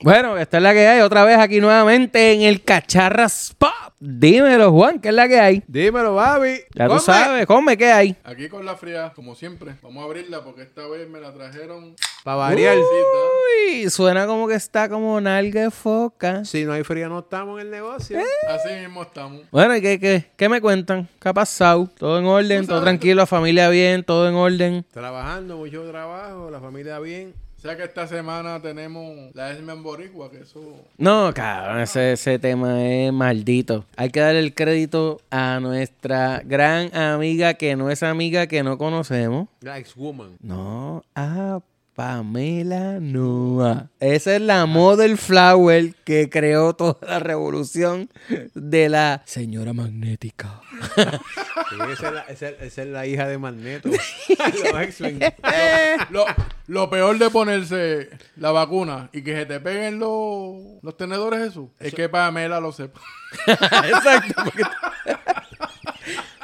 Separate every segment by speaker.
Speaker 1: Bueno, esta es la que hay otra vez aquí nuevamente en el Cacharras Pop. Dímelo, Juan, ¿qué es la que hay?
Speaker 2: Dímelo, Babi.
Speaker 1: Ya tú sabes, come, ¿qué hay?
Speaker 3: Aquí con la fría, como siempre. Vamos a abrirla porque esta vez me la trajeron. Uh,
Speaker 2: Para variar.
Speaker 1: Uh. Uy, suena como que está como nalga de foca.
Speaker 2: Si no hay fría, no estamos en el negocio.
Speaker 1: Eh.
Speaker 3: Así mismo estamos.
Speaker 1: Bueno, ¿y qué, qué, qué me cuentan? ¿Qué ha pasado? Todo en orden, todo tranquilo, la familia bien, todo en orden.
Speaker 2: Trabajando, mucho trabajo, la familia bien.
Speaker 3: O sea que esta semana tenemos la Esmen Boricua, que eso.
Speaker 1: No, cabrón, ese, ese tema es maldito. Hay que darle el crédito a nuestra gran amiga que no es amiga que no conocemos.
Speaker 2: La ex-woman.
Speaker 1: No, a Pamela Noa. Esa es la model flower que creó toda la revolución de la señora magnética.
Speaker 2: Sí, esa, es la, esa es- esa es la hija de Magneto. Los X-Men.
Speaker 3: Lo, lo peor de ponerse la vacuna y que se te peguen los, los tenedores, Jesús, es que Pamela lo sepa.
Speaker 1: Exacto. porque-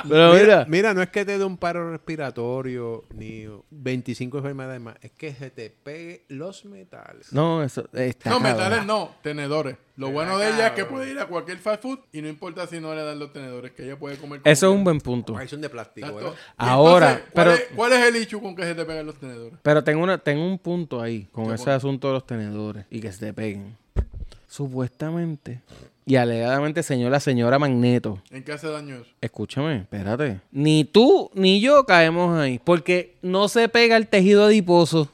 Speaker 1: Pero
Speaker 2: Mira,
Speaker 1: mira,
Speaker 2: mira, no es que te dé un paro respiratorio ni 25 enfermedades más, es que se te pegue los metales.
Speaker 1: no, eso está.
Speaker 3: No,
Speaker 1: cabrón.
Speaker 3: metales no, tenedores. Lo bueno de ella es que
Speaker 2: cabrón.
Speaker 3: puede ir a cualquier fast food y no importa si no le dan los tenedores, que ella puede comer.
Speaker 1: Eso
Speaker 3: como
Speaker 1: es un
Speaker 3: quiera.
Speaker 1: buen punto.
Speaker 2: Ay, son de plástico,
Speaker 3: Exacto.
Speaker 2: ¿verdad?
Speaker 3: Y
Speaker 1: Ahora,
Speaker 3: entonces, ¿cuál,
Speaker 1: pero-
Speaker 3: es, cuál es el hecho con que se te pegan los tenedores?
Speaker 1: Pero tengo, una, tengo un punto ahí con ese asunto de los tenedores y que se te peguen. Supuestamente y alegadamente, señor la señora Magneto.
Speaker 3: ¿En qué hace daño eso?
Speaker 1: Escúchame, espérate. Ni tú ni yo caemos ahí porque no se pega el tejido adiposo.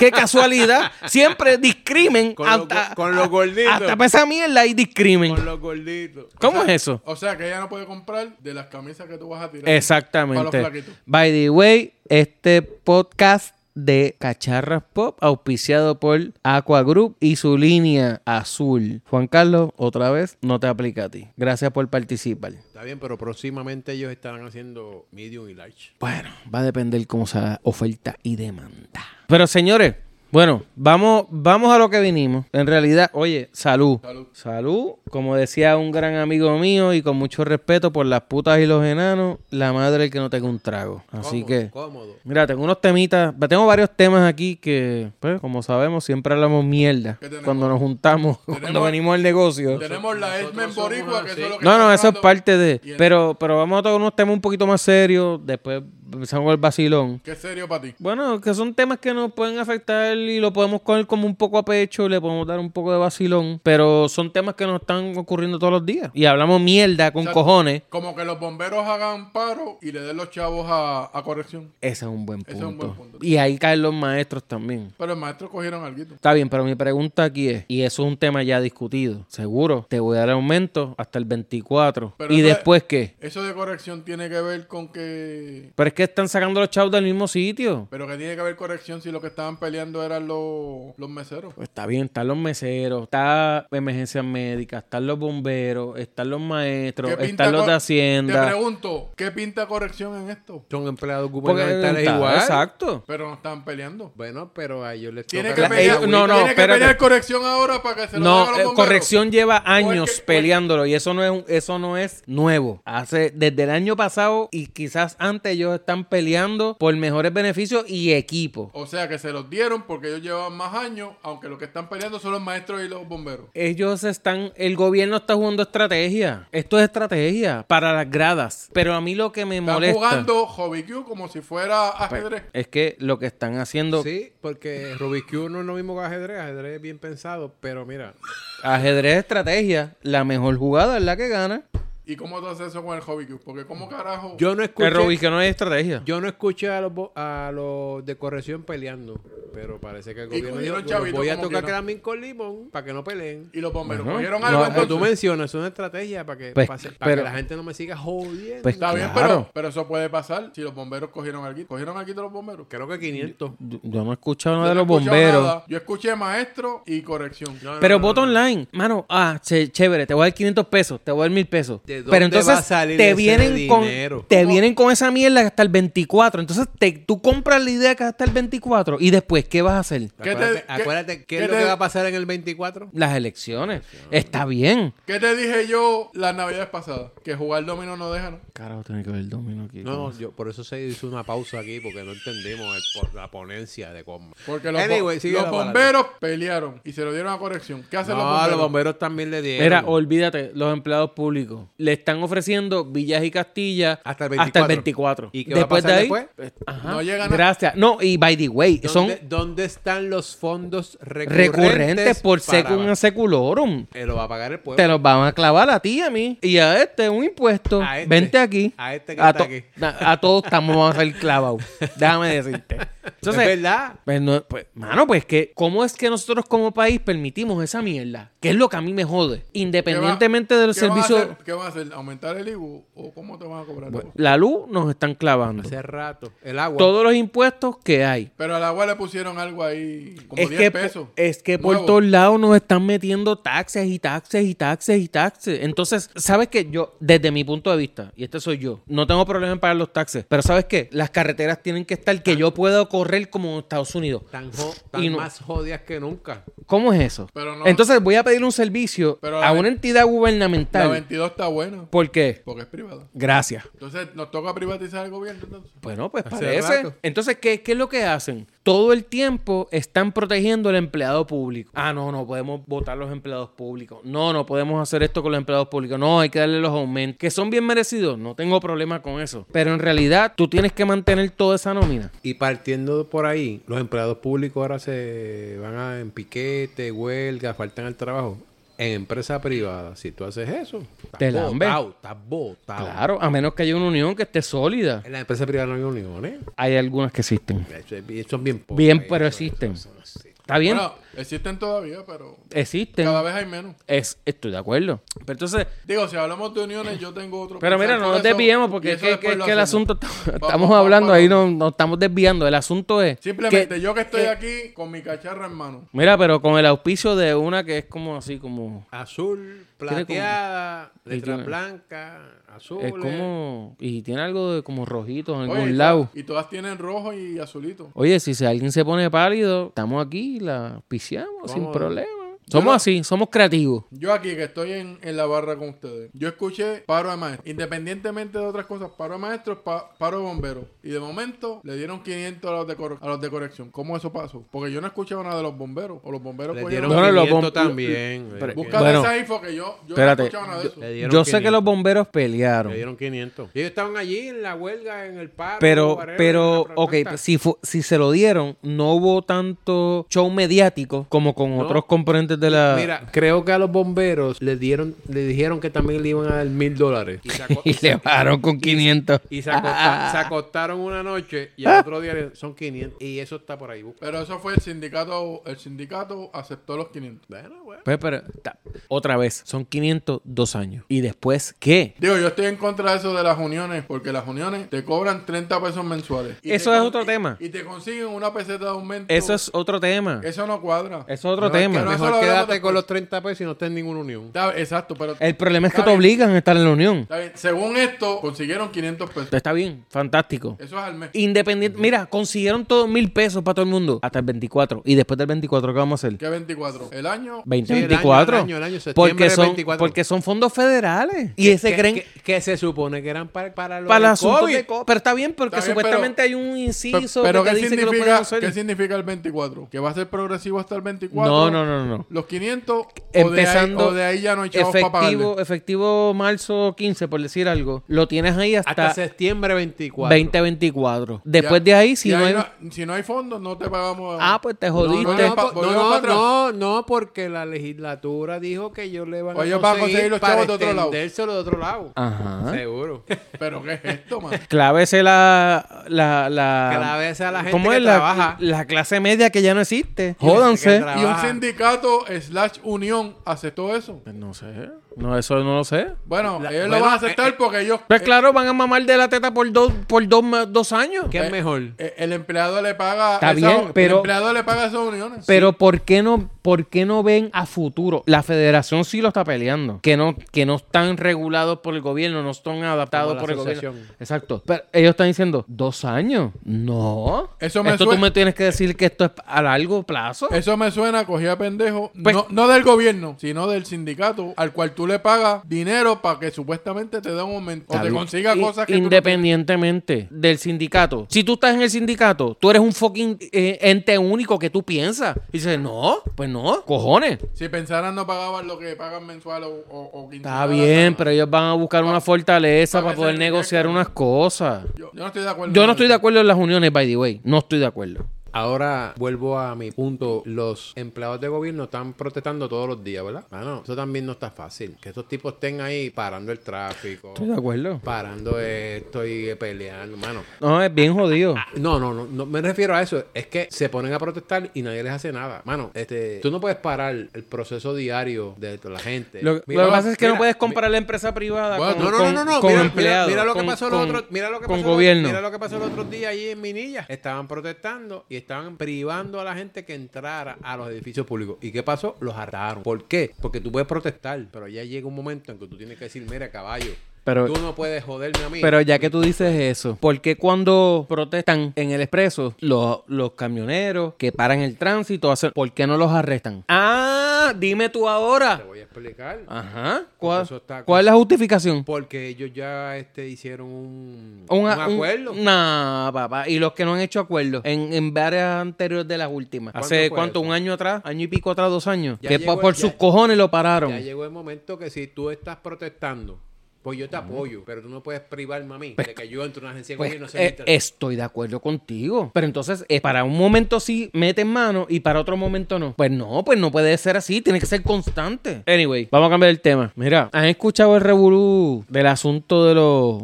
Speaker 1: Qué casualidad. Siempre discrimen
Speaker 2: Con los
Speaker 1: hasta,
Speaker 2: go- con los gorditos.
Speaker 1: Hasta para esa mierda y discrimen.
Speaker 2: Con los gorditos.
Speaker 1: ¿Cómo es eso?
Speaker 3: O sea que ella no puede comprar de las camisas que tú vas a tirar. Para los
Speaker 1: Exactamente.
Speaker 3: flaquitos.
Speaker 1: By the way, este podcast de Cacharras Pop, auspiciado por Aqua Group y su línea azul. Juan Carlos, otra vez, no te aplica a ti. Gracias por participar.
Speaker 2: Está bien, pero próximamente ellos estarán haciendo medium y large.
Speaker 1: Bueno, va a depender cómo sea oferta y demanda. Pero señores, bueno, vamos, vamos a lo que vinimos. En realidad, oye, salud.
Speaker 3: Salud.
Speaker 1: Salud. Como decía un gran amigo mío y con mucho respeto por las putas y los enanos, la madre el que no tenga un trago. Así
Speaker 2: Cómodo,
Speaker 1: que...
Speaker 2: Cómodo.
Speaker 1: Mira, tengo unos temitas, tengo varios temas aquí que, pues, como sabemos, siempre hablamos mierda
Speaker 3: ¿Qué tenemos?
Speaker 1: cuando nos juntamos, cuando
Speaker 3: Tenemos-
Speaker 1: venimos al negocio.
Speaker 3: Tenemos la
Speaker 2: nosotros
Speaker 3: Esmen
Speaker 2: somos
Speaker 3: Boricua, que eso es lo
Speaker 2: así.
Speaker 3: que
Speaker 1: No,
Speaker 3: está
Speaker 1: no, eso es
Speaker 3: pasando.
Speaker 1: parte de...
Speaker 3: Y en-
Speaker 1: Pero, pero vamos a tocar unos temas un poquito más serios, después empezamos con el vacilón.
Speaker 3: ¿Qué es serio para ti?
Speaker 1: Bueno, que son temas que nos pueden afectar y lo podemos coger como un poco a pecho, le podemos dar un poco de vacilón, pero son temas que nos están ocurriendo todos los días. Y hablamos mierda con
Speaker 3: Exacto.
Speaker 1: cojones.
Speaker 3: Como que los bomberos hagan paro y le den los chavos a, a corrección.
Speaker 1: Ese es un buen
Speaker 3: Ese es un
Speaker 1: punto.
Speaker 3: buen punto.
Speaker 1: Y ahí caen los maestros también.
Speaker 3: Pero el maestro cogieron algo.
Speaker 1: Está bien, pero mi pregunta aquí es, y eso es un tema ya discutido, seguro, te voy a dar aumento hasta el 24.
Speaker 3: Pero
Speaker 1: ¿Y
Speaker 3: eso es-
Speaker 1: después qué?
Speaker 3: Eso de corrección tiene que ver con que...
Speaker 1: Pero es que están sacando los chavos del mismo sitio.
Speaker 3: Pero que tiene que ver corrección si lo que estaban peleando eran los, los meseros.
Speaker 1: Pues está bien, están los meseros, está emergencias médicas, están los bomberos, están los maestros, están los
Speaker 3: cor-
Speaker 1: de
Speaker 3: Te
Speaker 1: Hacienda.
Speaker 3: pregunto, ¿qué pinta corrección en esto?
Speaker 2: Son empleados
Speaker 1: Porque
Speaker 2: gubernamentales
Speaker 1: está-
Speaker 2: igual.
Speaker 1: Exacto.
Speaker 3: Pero no estaban peleando.
Speaker 2: Bueno, pero a ellos les
Speaker 3: Tiene
Speaker 2: toca
Speaker 3: que
Speaker 2: la-
Speaker 1: Claro,
Speaker 3: pelear,
Speaker 1: ellos- eh, no, no,
Speaker 3: tiene que
Speaker 1: espérate.
Speaker 3: pelear corrección ahora para que se lo den a
Speaker 1: No,
Speaker 3: los
Speaker 1: eh,
Speaker 3: bomberos.
Speaker 1: corrección lleva años
Speaker 3: pues-
Speaker 1: peleándolo y eso no es un- eso no es nuevo. Hace desde el año pasado y quizás antes ellos están peleando por mejores beneficios y equipo.
Speaker 3: O sea que se los dieron porque ellos llevaban más años, aunque lo que están peleando son los maestros y los bomberos.
Speaker 1: Ellos están, el gobierno está jugando estrategia. Esto es estrategia para las gradas. Pero a mí lo que me
Speaker 3: Están
Speaker 1: molesta Pues,
Speaker 3: jugando Hobby Q como si fuera ajedrez.
Speaker 1: es que lo que están haciendo
Speaker 2: Sí, porque Rubik's Cube no es lo mismo que ajedrez. Ajedrez es bien pensado, pero mira,
Speaker 1: ajedrez estrategia, la mejor jugada es la que gana.
Speaker 3: ¿Y cómo tú haces eso con el Hobby Q? Porque cómo carajo...
Speaker 2: yo no
Speaker 1: Que Robby,
Speaker 2: escuché,
Speaker 1: que no hay estrategia.
Speaker 2: yo no escuché a los, bo- a los de corrección peleando, pero parece que el
Speaker 3: Y
Speaker 2: gobierno dijo,
Speaker 3: cogieron
Speaker 2: "Los
Speaker 3: chavitos
Speaker 2: voy a
Speaker 3: como
Speaker 2: tocar
Speaker 3: quiera".
Speaker 2: Kramin con limón para que no peleen.
Speaker 3: Y los bomberos
Speaker 1: Bueno,
Speaker 3: cogieron
Speaker 1: no,
Speaker 3: algo.
Speaker 2: Como tú
Speaker 3: entonces.
Speaker 2: mencionas, es una estrategia para que,
Speaker 1: Pues,
Speaker 2: para que- para
Speaker 1: pero-
Speaker 2: que la gente no me siga jodiendo.
Speaker 1: Pues,
Speaker 3: Está bien,
Speaker 1: Claro.
Speaker 3: pero, pero eso puede pasar si los bomberos cogieron algo. ¿Cogieron algo de los bomberos?
Speaker 2: Creo que 500.
Speaker 1: Yo, yo no he escuchado nada
Speaker 3: Yo
Speaker 1: de
Speaker 3: no
Speaker 1: los
Speaker 3: he escuchado
Speaker 1: bomberos.
Speaker 3: nada. Yo escuché maestro y corrección.
Speaker 2: No, no,
Speaker 1: Pero
Speaker 2: no, no,
Speaker 1: voto
Speaker 2: no.
Speaker 1: online, mano, ah, che- chévere, te voy a dar 500 pesos, te voy a dar 1000 pesos.
Speaker 2: ¿De dónde
Speaker 1: Pero entonces
Speaker 2: va a salir
Speaker 1: te
Speaker 2: ese
Speaker 1: vienen con
Speaker 2: dinero?
Speaker 1: te vienen con esa mierda hasta el 24. Entonces te- tú compras la idea que es hasta el 24 y después ¿qué vas a hacer?
Speaker 3: ¿Qué te-
Speaker 2: acuérdate,
Speaker 3: qué-
Speaker 2: acuérdate, ¿qué,
Speaker 3: qué
Speaker 2: es lo
Speaker 3: te-
Speaker 2: que va a pasar en el 24?
Speaker 1: Las elecciones. Está bien.
Speaker 3: ¿Qué te dije yo las navidades pasadas? Que jugar dominó no deja, ¿no?
Speaker 1: Carajo, tiene que ver el domino aquí.
Speaker 2: No, no, yo, por eso se hizo una pausa aquí, porque no entendimos el por- la ponencia de cómo.
Speaker 3: Porque los,
Speaker 2: Anyway,
Speaker 3: bo-
Speaker 2: sigue
Speaker 3: los
Speaker 2: la palabra.
Speaker 3: bomberos pelearon y se lo dieron a corrección. ¿Qué hacen los
Speaker 2: No,
Speaker 3: bomberos?
Speaker 2: los bomberos también le dieron.
Speaker 1: Mira, olvídate, los empleados públicos le están ofreciendo Villas y Castilla
Speaker 2: Hasta el
Speaker 1: 24.
Speaker 2: ¿Y qué va a pasar después?
Speaker 1: Ajá,
Speaker 3: No llega nada.
Speaker 1: Gracias. No, y by the way, son
Speaker 2: ¿Dónde, dónde están los fondos recurrentes?
Speaker 1: recurrentes por
Speaker 2: para-
Speaker 1: secum seculorum.
Speaker 2: Eh, lo va a pagar el pueblo.
Speaker 1: Te los van a clavar a ti y a mí. Y a este, un impuesto.
Speaker 2: A este.
Speaker 1: Vente aquí.
Speaker 2: A este que
Speaker 1: a
Speaker 2: está
Speaker 1: to-
Speaker 2: aquí.
Speaker 1: na- A todos estamos vamos a ser clavados. Déjame decirte. Entonces,
Speaker 2: es verdad.
Speaker 1: pues no- pues, mano, pues que, ¿cómo es que nosotros como país permitimos esa mierda? Que es lo que a mí me jode.
Speaker 3: ¿Qué va-
Speaker 1: Independientemente del
Speaker 3: qué van a
Speaker 1: servicio,
Speaker 3: hacer? ¿Qué van a hacer? ¿Aumentar el IBU? ¿O cómo te van a cobrar? el IBU?
Speaker 1: la luz nos están clavando.
Speaker 2: Hace rato. El agua.
Speaker 1: Todos los impuestos que hay.
Speaker 3: Pero al agua le pusieron algo ahí, como
Speaker 1: es
Speaker 3: 10
Speaker 1: que, po-
Speaker 3: pesos.
Speaker 1: Es que por
Speaker 3: nuevo.
Speaker 1: todos lados nos están metiendo taxes y taxes y taxes y taxes. Entonces, ¿sabes qué? Yo, desde mi punto de vista, y este soy yo, no tengo problema en pagar los taxes, pero ¿sabes qué? Las carreteras tienen que estar que yo pueda correr como en Estados Unidos.
Speaker 2: Tan, jo- tan
Speaker 1: Y no-
Speaker 2: más jodidas que nunca.
Speaker 1: ¿Cómo es eso?
Speaker 3: Pero no-
Speaker 1: Entonces voy a pedir un servicio
Speaker 3: Pero la
Speaker 1: a
Speaker 3: ve-
Speaker 1: una entidad
Speaker 3: La
Speaker 1: gubernamental.
Speaker 3: 22 está buena,
Speaker 1: ¿Por qué?
Speaker 3: porque es privada.
Speaker 1: Gracias.
Speaker 3: Entonces, ¿nos toca privatizar el gobierno entonces?
Speaker 1: Bueno, pues
Speaker 2: Hace
Speaker 1: parece.
Speaker 2: rato.
Speaker 1: Entonces, ¿qué, ¿qué es lo que hacen? Todo el tiempo están protegiendo al empleado público. Ah, no, no podemos votar los empleados públicos. No, no podemos hacer esto con los empleados públicos. No, hay que darle los aumentos. Que son bien merecidos. No tengo problema con eso. Pero en realidad, tú tienes que mantener toda esa nómina.
Speaker 2: Y partiendo por ahí, los empleados públicos ahora se van a, en piquete, huelga, faltan al trabajo. En empresa privada, si tú haces eso,
Speaker 1: Te
Speaker 2: estás
Speaker 1: lambe.
Speaker 2: botado, estás botado.
Speaker 1: Claro, a menos que haya una unión que esté sólida.
Speaker 2: En la empresa privada no hay uniones.
Speaker 1: Hay algunas que existen.
Speaker 2: Eso es- Son bien pocas.
Speaker 1: Bien,
Speaker 2: Eso-
Speaker 1: pero
Speaker 2: eso-
Speaker 1: existen.
Speaker 2: eso no existe.
Speaker 1: ¿Está bien?
Speaker 3: Bueno, existen todavía, pero
Speaker 1: existen.
Speaker 3: cada vez hay menos.
Speaker 1: Es, estoy de acuerdo. Pero entonces,
Speaker 3: Digo, si hablamos de uniones, yo tengo otro.
Speaker 1: Pero mira, no nos desviemos porque es que, que- que el asunto
Speaker 3: Vamos,
Speaker 1: estamos
Speaker 3: vamos,
Speaker 1: hablando
Speaker 3: vamos.
Speaker 1: ahí, no- nos estamos desviando. El asunto es.
Speaker 3: Simplemente
Speaker 1: que-
Speaker 3: yo que estoy aquí con mi cacharra en mano.
Speaker 1: Mira, pero con el auspicio de una que es como así, como.
Speaker 2: Azul,
Speaker 1: como-
Speaker 2: plateada,
Speaker 1: Tiene
Speaker 2: letra
Speaker 1: como-
Speaker 2: blanca, azul.
Speaker 1: Es como. Y tiene algo de como rojito en
Speaker 3: Oye,
Speaker 1: algún
Speaker 3: y
Speaker 1: lado.
Speaker 3: todas- Y todas tienen rojo y azulito.
Speaker 1: Oye, si se- alguien se pone pálido, estamos aquí y la auspiciamos sin
Speaker 2: Vamos.
Speaker 1: problema. Somos así, somos creativos.
Speaker 3: Yo aquí que estoy en, en la barra con ustedes. Yo escuché paro de maestros. Independientemente de otras cosas, paro de maestros, pa- paro de bomberos. Y de momento le dieron 500 a los, de cor- a los de corrección. ¿Cómo eso pasó? Porque yo no escuchaba nada de los bomberos. O los bomberos
Speaker 2: Le
Speaker 3: cogieron-
Speaker 2: dieron
Speaker 1: Bueno, lo
Speaker 2: 500
Speaker 1: bom-
Speaker 2: también.
Speaker 1: pero-
Speaker 2: le-
Speaker 3: Busca
Speaker 1: Bueno,
Speaker 3: esa info que yo, yo
Speaker 1: espérate.
Speaker 3: no escuchaba nada de
Speaker 2: le
Speaker 3: eso.
Speaker 1: Yo eh,
Speaker 2: dieron
Speaker 1: sé que
Speaker 2: 500.
Speaker 1: los bomberos pelearon.
Speaker 2: Le dieron 500. Y ellos estaban allí en la huelga, en el paro.
Speaker 1: Pero,
Speaker 2: Ah, whatever,
Speaker 1: pero,
Speaker 2: en la
Speaker 1: ok, pues,
Speaker 2: protesta.
Speaker 1: si, fu- si se lo dieron, no hubo tanto show mediático como con otros componentes de la.
Speaker 2: Mira, creo que a los bomberos les dieron, le dijeron que también le iban a dar mil dólares. Y se, aco-
Speaker 1: y le bajaron con 500.
Speaker 2: y se acosta- se acostaron una noche y al otro día le- son 500. Y eso está por ahí.
Speaker 3: Pero eso fue el sindicato, el sindicato aceptó los 500.
Speaker 2: Bueno, bueno.
Speaker 1: Pues, pero, ta- otra vez, son 502 años. ¿Y después qué?
Speaker 3: Digo, yo estoy en contra de eso de las uniones, porque las uniones te cobran 30 pesos mensuales. Y
Speaker 1: Eso
Speaker 3: te
Speaker 1: es
Speaker 3: con-
Speaker 1: otro tema.
Speaker 3: Y te consiguen una peseta de aumento.
Speaker 1: Eso es otro tema. Eso
Speaker 3: Eso no cuadra.
Speaker 1: es otro
Speaker 2: Mejor que-
Speaker 1: tema.
Speaker 3: no-
Speaker 2: Mejor
Speaker 3: Eso lo hablamos
Speaker 2: quédate
Speaker 3: después.
Speaker 2: con los 30 pesos y no estés en ninguna unión.
Speaker 3: Está- exacto, pero...
Speaker 1: El problema es que
Speaker 3: Está
Speaker 1: te
Speaker 3: bien,
Speaker 1: obligan a estar en la unión.
Speaker 3: está bien. Según esto, consiguieron 500 pesos.
Speaker 1: Está bien, fantástico.
Speaker 3: Eso es al mes.
Speaker 1: Independiente. Mira, consiguieron todos mil pesos para todo el mundo. Hasta el 24. ¿Y después del 24, ¿qué vamos a hacer?
Speaker 3: ¿Qué 24? ¿El año?
Speaker 1: 20,
Speaker 2: Sí, el año,
Speaker 1: 24.
Speaker 2: el año, el año, septiembre
Speaker 1: porque,
Speaker 2: del
Speaker 1: son,
Speaker 2: 24.
Speaker 1: porque son fondos federales. Y ese
Speaker 2: que,
Speaker 1: creen.
Speaker 2: que- que se supone que eran para, para los
Speaker 1: Para el
Speaker 2: del
Speaker 1: asunto
Speaker 2: COVID.
Speaker 1: de co- Pero está bien, porque
Speaker 3: Está bien,
Speaker 1: supuestamente hay un
Speaker 3: Pe-
Speaker 1: inciso
Speaker 3: pero
Speaker 1: que
Speaker 3: ¿qué,
Speaker 1: te dice que lo pueden
Speaker 3: significa,
Speaker 1: hacer.
Speaker 3: ¿qué significa el 24? ¿Que va a ser progresivo hasta el 24?
Speaker 1: No, no, no, no.
Speaker 3: ¿Los 500?
Speaker 1: Empezando.
Speaker 3: O de ahí, o de ahí ya no hay chavos para pagarle.
Speaker 1: efectivo, efectivo marzo 15, por decir algo. Lo tienes ahí
Speaker 2: Hasta
Speaker 1: hasta
Speaker 2: septiembre 24.
Speaker 1: 2024. Después
Speaker 3: Ya-
Speaker 1: de ahí, si
Speaker 3: ya
Speaker 1: no hay.
Speaker 3: si no hay fondos, no te pagamos.
Speaker 1: Ah, pues te
Speaker 2: No,
Speaker 1: jodiste.
Speaker 2: no,
Speaker 3: Volvieron
Speaker 2: no,
Speaker 3: pa-
Speaker 2: po- no,
Speaker 3: volvieron
Speaker 2: no,
Speaker 3: pa' atrás.
Speaker 2: no, no, porque la legislatura dijo que ellos le van
Speaker 3: O ellos
Speaker 2: a
Speaker 3: van a
Speaker 2: conseguir
Speaker 3: conseguir los
Speaker 2: para
Speaker 3: chavos de otro lado.
Speaker 2: extendérselo de otro lado.
Speaker 1: Ajá.
Speaker 2: Seguro.
Speaker 3: ¿Pero qué es esto, man?
Speaker 1: Clávese la, la, la.
Speaker 2: Clávese a la gente
Speaker 1: ¿Cómo
Speaker 2: que
Speaker 1: es la,
Speaker 2: trabaja.
Speaker 1: La clase media que ya no existe.
Speaker 2: Y la gente que
Speaker 1: Ah, Jódanse.
Speaker 2: tra-
Speaker 3: y un
Speaker 2: Trabaja.
Speaker 3: sindicato slash unión aceptó eso.
Speaker 1: Pues No sé. No, eso no lo sé.
Speaker 3: Bueno,
Speaker 2: La-
Speaker 3: ellos
Speaker 2: bueno,
Speaker 3: lo van a aceptar
Speaker 2: eh, eh,
Speaker 3: porque ellos.
Speaker 1: Pues claro, van a mamar de la teta por dos, por dos, ma- dos años.
Speaker 2: ¿Qué
Speaker 3: Eh,
Speaker 2: es mejor?
Speaker 3: eh, El empleado le paga.
Speaker 1: Está
Speaker 3: esas-
Speaker 1: bien, pero-
Speaker 3: El empleado le paga esas uniones.
Speaker 1: Pero ¿por qué no, por qué no ven a futuro? La federación sí lo está peleando. Que no, que no están regulados por el gobierno, no están adaptados
Speaker 2: Como la
Speaker 1: por el gobierno.
Speaker 2: asociación.
Speaker 1: Exacto. Pero ellos están diciendo, dos años. No.
Speaker 3: Eso me
Speaker 1: esto tú
Speaker 3: suena-
Speaker 1: me tienes que decir que esto es a largo plazo.
Speaker 3: Eso me suena, cogía pendejo.
Speaker 1: Pues-
Speaker 3: no, no del gobierno, sino del sindicato, al cual tú le pagas dinero para que supuestamente te dé un aumento. O
Speaker 1: Está
Speaker 3: te
Speaker 1: bien.
Speaker 3: consiga
Speaker 1: I-
Speaker 3: cosas que. tú no
Speaker 1: Independientemente del sindicato. Si tú estás en el sindicato, tú eres un fucking eh, ente único que tú piensas. Y dices, no, pues no, cojones.
Speaker 3: tienes. Si pensaran, no pagaban lo que pagan mensual o, o, o
Speaker 1: Está
Speaker 3: quincenal.
Speaker 1: bien, pero ellos van a buscar una fortaleza
Speaker 3: para
Speaker 1: para
Speaker 3: que
Speaker 1: poder
Speaker 3: se-
Speaker 1: negociar unas cosas.
Speaker 3: Yo, yo no estoy de acuerdo.
Speaker 1: Yo no estoy de acuerdo en las uniones, by the way. No estoy de acuerdo.
Speaker 2: Ahora vuelvo a mi punto. Los empleados de gobierno están protestando todos los días, ¿verdad? Mano, eso también no está fácil. Que estos tipos estén ahí parando el tráfico,
Speaker 1: Estoy de acuerdo.
Speaker 2: parando esto y peleando, mano.
Speaker 1: No, es bien jodido.
Speaker 2: No, no, no, no me refiero a eso. Es que se ponen a protestar y nadie les hace nada. Mano, este, tú no puedes parar el proceso diario de la gente.
Speaker 1: Lo,
Speaker 2: Mira,
Speaker 1: lo que pasa es que
Speaker 2: mira,
Speaker 1: no puedes comparar la empresa privada
Speaker 3: Bueno,
Speaker 1: con,
Speaker 2: No, no,
Speaker 1: con-
Speaker 2: no, no, no.
Speaker 1: con
Speaker 2: mira,
Speaker 1: empleados,
Speaker 2: mira- mira lo que
Speaker 1: con-
Speaker 2: pasó los
Speaker 1: con-
Speaker 2: otros, mira lo que
Speaker 1: con
Speaker 2: pasó los-
Speaker 1: gobierno.
Speaker 2: mira lo que pasó los otros días allí en Minilla. Estaban protestando y estaban privando a la gente que entrara a los edificios públicos. ¿Y qué pasó? Los hartaron. ¿Por qué? Porque tú puedes protestar, pero ya llega un momento en que tú tienes que decir, mira, caballo,
Speaker 1: Pero-
Speaker 2: tú no puedes joderme a mí.
Speaker 1: Pero ya que tú dices eso, ¿por qué cuando protestan en el expreso los, los camioneros que paran el tránsito, hacen, ¿por qué no los arrestan? Ah, dime tú
Speaker 2: Te
Speaker 1: ahora.
Speaker 2: voy a explicar.
Speaker 1: Ajá. ¿Cuál,
Speaker 2: Eso está-
Speaker 1: cuál es la justificación?
Speaker 2: Porque ellos ya este, hicieron un,
Speaker 1: Un-
Speaker 2: un
Speaker 1: un-
Speaker 2: acuerdo.
Speaker 1: Nah, papá. Y los que no han hecho acuerdos en, en varias anteriores de las últimas.
Speaker 2: ¿Cuándo
Speaker 1: ¿Hace
Speaker 2: fue
Speaker 1: cuánto?
Speaker 2: eso?
Speaker 1: ¿Un año atrás? ¿Año y pico atrás? ¿Dos años?
Speaker 2: Ya
Speaker 1: que
Speaker 2: llegó-
Speaker 1: pa- por
Speaker 2: ya-
Speaker 1: sus cojones lo pararon.
Speaker 2: Ya llegó el momento que si tú estás protestando, pues yo te apoyo, pero tú no puedes privarme a mí de que yo entre a una agencia de
Speaker 1: Pues,
Speaker 2: gobierno.
Speaker 1: eh, estoy de acuerdo contigo. Pero entonces, eh, para un momento sí meten mano y para otro momento no. Pues no, pues no puede ser así. Tiene que ser constante. Anyway, vamos a cambiar el tema. Mira, ¿han escuchado el revolú del asunto de los...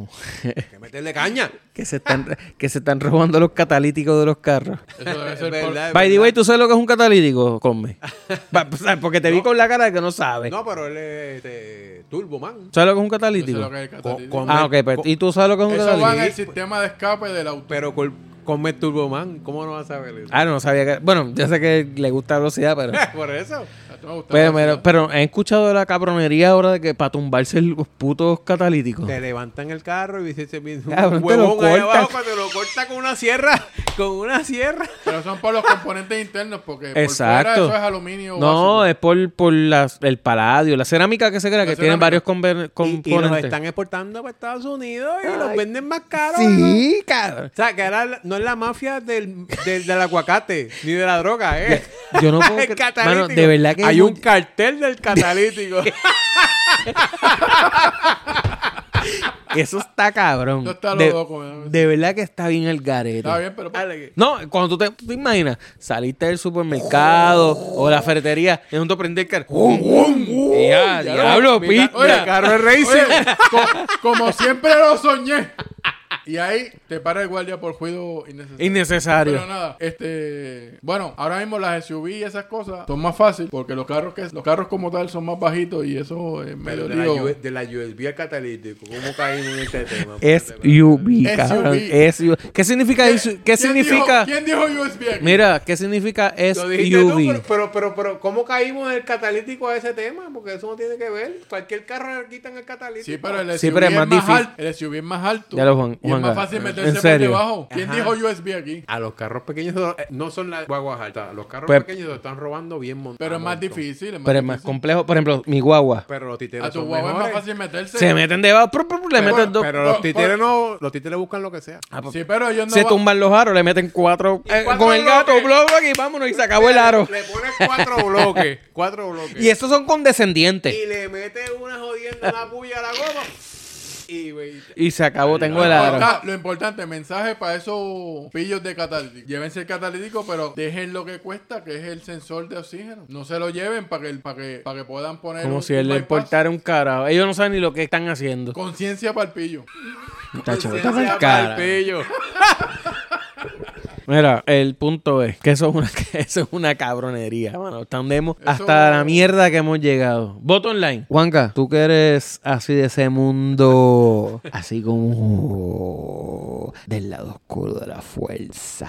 Speaker 2: Hay que meterle caña.
Speaker 1: que, se están, que se están robando los catalíticos de los carros?
Speaker 3: Eso debe
Speaker 2: Es
Speaker 3: ser por-
Speaker 2: verdad, es
Speaker 1: By the
Speaker 2: verdad.
Speaker 1: way, ¿tú sabes lo que es un catalítico, Come? Pa- o sea, Porque te vi con la cara de que no sabes.
Speaker 2: No, pero él es este, Turbo Man.
Speaker 1: ¿Sabes lo que es un
Speaker 3: Yo sé
Speaker 1: catalítico?
Speaker 3: lo que es catalítico.
Speaker 2: Con- con-
Speaker 1: Ah, ok, pero ¿y tú sabes lo que es un
Speaker 3: Eso va en
Speaker 1: catalítico?
Speaker 3: el sistema de escape del auto.
Speaker 2: Pero col- come Turbo Man, ¿cómo no vas a saber eso?
Speaker 1: Ah, no sabía que... Bueno, yo sé que le gusta la velocidad, pero...
Speaker 2: Por eso.
Speaker 3: Esto me gusta
Speaker 1: Pero,
Speaker 3: más,
Speaker 1: Pues, pero,
Speaker 3: ¿no?
Speaker 1: pero, ¿han escuchado de la cabronería ahora de que para tumbarse los putos catalíticos?
Speaker 2: Te levantan el carro y dices, un
Speaker 1: Cabrón, te
Speaker 2: huevón
Speaker 1: lo
Speaker 2: ahí
Speaker 1: cortan.
Speaker 2: abajo, te lo corta con una sierra, con una sierra.
Speaker 3: Pero son por los componentes internos porque por fuera
Speaker 1: Exacto.
Speaker 3: eso es aluminio.
Speaker 1: No,
Speaker 3: básico.
Speaker 1: es por, por las, el paladio, la cerámica que se crea, que tiene
Speaker 3: cerámica.
Speaker 1: varios conver-
Speaker 2: Y, y los
Speaker 1: componentes.
Speaker 2: están exportando para Estados Unidos y los venden más caros. ¿no?
Speaker 1: Sí, cabrón.
Speaker 2: O sea, que ahora la- no es la mafia del, del, del aguacate ni de la droga, ¿eh?
Speaker 1: Yo no puedo
Speaker 2: El
Speaker 1: cre-
Speaker 2: catalítico.
Speaker 1: Mano, de verdad que
Speaker 2: Hay
Speaker 1: yo-
Speaker 2: un cartel del catalítico.
Speaker 1: Eso está cabrón.
Speaker 3: Eso está lo
Speaker 1: de,
Speaker 3: loco, ¿verdad?
Speaker 1: de verdad que está bien el garete.
Speaker 3: Está bien, pero.
Speaker 2: Dale, que-
Speaker 1: No, cuando tú te, tú te imaginas, saliste del supermercado o la ferretería, es donde prende el carro. Ya,
Speaker 2: Ya
Speaker 1: diablo,
Speaker 2: no, mi ca-
Speaker 1: pita.
Speaker 2: mi carro es
Speaker 3: Oye,
Speaker 2: racing.
Speaker 3: co- como siempre lo soñé. Y ahí te para el guardia por juicio innecesario.
Speaker 1: Innecesario.
Speaker 3: Pero nada, este. Bueno, ahora mismo las SUV y esas cosas son más fáciles porque los carros que los carros como tal son más bajitos y eso es medio
Speaker 2: Pero de, la,
Speaker 3: lío.
Speaker 2: U- de la USB al catalítico. ¿Cómo caí en este tema?
Speaker 1: SUV, cabrón.
Speaker 3: SUV.
Speaker 1: SUV. ¿Qué significa?
Speaker 3: ¿Quién-
Speaker 1: eso? ¿Qué
Speaker 3: quién dijo-
Speaker 1: significa?
Speaker 3: ¿Quién dijo USB? aquí?
Speaker 1: Mira, ¿qué significa
Speaker 2: Lo dijiste tú,
Speaker 1: SUV?
Speaker 2: pero, pero, pero, pero ¿cómo caímos en el catalítico a ese tema? Porque eso no tiene que ver. Cualquier carro le quitan el catalítico.
Speaker 3: Sí, pero el SUV
Speaker 1: Sí, pero es
Speaker 3: es,
Speaker 1: más
Speaker 3: más,
Speaker 1: difícil.
Speaker 3: alto. El SUV es más alto.
Speaker 1: Ya lo, Juan-
Speaker 3: y es
Speaker 1: Juanga,
Speaker 3: más fácil
Speaker 1: en
Speaker 3: meterse por
Speaker 1: serio.
Speaker 3: debajo. ¿Quién
Speaker 2: Ajá.
Speaker 3: dijo USB aquí?
Speaker 2: A los carros pequeños no- no son las guaguas altas. Los carros
Speaker 1: Pues-
Speaker 2: pequeños se están robando bien montados.
Speaker 3: Pero es más difícil. Es más
Speaker 1: Pero es más
Speaker 3: difícil.
Speaker 1: complejo. Por ejemplo, mi guagua.
Speaker 2: Pero los
Speaker 3: A
Speaker 2: titeros
Speaker 3: tu
Speaker 2: son
Speaker 3: guagua es más
Speaker 2: mejores.
Speaker 3: fácil meterse.
Speaker 1: Se meten debajo, pru, pru, pru, le
Speaker 2: Pero,
Speaker 1: meten dos.
Speaker 2: pero
Speaker 3: por-
Speaker 2: los
Speaker 3: por-
Speaker 2: titeros no... Los titeros buscan lo que sea.
Speaker 1: Ah, pues,
Speaker 3: Sí, pero ellos no.
Speaker 1: se
Speaker 3: va-
Speaker 1: tumban los aros, le meten cuatro. eh,
Speaker 2: cuatro
Speaker 1: con el gato,
Speaker 2: bloques.
Speaker 1: blog, y vámonos, y se acabó el aro.
Speaker 2: Le pones cuatro bloques. Cuatro bloques.
Speaker 1: Y esos son condescendientes.
Speaker 2: y le metes una jodiendo una puya a la goma. Y, güey,
Speaker 1: Y se acabó, tengo el
Speaker 3: Lo
Speaker 1: aro.
Speaker 3: importa- Lo importante, mensaje para esos pillos de catalítico. Llévense el catalítico, pero dejen lo que cuesta, que es el sensor de oxígeno. No se lo lleven para que, para que, para que puedan poner.
Speaker 1: Como
Speaker 3: un-
Speaker 1: si
Speaker 3: un
Speaker 1: él le
Speaker 3: bypass.
Speaker 1: importara un carajo. Ellos no saben ni lo que están haciendo.
Speaker 3: Conciencia para el pillo.
Speaker 1: Muchachos,
Speaker 2: Conciencia
Speaker 1: estás
Speaker 2: pa'l
Speaker 1: cara.
Speaker 2: pillo.
Speaker 1: Mira, el punto es que eso es una, que eso es una cabronería, mano. Estamos hasta
Speaker 3: Eso-
Speaker 1: la mierda que hemos llegado. Voto online. Juanca, tú que eres así de ese mundo, así como del lado oscuro de la fuerza.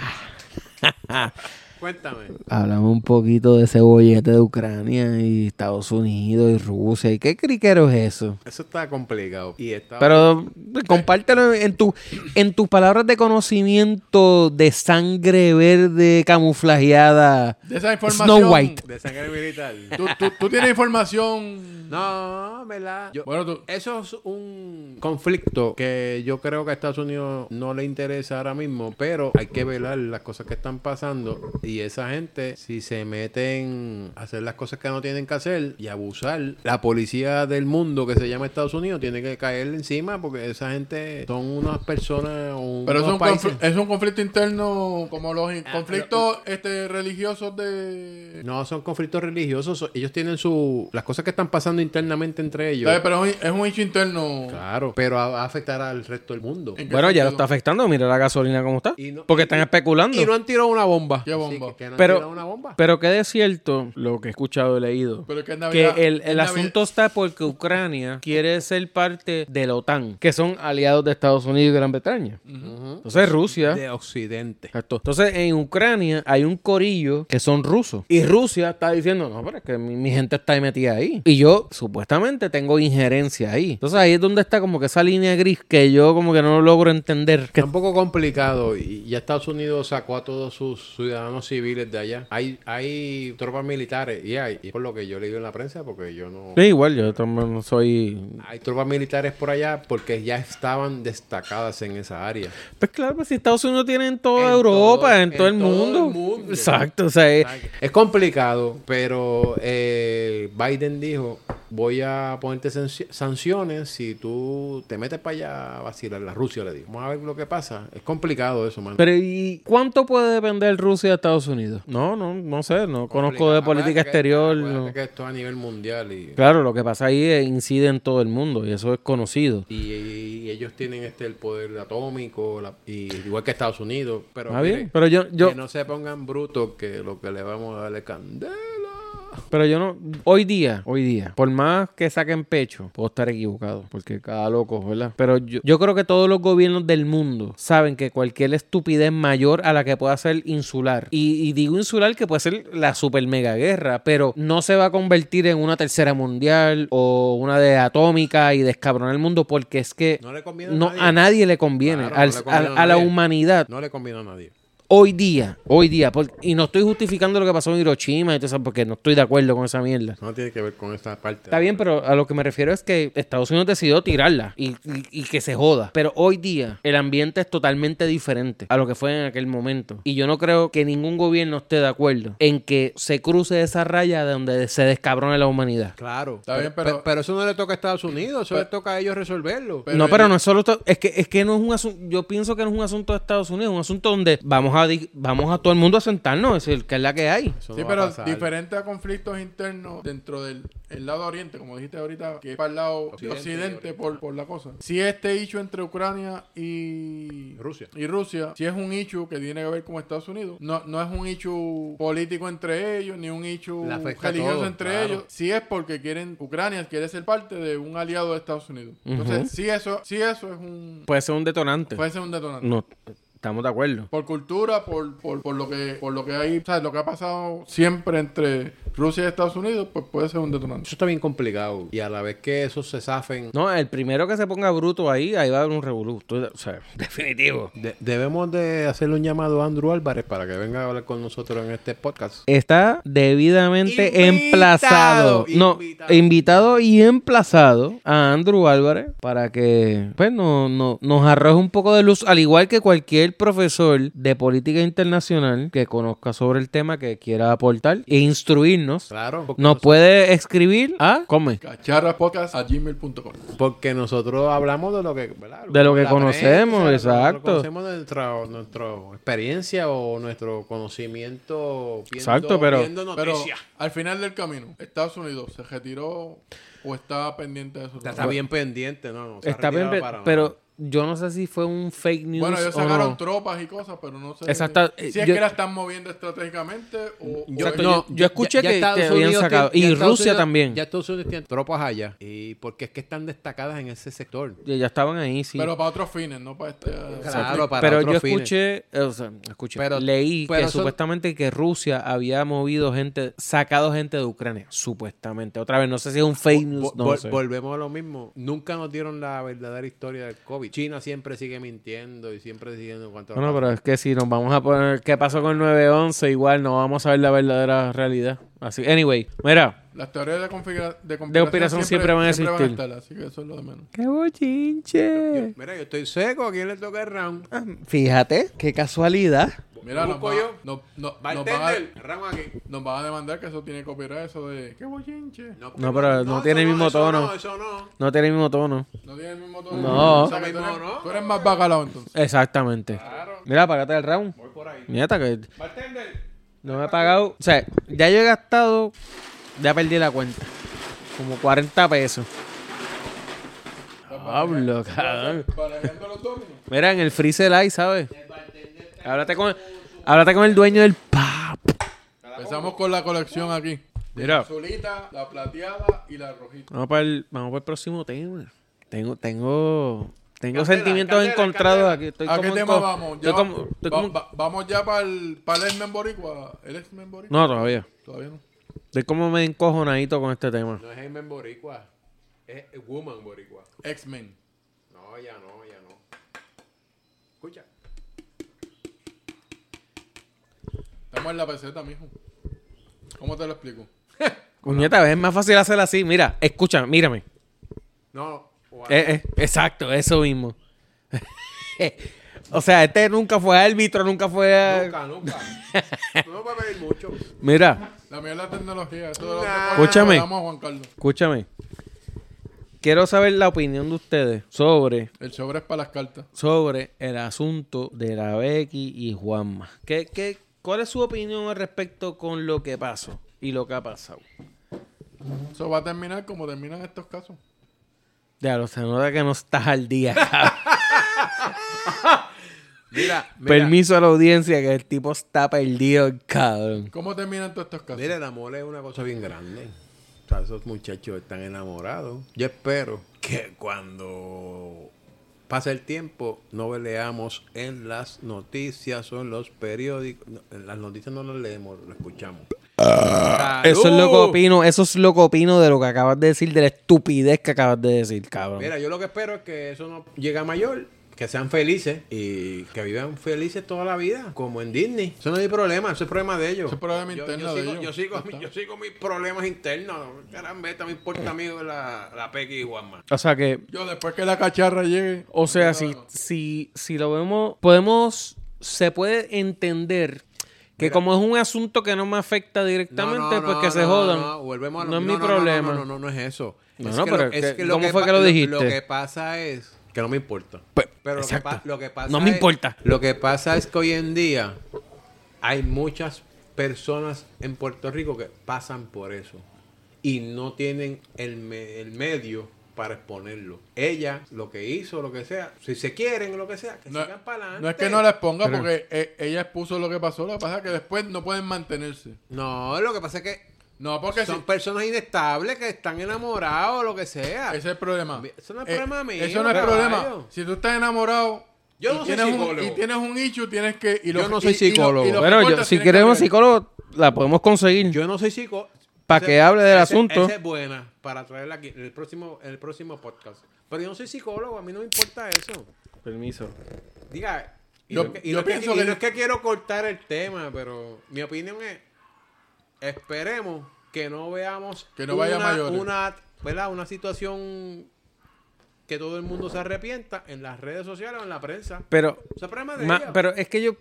Speaker 2: Cuéntame.
Speaker 1: Hablamos un poquito de ese bollete de Ucrania y Estados Unidos y Rusia. ¿Y qué criquero es eso?
Speaker 2: Eso está complicado. Y está...
Speaker 1: Pero eh, compártelo en, en tu, en tus palabras de conocimiento de sangre verde camuflajeada.
Speaker 3: De esa información.
Speaker 1: Snow White.
Speaker 2: De sangre militar.
Speaker 3: Tú, tú- tú tienes información.
Speaker 2: No, ¿verdad? Yo-
Speaker 3: Bueno, tú.
Speaker 2: Eso es un conflicto que yo creo que a Estados Unidos no le interesa ahora mismo, pero hay que velar las cosas que están pasando y esa gente, si se meten a hacer las cosas que no tienen que hacer y abusar, la policía del mundo que se llama Estados Unidos tiene que caerle encima porque esa gente son unas personas o
Speaker 3: Pero es
Speaker 2: unos
Speaker 3: un,
Speaker 2: países- Ah,
Speaker 3: confl- es un conflicto interno, como los in- conflictos este, religiosos de...
Speaker 2: No, son conflictos religiosos. son- Ellos tienen su... Las cosas que están pasando internamente entre ellos.
Speaker 3: ¿Sabes? Pero es un- es un hecho interno.
Speaker 2: Claro, pero a- va a afectar al resto del mundo.
Speaker 3: ¿En qué
Speaker 1: Bueno, ya lo
Speaker 3: sentido?
Speaker 1: está afectando. Mira la gasolina como está.
Speaker 2: Y no-
Speaker 1: porque están especulando.
Speaker 2: Y no han tirado una bomba.
Speaker 3: ¿Qué bomba?
Speaker 2: Sí, que- que no han
Speaker 1: Pero-
Speaker 2: tirado una bomba.
Speaker 1: Pero que es cierto lo que he escuchado y leído.
Speaker 3: Pero es que es
Speaker 1: que
Speaker 3: Navidad.
Speaker 1: el,
Speaker 3: es
Speaker 1: el
Speaker 3: Navi-
Speaker 1: asunto está porque Ucrania quiere ser parte de la OTAN, que son aliados de Estados Unidos y Gran Bretaña. Entonces Rusia...
Speaker 2: de Occidente.
Speaker 1: Exacto. Entonces, en Ucrania hay un corillo que son rusos. Y Rusia está diciendo, no, pero es que mi, mi gente está ahí metida ahí. Y yo, supuestamente, tengo injerencia ahí. Entonces, ahí es donde está como que esa línea gris que yo como que no logro entender.
Speaker 2: Está
Speaker 1: Que-
Speaker 2: un poco complicado y ya Estados Unidos sacó a todos sus ciudadanos civiles de allá. Hay, hay tropas militares y hay, y por lo que yo leí en la prensa, porque yo no...
Speaker 1: Sí, igual, yo también no soy...
Speaker 2: Hay tropas militares por allá porque ya estaban destacadas en esa área.
Speaker 1: Pues claro, pues si Estados Unidos tiene en toda
Speaker 2: En
Speaker 1: Europa,
Speaker 2: todo-
Speaker 1: en todo,
Speaker 2: en
Speaker 1: el,
Speaker 2: todo
Speaker 1: mundo.
Speaker 2: el mundo.
Speaker 1: Exacto, o sea, eh,
Speaker 2: Es complicado, pero eh, Biden dijo, voy a ponerte sanci- sanciones si tú te metes para allá a vacilar. La Rusia le dijo, vamos a ver lo que pasa. Es complicado eso, man.
Speaker 1: Pero ¿y cuánto puede depender Rusia de Estados Unidos? No, no, no sé, no conozco de política
Speaker 2: Complicado. Acuérdate que-
Speaker 1: exterior.
Speaker 2: acuérdate
Speaker 1: no.
Speaker 2: que esto es a nivel mundial y,
Speaker 1: Claro, lo que pasa ahí eh, incide en todo el mundo y eso es conocido.
Speaker 2: y- y ellos tienen este el poder atómico, la- y, igual que Estados Unidos. Pero,
Speaker 1: Ah,
Speaker 2: mire,
Speaker 1: bien, pero yo, yo,
Speaker 2: que no se pongan brutos que lo que le vamos a dar es candela.
Speaker 1: pero yo no, hoy día, hoy día, por más que saquen pecho, puedo estar equivocado, porque cada loco, ¿verdad? Pero yo, yo creo que todos los gobiernos del mundo saben que cualquier estupidez mayor a la que pueda ser insular, y, y digo insular que puede ser la super mega guerra, pero no se va a convertir en una tercera mundial o una de atómica y descabronar el mundo, porque es que
Speaker 2: No le conviene a
Speaker 1: no,
Speaker 2: nadie.
Speaker 1: a nadie le conviene,
Speaker 2: Claro, no
Speaker 1: al-
Speaker 2: le conviene
Speaker 1: a-
Speaker 2: a
Speaker 1: a la
Speaker 2: nadie.
Speaker 1: humanidad
Speaker 2: No le conviene a nadie.
Speaker 1: hoy día, hoy día, por- y no estoy justificando lo que pasó en Hiroshima y todo eso, porque no estoy de acuerdo con esa mierda.
Speaker 2: No tiene que ver con esta parte.
Speaker 1: Está bien, pero a lo que me refiero es que Estados Unidos decidió tirarla y, y- y que se joda. Pero hoy día el ambiente es totalmente diferente a lo que fue en aquel momento. Y yo no creo que ningún gobierno esté de acuerdo en que se cruce esa raya de donde se descabrone la humanidad.
Speaker 2: Claro.
Speaker 3: Está
Speaker 2: pero,
Speaker 3: bien, pero-
Speaker 2: pe- pero eso no le toca a Estados Unidos, eso le toca a ellos resolverlo.
Speaker 3: Pero
Speaker 1: no, pero
Speaker 3: el-
Speaker 1: no es solo esto- es que es que no es un asunto, yo pienso que no es un asunto de Estados Unidos, es un asunto donde vamos a di- vamos a todo el mundo a sentarnos, es decir, que es la que hay.
Speaker 2: Eso
Speaker 3: Sí,
Speaker 2: no va a
Speaker 3: pero
Speaker 2: pasar.
Speaker 3: diferente a conflictos internos dentro del el lado oriente, como dijiste ahorita, que es para el lado
Speaker 2: Occidente
Speaker 3: occidente,
Speaker 2: y oriente.
Speaker 3: por, por la cosa. Si este hecho entre Ucrania y
Speaker 2: Rusia.
Speaker 3: y Rusia, si es un hecho que tiene que ver con Estados Unidos, no, no es un hecho político entre ellos, ni un hecho
Speaker 2: Le afecta a
Speaker 3: religioso
Speaker 2: todos,
Speaker 3: entre
Speaker 2: claro.
Speaker 3: ellos, si es porque quieren, Ucrania quiere ser parte de un aliado de Estados Unidos. Entonces, si eso, si eso es un
Speaker 1: Puede ser un detonante.
Speaker 3: puede ser un detonante.
Speaker 1: No, estamos de acuerdo.
Speaker 3: Por cultura, por, por, por lo que por lo que hay, ¿sabes? Lo que ha pasado siempre entre Rusia y Estados Unidos, pues puede ser un detonante.
Speaker 2: Eso está bien complicado. Y a la vez que esos se zafen,
Speaker 1: No, el primero que se ponga bruto ahí, ahí va a haber un revolú. Estoy de- O sea, definitivo.
Speaker 2: de- debemos de hacerle un llamado a Andrew Álvarez para que venga a hablar con nosotros en este podcast.
Speaker 1: Está debidamente
Speaker 2: Invitado,
Speaker 1: emplazado. No,
Speaker 2: invitado.
Speaker 1: invitado y emplazado a Andrew Álvarez para que pues, no, no- nos arroje un poco de luz, al igual que cualquier profesor de política internacional que conozca sobre el tema, que quiera aportar e instruirnos.
Speaker 2: Claro. Porque,
Speaker 1: Nos puede escribir a... Come.
Speaker 3: Cacharraspodcast.gmail.com
Speaker 2: porque nosotros hablamos de lo que... ¿verdad?
Speaker 1: De lo que
Speaker 2: La
Speaker 1: conocemos,
Speaker 2: de lo que nosotros
Speaker 1: exacto.
Speaker 2: Conocemos de nuestra, nuestra experiencia o nuestro conocimiento viendo-
Speaker 1: Exacto, pero-
Speaker 2: viendo
Speaker 3: Pero
Speaker 2: noticias.
Speaker 3: al final del camino, Estados Unidos se retiró o está pendiente de eso.
Speaker 2: está, está bien pendiente, ¿no? no se ha
Speaker 1: Está bien,
Speaker 2: retirado
Speaker 1: pe-
Speaker 2: para nada.
Speaker 1: pero yo no sé si fue un fake news
Speaker 3: Bueno, ellos
Speaker 1: o no.
Speaker 3: sacaron tropas y cosas, pero no sé
Speaker 1: Exacta-
Speaker 3: si es
Speaker 1: yo-
Speaker 3: que la están moviendo estratégicamente o...
Speaker 2: Yo-
Speaker 3: o-
Speaker 1: Exacto,
Speaker 2: no,
Speaker 1: yo- yo escuché que- que habían sacado.
Speaker 2: tiene-
Speaker 1: Y
Speaker 2: Estados
Speaker 1: Rusia
Speaker 2: Unidos-
Speaker 1: también.
Speaker 2: Ya Estados Unidos tiene tropas allá. Y porque es que están destacadas en ese sector.
Speaker 1: Ya ya estaban ahí, sí.
Speaker 3: Pero para otros fines, no para este...
Speaker 2: Claro, para
Speaker 1: pero
Speaker 2: otros
Speaker 1: yo
Speaker 2: fines.
Speaker 1: escuché, eh, o sea, escuché,
Speaker 2: Pero-
Speaker 1: leí
Speaker 2: pero
Speaker 1: que
Speaker 2: eso-
Speaker 1: supuestamente que Rusia había movido gente, sacado gente de Ucrania, supuestamente. Otra vez, no sé si es un fake news,
Speaker 2: Vol-
Speaker 1: no
Speaker 2: vol-
Speaker 1: sé.
Speaker 2: Volvemos a lo mismo. Nunca nos dieron la verdadera historia del COVID. China siempre sigue mintiendo y siempre siguiendo cuanto
Speaker 1: Bueno, pero es que si nos vamos a poner qué pasó con el 911, igual no vamos a ver la verdadera realidad. Así, anyway, mira.
Speaker 3: Las teorías de, configura- de conspiración,
Speaker 1: conspiración siempre van a existir.
Speaker 3: estar, así que eso es lo de menos.
Speaker 1: ¡Qué bochinche!
Speaker 2: Mira, yo estoy seco. ¿A quién le toca el round?
Speaker 1: Ah. Fíjate, qué casualidad.
Speaker 3: Mira, nos,
Speaker 2: Busco
Speaker 3: va,
Speaker 2: yo.
Speaker 3: no- no- nos, van a,
Speaker 2: Bartender, round aquí.
Speaker 3: nos van a demandar que eso tiene copyright, eso de... ¡Qué bochinche!
Speaker 1: No, pero no tiene el
Speaker 2: eso
Speaker 1: mismo
Speaker 2: eso
Speaker 1: tono.
Speaker 2: No, eso no.
Speaker 1: No tiene el mismo tono.
Speaker 3: No tiene el mismo tono.
Speaker 1: No.
Speaker 3: O sea, que tú,
Speaker 2: No,
Speaker 3: eres,
Speaker 2: no.
Speaker 3: tú eres más bacalao entonces.
Speaker 1: Exactamente. Mira, apagate el round.
Speaker 2: Voy por ahí.
Speaker 1: Nieta, que
Speaker 2: Bartender.
Speaker 1: no me he pagado. O sea, ya yo he gastado. Ya perdí la cuenta. Como 40 pesos. Pablo, cabrón.
Speaker 3: Barajando los dominos.
Speaker 1: Mira, en el freezer hay, ¿sabes? Háblate con, háblate con el dueño del pub.
Speaker 3: Empezamos con la colección aquí.
Speaker 1: Mira.
Speaker 3: Azulita, la plateada y la rojita.
Speaker 1: Vamos para el, vamos para el próximo tema. Tengo, tengo, tengo
Speaker 2: Candela,
Speaker 1: sentimientos
Speaker 2: candela,
Speaker 1: encontrados
Speaker 2: candela.
Speaker 1: aquí. Estoy
Speaker 3: ¿A
Speaker 1: como
Speaker 3: qué
Speaker 1: en
Speaker 3: tema
Speaker 1: co-
Speaker 3: vamos?
Speaker 1: estoy
Speaker 3: Ya-
Speaker 1: como- estoy
Speaker 3: va-
Speaker 1: como-
Speaker 3: va- vamos ya para el, para el X-Men Boricua. ¿El X-Men Boricua?
Speaker 1: No, todavía.
Speaker 3: Todavía no.
Speaker 1: Estoy como me encojonadito con este tema.
Speaker 2: No es Amen Boricua. Es Woman Boricua.
Speaker 3: X-Men.
Speaker 2: No, ya no, ya no. Escucha.
Speaker 3: Estamos en la peseta, mijo. ¿Cómo te lo explico?
Speaker 1: Cuñeta, es más fácil hacer así. Mira, escucha, mírame.
Speaker 2: No. o-
Speaker 1: Eh, eh, exacto, eso mismo. o sea, este nunca fue árbitro, nunca fue. eh,
Speaker 2: Nunca, nunca. no va a pedir mucho.
Speaker 1: Mira,
Speaker 3: La mía es la tecnología. Eso es lo que
Speaker 2: Nah.
Speaker 1: Escúchame.
Speaker 3: Vamos, Juan Carlos.
Speaker 1: escúchame. Quiero saber la opinión de ustedes sobre,
Speaker 3: El sobre es para las cartas.
Speaker 1: sobre el asunto de la Becky y Juanma. ¿Qué, qué, ¿Cuál es su opinión al respecto con lo que pasó y lo que ha pasado?
Speaker 3: Eso va a terminar como terminan estos casos.
Speaker 1: Ya, lo se nota que no estás al día.
Speaker 2: Mira, mira.
Speaker 1: Permiso a la audiencia que el tipo está perdido, cabrón.
Speaker 3: ¿Cómo terminan todos estos casos?
Speaker 2: Mira, el amor es una cosa bien grande. O sea, esos muchachos están enamorados. Yo espero que cuando pase el tiempo no leamos en las noticias o en los periódicos. No, en las noticias no las leemos, lo escuchamos.
Speaker 1: Ah, Eso es lo que
Speaker 2: ¡Salud!
Speaker 1: opino, eso es lo que opino de lo que acabas de decir, de la estupidez que acabas de decir, cabrón.
Speaker 2: Mira, yo lo que espero es que eso no llegue a mayor, que sean felices y que vivan felices toda la vida, como en Disney. Eso no es mi problema, eso es problema de ellos.
Speaker 3: Eso es problema
Speaker 2: Yo-
Speaker 3: interno
Speaker 2: yo
Speaker 3: de
Speaker 2: sigo,
Speaker 3: ellos.
Speaker 2: Yo sigo, mi- yo sigo mis problemas internos. Carambeta, me importa a mí la, la Peggy y Juanma.
Speaker 1: O sea que,
Speaker 3: Yo después que la cacharra llegue.
Speaker 1: o sea,
Speaker 3: yo
Speaker 1: si,
Speaker 3: no-
Speaker 1: si, si lo vemos, podemos, se puede entender que
Speaker 2: Mira.
Speaker 1: como es un asunto que no me afecta directamente,
Speaker 2: No, no,
Speaker 1: pues que
Speaker 2: no,
Speaker 1: se
Speaker 2: no,
Speaker 1: jodan.
Speaker 2: No, volvemos a lo-
Speaker 1: No es
Speaker 2: no,
Speaker 1: mi
Speaker 2: no, no,
Speaker 1: problema.
Speaker 2: No, no, no, no, no es eso.
Speaker 1: No,
Speaker 2: Es
Speaker 1: no,
Speaker 2: que
Speaker 1: pero
Speaker 2: lo- es
Speaker 1: que-
Speaker 2: que lo
Speaker 1: ¿cómo
Speaker 2: que
Speaker 1: fue
Speaker 2: pa-
Speaker 1: que lo
Speaker 2: lo-
Speaker 1: dijiste? Pues,
Speaker 2: Lo que pasa es que no me importa. Pero lo que,
Speaker 1: exacto.
Speaker 2: pa- lo que pasa
Speaker 1: No me
Speaker 2: es-
Speaker 1: importa.
Speaker 2: Lo que pasa es que hoy en día hay muchas personas en Puerto Rico que pasan por eso y no tienen el, me- el medio para exponerlo. Ella, lo que hizo, lo que sea, si se quieren, lo que sea, que
Speaker 3: No,
Speaker 2: sigan para adelante.
Speaker 3: no es que no la exponga porque eh, ella expuso lo que pasó. Lo que pasa es que después no pueden mantenerse.
Speaker 2: No, lo que pasa es que
Speaker 3: No, porque
Speaker 2: son
Speaker 3: si-
Speaker 2: personas inestables que están enamorados, lo que sea.
Speaker 3: ese es el problema. Eh,
Speaker 2: Eso no es problema mío,
Speaker 3: Eso no es
Speaker 2: caballo.
Speaker 3: problema. Si tú estás enamorado
Speaker 2: Yo
Speaker 3: y,
Speaker 2: no soy
Speaker 3: tienes un,
Speaker 2: psicólogo.
Speaker 3: y tienes un issue, tienes que... y
Speaker 2: Yo
Speaker 3: los-
Speaker 2: no soy
Speaker 3: y- y los-
Speaker 2: psicólogo.
Speaker 3: y los
Speaker 1: Pero yo,
Speaker 3: reportes
Speaker 1: si
Speaker 3: tienen
Speaker 1: quieres un
Speaker 3: que ver.
Speaker 1: psicólogo, la podemos conseguir.
Speaker 2: Yo no soy psico.
Speaker 1: Pa'
Speaker 2: Ese-
Speaker 1: que hable del
Speaker 2: ese-
Speaker 1: asunto.
Speaker 2: Esa es buena para traerla aquí en el próximo, en el próximo podcast. Pero yo no soy psicólogo, a mí no me importa eso.
Speaker 1: Permiso.
Speaker 2: Diga, y
Speaker 3: Yo-
Speaker 2: no es que- y
Speaker 3: yo
Speaker 2: no es que-
Speaker 3: pienso
Speaker 2: y
Speaker 3: que-
Speaker 2: no es que quiero cortar el tema, pero mi opinión es, esperemos que no veamos
Speaker 3: Que no vaya a
Speaker 2: una,
Speaker 3: mayores.
Speaker 2: una, ¿verdad? una situación que todo el mundo se arrepienta en las redes sociales o en la prensa.
Speaker 1: Pero,
Speaker 2: Eso es problema de
Speaker 1: ma-
Speaker 2: ella.
Speaker 1: pero es que yo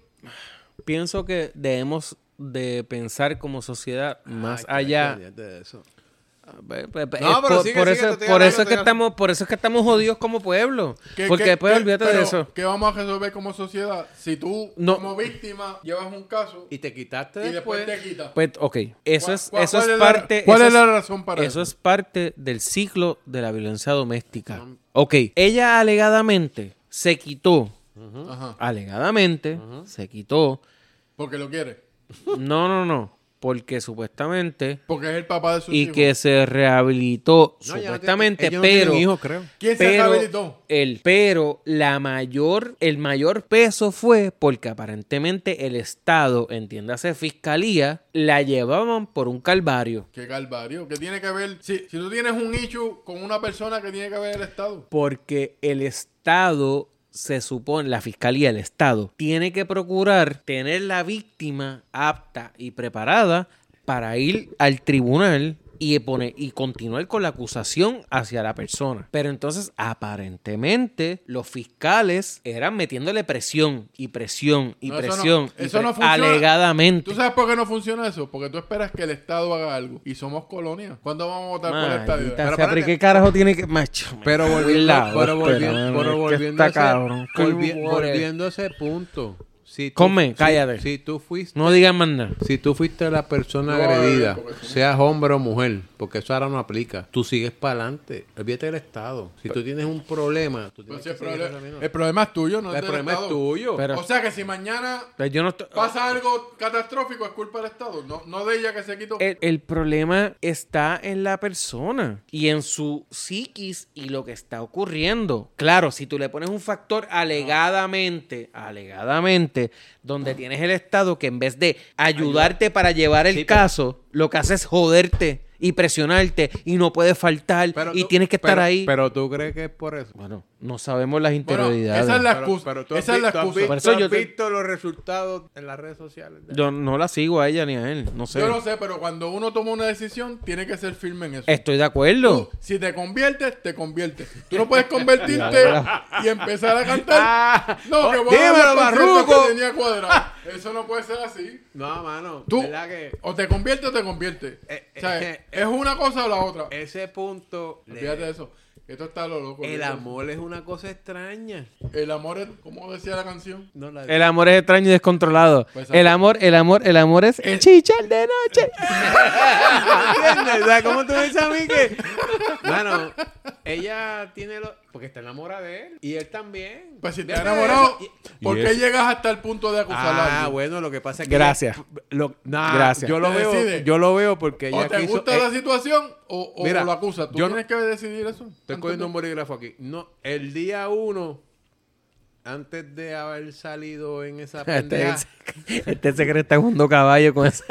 Speaker 1: pienso que debemos de pensar como sociedad más
Speaker 2: Ay,
Speaker 1: allá.
Speaker 2: olvídate de eso.
Speaker 1: Pe- pe- pe-
Speaker 2: No,
Speaker 1: es
Speaker 2: pero
Speaker 1: por,
Speaker 2: sigue,
Speaker 1: por
Speaker 2: sigue,
Speaker 1: eso,
Speaker 2: te estoy
Speaker 1: por eso
Speaker 2: hablando,
Speaker 1: es que
Speaker 2: te-
Speaker 1: estamos, por eso es que estamos jodidos como pueblo.
Speaker 3: ¿Qué-
Speaker 1: Porque
Speaker 3: qué-
Speaker 1: después
Speaker 3: qué-
Speaker 1: olvídate de
Speaker 3: pero,
Speaker 1: eso.
Speaker 3: ¿Qué vamos a resolver como sociedad? Si tú,
Speaker 1: No.
Speaker 3: como víctima, llevas un caso y,
Speaker 2: Y te quitaste
Speaker 3: después te quitas.
Speaker 1: Pues, ok, eso
Speaker 3: ¿Cuál-
Speaker 1: es,
Speaker 3: cuál-
Speaker 1: eso
Speaker 3: cuál
Speaker 1: es
Speaker 3: la-
Speaker 1: parte.
Speaker 3: ¿Cuál
Speaker 1: eso
Speaker 3: es
Speaker 1: es-
Speaker 3: la razón para
Speaker 1: Eso
Speaker 3: eso?
Speaker 1: es parte del ciclo de la violencia doméstica. Ok, ella alegadamente se quitó,
Speaker 3: Ajá.
Speaker 1: alegadamente, se quitó.
Speaker 3: Porque lo quiere.
Speaker 1: No, no, no. Porque supuestamente.
Speaker 3: Porque es el papá de su
Speaker 1: Y que se rehabilitó, supuestamente, pero.
Speaker 2: hijos, creo.
Speaker 3: ¿Quién se
Speaker 1: pero
Speaker 3: rehabilitó?
Speaker 1: El, pero la mayor, el mayor peso fue porque aparentemente el Estado, entiéndase fiscalía, la llevaban por un calvario.
Speaker 3: Qué calvario. Que tiene que ver. Si, si tú tienes un issue con una persona que tiene que ver el Estado.
Speaker 1: Porque el Estado se supone, la fiscalía, el Estado, tiene que procurar tener la víctima apta y preparada para ir al tribunal y, poner, y continuar con la acusación hacia la persona. Pero entonces, aparentemente, los fiscales eran metiéndole presión y presión y
Speaker 3: No, eso no-
Speaker 1: presión. y
Speaker 3: eso no
Speaker 1: pre-
Speaker 3: funciona.
Speaker 1: alegadamente.
Speaker 3: ¿Tú sabes por qué no funciona eso? Porque tú esperas que el Estado haga algo. Y somos colonia. ¿Cuándo vamos a votar por el Estado?
Speaker 1: Maldita
Speaker 3: Pero
Speaker 1: sea,
Speaker 3: espérate,
Speaker 1: pero ¿qué carajo tiene que...? Macho, me
Speaker 2: Pero
Speaker 1: cago en
Speaker 2: volviendo,
Speaker 1: la
Speaker 2: pero
Speaker 1: hostia,
Speaker 2: volviendo,
Speaker 1: mano,
Speaker 2: pero
Speaker 1: es que
Speaker 2: volviendo,
Speaker 1: está
Speaker 2: a ese-
Speaker 1: cabrón. Qué
Speaker 2: volvi-
Speaker 1: pobre.
Speaker 2: volviendo a ese punto. Si tú-
Speaker 1: Come,
Speaker 2: si-
Speaker 1: cállate.
Speaker 2: Si tú fuiste,
Speaker 1: No digan más nada.
Speaker 2: si tú fuiste la persona
Speaker 3: No,
Speaker 2: agredida,
Speaker 3: eh, porque-
Speaker 2: seas hombre o mujer, porque eso ahora no aplica, tú sigues para adelante. Olvídate del Estado. Si tú tienes un problema, tú
Speaker 3: pero
Speaker 2: tienes
Speaker 3: pues, si el,
Speaker 2: que seguir
Speaker 3: problema,
Speaker 2: ese camino.
Speaker 3: el problema es tuyo, no
Speaker 2: El
Speaker 3: es del
Speaker 2: problema es
Speaker 3: Estado.
Speaker 2: tuyo.
Speaker 1: Pero-
Speaker 3: O sea que si mañana
Speaker 1: Pero Pues yo no estoy-
Speaker 3: pasa algo catastrófico, es culpa del Estado. No, no de ella que se quitó.
Speaker 1: El, el problema está en la persona y en su psiquis y lo que está ocurriendo. Claro, si tú le pones un factor alegadamente, alegadamente, donde tienes el Estado que en vez de ayudarte para llevar el
Speaker 2: Sí, pero-
Speaker 1: caso, lo que hace es joderte y presionarte y no puedes faltar
Speaker 2: Pero
Speaker 1: y
Speaker 2: tú-
Speaker 1: tienes que estar
Speaker 2: pero-
Speaker 1: ahí.
Speaker 2: Pero tú crees que es por eso.
Speaker 1: bueno, no sabemos las
Speaker 3: Bueno,
Speaker 1: interioridades.
Speaker 3: esa es la
Speaker 2: Pero-
Speaker 3: excusa.
Speaker 2: pero tú has
Speaker 3: esa es la
Speaker 2: visto- has
Speaker 3: excusa.
Speaker 2: visto-
Speaker 1: Por eso
Speaker 2: tú has
Speaker 1: yo te-
Speaker 2: visto los resultados en las redes sociales. de-
Speaker 1: Yo no la sigo a ella ni a él, no sé.
Speaker 3: Yo no sé, pero cuando uno toma una decisión, tiene que ser firme en eso.
Speaker 1: Estoy de acuerdo.
Speaker 3: Si te conviertes, te conviertes. Tú no puedes convertirte y empezar a cantar. No, que voy a
Speaker 2: Ah. dímelo,
Speaker 3: dar el concierto
Speaker 2: Barruco.
Speaker 3: que tenía cuadrado. Eso no puede ser así.
Speaker 2: No, mano.
Speaker 3: Tú
Speaker 2: ¿Verdad que
Speaker 3: o te conviertes o te conviertes.
Speaker 2: Eh,
Speaker 3: O sea,
Speaker 2: eh, eh,
Speaker 3: es una cosa o la otra.
Speaker 2: ese punto... le-
Speaker 3: Olvídate de eso. Esto está lo loco.
Speaker 2: El
Speaker 3: olvídate.
Speaker 2: amor es una cosa extraña.
Speaker 3: El amor es, como decía la canción.
Speaker 2: No la
Speaker 1: El amor es extraño y descontrolado.
Speaker 3: Pues,
Speaker 1: el amor, el amor, el amor es
Speaker 3: El-
Speaker 1: chichar de noche.
Speaker 2: ¿Entiendes? O sea, ¿cómo tú me dices a mí que.? Bueno, ella tiene lo. Porque está enamorada de él. Y él también.
Speaker 3: Pues si te has
Speaker 2: Fíjate
Speaker 3: enamorado, pues
Speaker 2: eso. Y-
Speaker 3: ¿por qué llegas hasta el punto de acusar a
Speaker 2: Ah,
Speaker 3: alguien?
Speaker 2: bueno, lo que pasa es que.
Speaker 1: Gracias.
Speaker 2: Lo- nah,
Speaker 1: Gracias.
Speaker 2: Yo lo,
Speaker 3: Te
Speaker 2: veo,
Speaker 3: decide.
Speaker 2: yo lo veo porque ella
Speaker 3: O te
Speaker 2: quiso-
Speaker 3: gusta
Speaker 2: eh,
Speaker 3: la situación o, o
Speaker 2: mira,
Speaker 3: lo acusas. Tú
Speaker 2: yo no-
Speaker 3: tienes que decidir eso.
Speaker 2: Estoy
Speaker 3: antes
Speaker 2: cogiendo
Speaker 3: de-
Speaker 2: un bolígrafo aquí. No, el día uno, antes de haber salido en esa
Speaker 1: Este,
Speaker 2: pendeja.
Speaker 1: este secreto está jugando caballo con esa.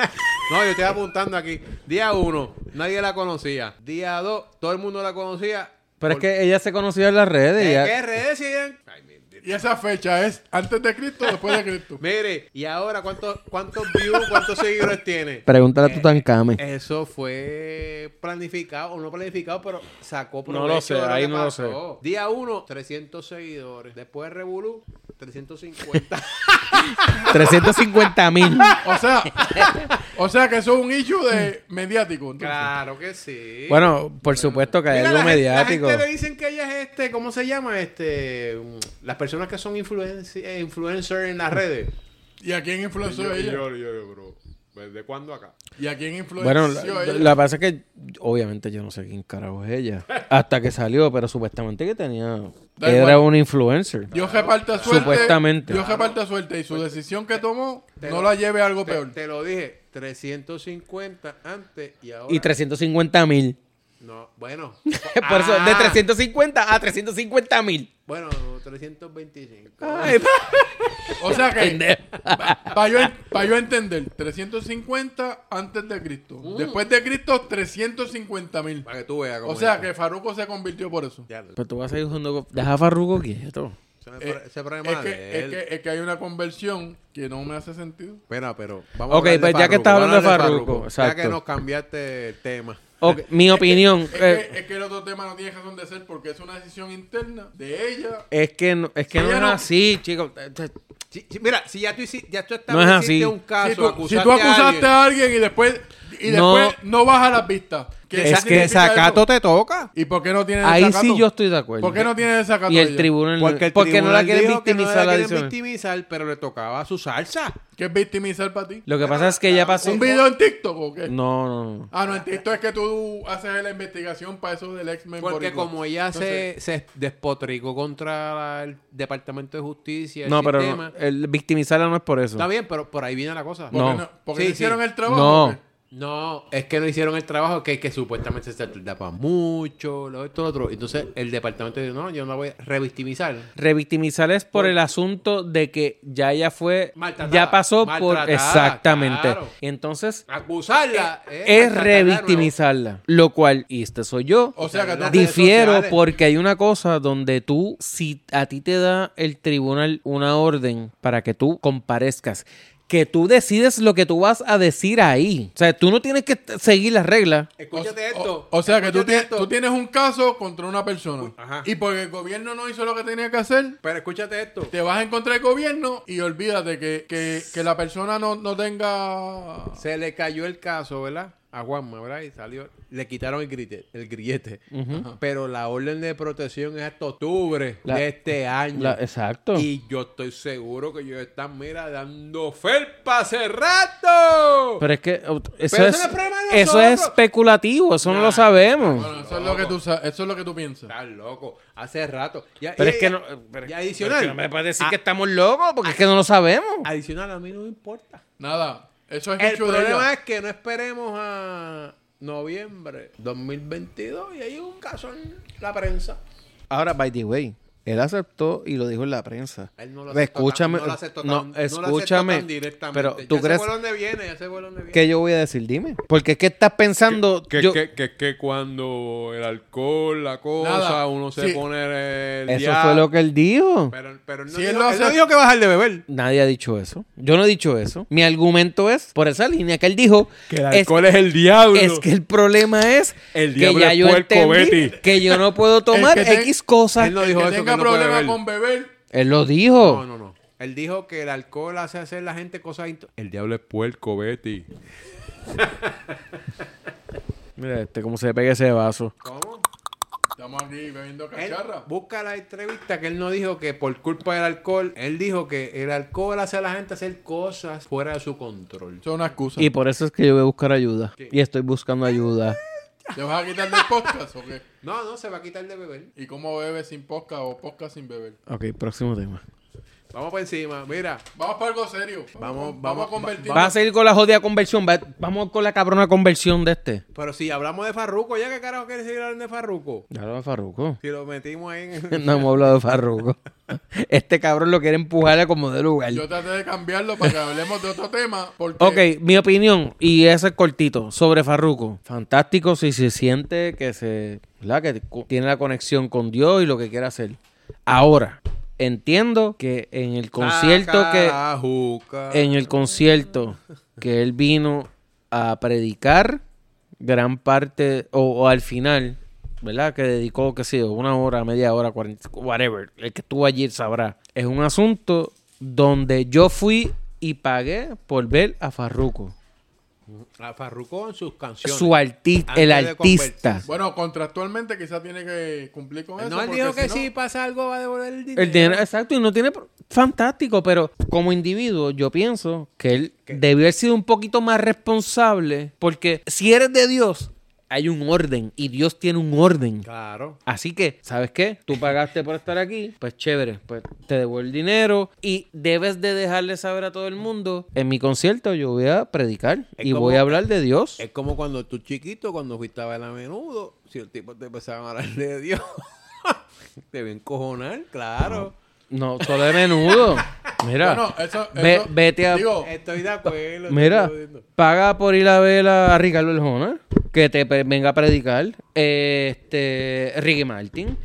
Speaker 2: No, yo estoy apuntando aquí. Día uno, nadie la conocía. Día dos, todo el mundo la conocía.
Speaker 1: Pero es que ella se conoció en las redes.
Speaker 2: ¿Qué
Speaker 1: ya-
Speaker 2: redes siguen? Ay, mi-
Speaker 3: Y esa fecha es antes de Cristo, después de Cristo.
Speaker 2: Mire, y ahora, ¿cuántos, cuántos views, cuántos seguidores tiene?
Speaker 1: Pregúntale a Tutankamen.
Speaker 2: Eso fue planificado o no planificado, pero sacó
Speaker 1: No lo
Speaker 2: provecho
Speaker 1: sé,
Speaker 2: de
Speaker 1: ahí
Speaker 2: que
Speaker 1: no lo sé.
Speaker 2: pasó. Día 1, 300 seguidores. Después Revolu, 350.
Speaker 1: 350 mil.
Speaker 3: O sea, o sea que eso es un issue de mediático. entonces.
Speaker 2: claro que sí.
Speaker 1: Bueno, por supuesto que
Speaker 2: Mira,
Speaker 1: es
Speaker 2: la
Speaker 1: algo
Speaker 2: gente- la
Speaker 1: mediático.
Speaker 2: gente le dicen que ella es este, ¿cómo se llama? Este, mm, las personas que son influenci- eh, influencers en las redes.
Speaker 3: ¿Y a quién influenció ella?
Speaker 2: bro. ¿Desde cuándo acá?
Speaker 3: ¿Y a quién influenció
Speaker 1: Bueno, la,
Speaker 3: ella?
Speaker 1: la pasa es que obviamente yo no sé quién carajo es ella. Hasta que salió, pero supuestamente que tenía.
Speaker 3: Da
Speaker 1: Era
Speaker 3: igual.
Speaker 1: un influencer.
Speaker 3: Dios reparta suerte.
Speaker 1: Supuestamente.
Speaker 3: Dios reparta suerte. Y su decisión que tomó no la lleve a algo
Speaker 2: Pues, Te,
Speaker 3: peor.
Speaker 2: te lo dije, 350 antes y ahora.
Speaker 1: Y 350 mil.
Speaker 2: No, bueno.
Speaker 1: Por eso, de
Speaker 2: Ah,
Speaker 1: 350 a 350 mil.
Speaker 2: Bueno, 325.
Speaker 1: Ah.
Speaker 3: O sea que, para yo, en- pa' yo entender, 350 antes de Cristo.
Speaker 2: Uh.
Speaker 3: Después de Cristo, 350 mil.
Speaker 2: Para que tú veas cómo
Speaker 3: O sea
Speaker 2: es.
Speaker 3: que Farruko se convirtió por eso.
Speaker 2: Ya,
Speaker 1: Pero tú vas a ir jugando. con- Deja a Farruko quieto.
Speaker 2: ese
Speaker 3: Eh,
Speaker 2: pro- ese problema
Speaker 3: Es
Speaker 2: de
Speaker 3: que, es,
Speaker 2: él.
Speaker 3: que, es que hay una conversión que no me hace sentido.
Speaker 2: Espera, pero vamos
Speaker 1: Ok,
Speaker 2: hablar de
Speaker 1: pues ya que
Speaker 2: Farruko,
Speaker 1: estás hablando de
Speaker 2: vamos a hablar
Speaker 1: Farruko,
Speaker 2: Ya
Speaker 1: exacto.
Speaker 2: que nos cambiaste el tema.
Speaker 1: Ok, mi opinión.
Speaker 3: Es,
Speaker 1: eh,
Speaker 3: que, es que el otro tema no tiene razón de ser porque es una decisión interna de ella.
Speaker 1: Es que no es, que
Speaker 3: Si
Speaker 1: no
Speaker 3: ella
Speaker 1: es
Speaker 3: no-
Speaker 1: así, chicos. Eh, eh,
Speaker 2: Si- si- mira, si ya tú, hici- ya tú
Speaker 1: No es así.
Speaker 2: estableciste un caso,
Speaker 3: Si tú, si
Speaker 2: acusaste
Speaker 3: tú acusaste
Speaker 2: a alguien,
Speaker 3: a alguien, y después y
Speaker 1: No.
Speaker 3: después no baja las vistas. ¿Qué
Speaker 1: Es
Speaker 3: significa
Speaker 1: que sacato
Speaker 3: eso?
Speaker 1: te toca.
Speaker 3: ¿Y por qué no tiene
Speaker 1: Ahí
Speaker 3: desacato?
Speaker 1: sí yo estoy de acuerdo.
Speaker 3: ¿Por qué no tiene desacato?
Speaker 1: y el
Speaker 3: ella?
Speaker 1: tribunal
Speaker 2: Porque, el
Speaker 1: porque no la
Speaker 2: tribunal
Speaker 1: quieren
Speaker 2: dijo que no
Speaker 1: victimizar
Speaker 2: la
Speaker 1: la
Speaker 2: quieren
Speaker 1: adicional.
Speaker 2: victimizar, pero le tocaba su salsa.
Speaker 3: ¿Qué es victimizar para ti?
Speaker 1: Lo que pasa es que ya pasó.
Speaker 3: ¿Un video en TikTok o qué?
Speaker 1: No, no, no.
Speaker 3: Ah, no, en TikTok es que tú haces la investigación para eso del ex-men
Speaker 2: Porque
Speaker 3: boricua.
Speaker 2: como ella
Speaker 3: Entonces,
Speaker 2: se, se despotricó contra el Departamento de Justicia, el
Speaker 1: No, pero
Speaker 2: sistema.
Speaker 1: no, el victimizarla no es por eso.
Speaker 2: Está bien, pero por ahí viene la cosa.
Speaker 3: ¿por qué
Speaker 1: no.
Speaker 3: Porque
Speaker 2: Sí,
Speaker 3: no hicieron
Speaker 2: sí.
Speaker 3: el trabajo.
Speaker 1: No.
Speaker 3: ¿o qué?
Speaker 2: No, es que no hicieron el trabajo que, que supuestamente se tardaba mucho, lo esto, lo otro. Entonces el departamento dijo, no, yo no la voy a revictimizar.
Speaker 1: Revictimizar es por el asunto de que ya ella fue.
Speaker 2: Maltratada.
Speaker 1: Ya pasó por.
Speaker 2: Maltratada,
Speaker 1: Exactamente.
Speaker 2: claro.
Speaker 1: Entonces,
Speaker 2: Acusarla eh,
Speaker 1: es
Speaker 2: maltratarla,
Speaker 1: revictimizarla. Lo cual, y este soy yo,
Speaker 3: O sea, que tú-
Speaker 2: Las redes
Speaker 1: difiero
Speaker 2: sociales.
Speaker 1: porque hay una cosa donde tú, si a ti te da el tribunal una orden para que tú comparezcas, que tú decides lo que tú vas a decir ahí. O sea, tú no tienes que t- seguir las reglas.
Speaker 3: O-
Speaker 2: Escúchate
Speaker 3: o-
Speaker 2: esto.
Speaker 3: O, sea que tú,
Speaker 2: escúchate
Speaker 3: tienes-
Speaker 2: esto.
Speaker 3: tú tienes un caso contra una persona.
Speaker 2: Ajá.
Speaker 3: Y porque el gobierno no hizo lo que tenía que hacer,
Speaker 2: Pero escúchate esto.
Speaker 3: te vas a encontrar el gobierno y olvídate que, que, que la persona no, no tenga...
Speaker 2: Se le cayó el caso, ¿verdad? A Juanma, ¿verdad? Y salió. Le quitaron el grillete. El grillete. Pero la orden de protección es hasta octubre
Speaker 1: La-
Speaker 2: de este año.
Speaker 1: La- exacto.
Speaker 2: Y yo estoy seguro que ellos están, mira, dando felpa hace rato.
Speaker 1: Pero es que o- eso,
Speaker 2: Pero eso
Speaker 1: es,
Speaker 2: no es problema de
Speaker 1: eso es
Speaker 2: nosotros.
Speaker 1: especulativo, eso no
Speaker 2: Nah.
Speaker 1: lo sabemos.
Speaker 3: Bueno, eso es lo que tú, sa- eso es lo que tú piensas.
Speaker 2: Estás loco. Hace rato. Ya-
Speaker 1: pero
Speaker 2: y-
Speaker 1: es que no,
Speaker 2: y adicional.
Speaker 1: pero es que no me puedes decir que estamos locos porque es que no lo sabemos.
Speaker 2: Adicional, a mí no me importa.
Speaker 3: Nada. Eso es
Speaker 2: El
Speaker 3: hecho
Speaker 2: problema
Speaker 3: de ella.
Speaker 2: es que no esperemos a noviembre 2022 y hay un caso en la prensa.
Speaker 1: Ahora, by the way, él aceptó y lo dijo en la prensa.
Speaker 2: Él no lo aceptó
Speaker 1: escúchame,
Speaker 2: tan- no lo aceptó tan-
Speaker 1: no,
Speaker 2: no lo aceptó tan
Speaker 1: escúchame.
Speaker 2: directamente.
Speaker 1: Pero
Speaker 2: Ya
Speaker 1: tú
Speaker 2: sé
Speaker 1: crees
Speaker 2: por dónde viene, ya sé por dónde viene.
Speaker 1: que yo voy a decir, dime, porque es que estás pensando
Speaker 2: que,
Speaker 1: yo-
Speaker 2: que, que, que cuando el alcohol, la cosa,
Speaker 3: Nada,
Speaker 2: uno se
Speaker 3: sí.
Speaker 2: pone el
Speaker 1: eso
Speaker 2: diablo.
Speaker 1: fue lo que él dijo.
Speaker 2: Pero, pero él no
Speaker 3: Si él
Speaker 2: dijo,
Speaker 3: lo
Speaker 2: él no
Speaker 3: hace-
Speaker 2: dijo que bajar de beber.
Speaker 1: Nadie ha dicho eso. Yo no he dicho eso. Mi argumento es por esa línea que él dijo es,
Speaker 2: es, el diablo.
Speaker 1: es que el problema es
Speaker 2: El
Speaker 1: que
Speaker 2: diablo
Speaker 1: ya
Speaker 2: es
Speaker 1: yo
Speaker 2: puerco,
Speaker 1: entendí
Speaker 2: Betty.
Speaker 1: que yo no puedo tomar
Speaker 3: El que te-
Speaker 1: X cosas.
Speaker 2: Él no
Speaker 3: El
Speaker 2: dijo
Speaker 3: que
Speaker 2: eso, que
Speaker 3: tenga
Speaker 2: no puede
Speaker 3: problemas
Speaker 2: beber.
Speaker 3: con beber,
Speaker 1: Él lo dijo.
Speaker 2: No, no, no. Él dijo que el alcohol hace hacer la gente cosas... into- El diablo es puerco, Betty.
Speaker 1: Mira este cómo se pega ese vaso.
Speaker 2: ¿Cómo?
Speaker 3: estamos aquí bebiendo
Speaker 2: Él-
Speaker 3: cacharra.
Speaker 2: busca la entrevista que él no dijo que por culpa del alcohol, él dijo que el alcohol hace a la gente hacer cosas fuera de su control.
Speaker 3: Eso es una excusa.
Speaker 1: Y por eso es que yo voy a buscar ayuda.
Speaker 2: Sí.
Speaker 1: Y estoy buscando ayuda.
Speaker 3: ¿Te vas a quitar del podcast o qué?
Speaker 2: No, no, se va a quitar de beber.
Speaker 3: ¿Y cómo bebes sin podcast o podcast sin beber?
Speaker 1: Ok, próximo tema.
Speaker 2: Vamos por encima, mira.
Speaker 3: Vamos para algo serio.
Speaker 2: Vamos-
Speaker 3: vamos
Speaker 2: vamos-
Speaker 3: a convertir.
Speaker 1: Va a seguir con la jodida conversión. va- vamos con la cabrona conversión de este.
Speaker 2: Pero si hablamos de Farruco, ¿ya qué carajo quieres seguir hablando de Farruco?
Speaker 1: Ya lo de Farruco.
Speaker 2: Si lo metimos ahí en...
Speaker 1: No hemos hablado de Farruco. Este cabrón lo quiere empujar a como de lugar.
Speaker 3: Yo traté de cambiarlo para que hablemos de otro tema. Porque
Speaker 1: Ok, mi opinión, y ese es cortito, sobre Farruco. Fantástico si se siente que se. ¿verdad? Que cu- tiene la conexión con Dios y lo que quiera hacer. Ahora, entiendo que en el concierto que.
Speaker 2: Carajuca.
Speaker 1: en el concierto que él vino a predicar gran parte o, o al final, ¿verdad? Que dedicó, qué sé yo, una hora, media hora, 40, whatever. El que estuvo allí sabrá. Es un asunto donde yo fui y pagué por ver a Farruko.
Speaker 2: A Farruco en sus canciones.
Speaker 1: Su artista,
Speaker 2: Antes
Speaker 1: el
Speaker 2: de
Speaker 1: artista.
Speaker 3: Bueno, contractualmente quizás tiene que cumplir con eso.
Speaker 2: No, él
Speaker 3: porque
Speaker 2: dijo que
Speaker 3: no-
Speaker 2: si pasa algo va a devolver el dinero.
Speaker 1: El dinero, exacto, y no tiene... pro- Fantástico, pero como individuo yo pienso que él debió haber sido un poquito más responsable porque si eres de Dios, hay un orden y Dios tiene un orden.
Speaker 2: Claro.
Speaker 1: Así que, ¿sabes qué? Tú pagaste por estar aquí, pues chévere, pues te devuelvo el dinero y debes de dejarle saber a todo el mundo, en mi concierto yo voy a predicar
Speaker 2: Es
Speaker 1: y
Speaker 2: como-
Speaker 1: voy a hablar de Dios.
Speaker 2: Es como cuando tú chiquito, cuando fuiste a ver a menudo, si el tipo te empezaba a hablar de Dios, te ven encojonar, claro.
Speaker 1: No, solo de menudo. Mira,
Speaker 3: Bueno, eso-
Speaker 1: ve-
Speaker 3: eso-
Speaker 1: vete a...
Speaker 3: digo,
Speaker 2: Estoy de acuerdo.
Speaker 1: Mira,
Speaker 2: estoy jodiendo.
Speaker 1: paga por ir a ver a a Ricardo Arjona, que te pe- venga a predicar. Este, Ricky Martin.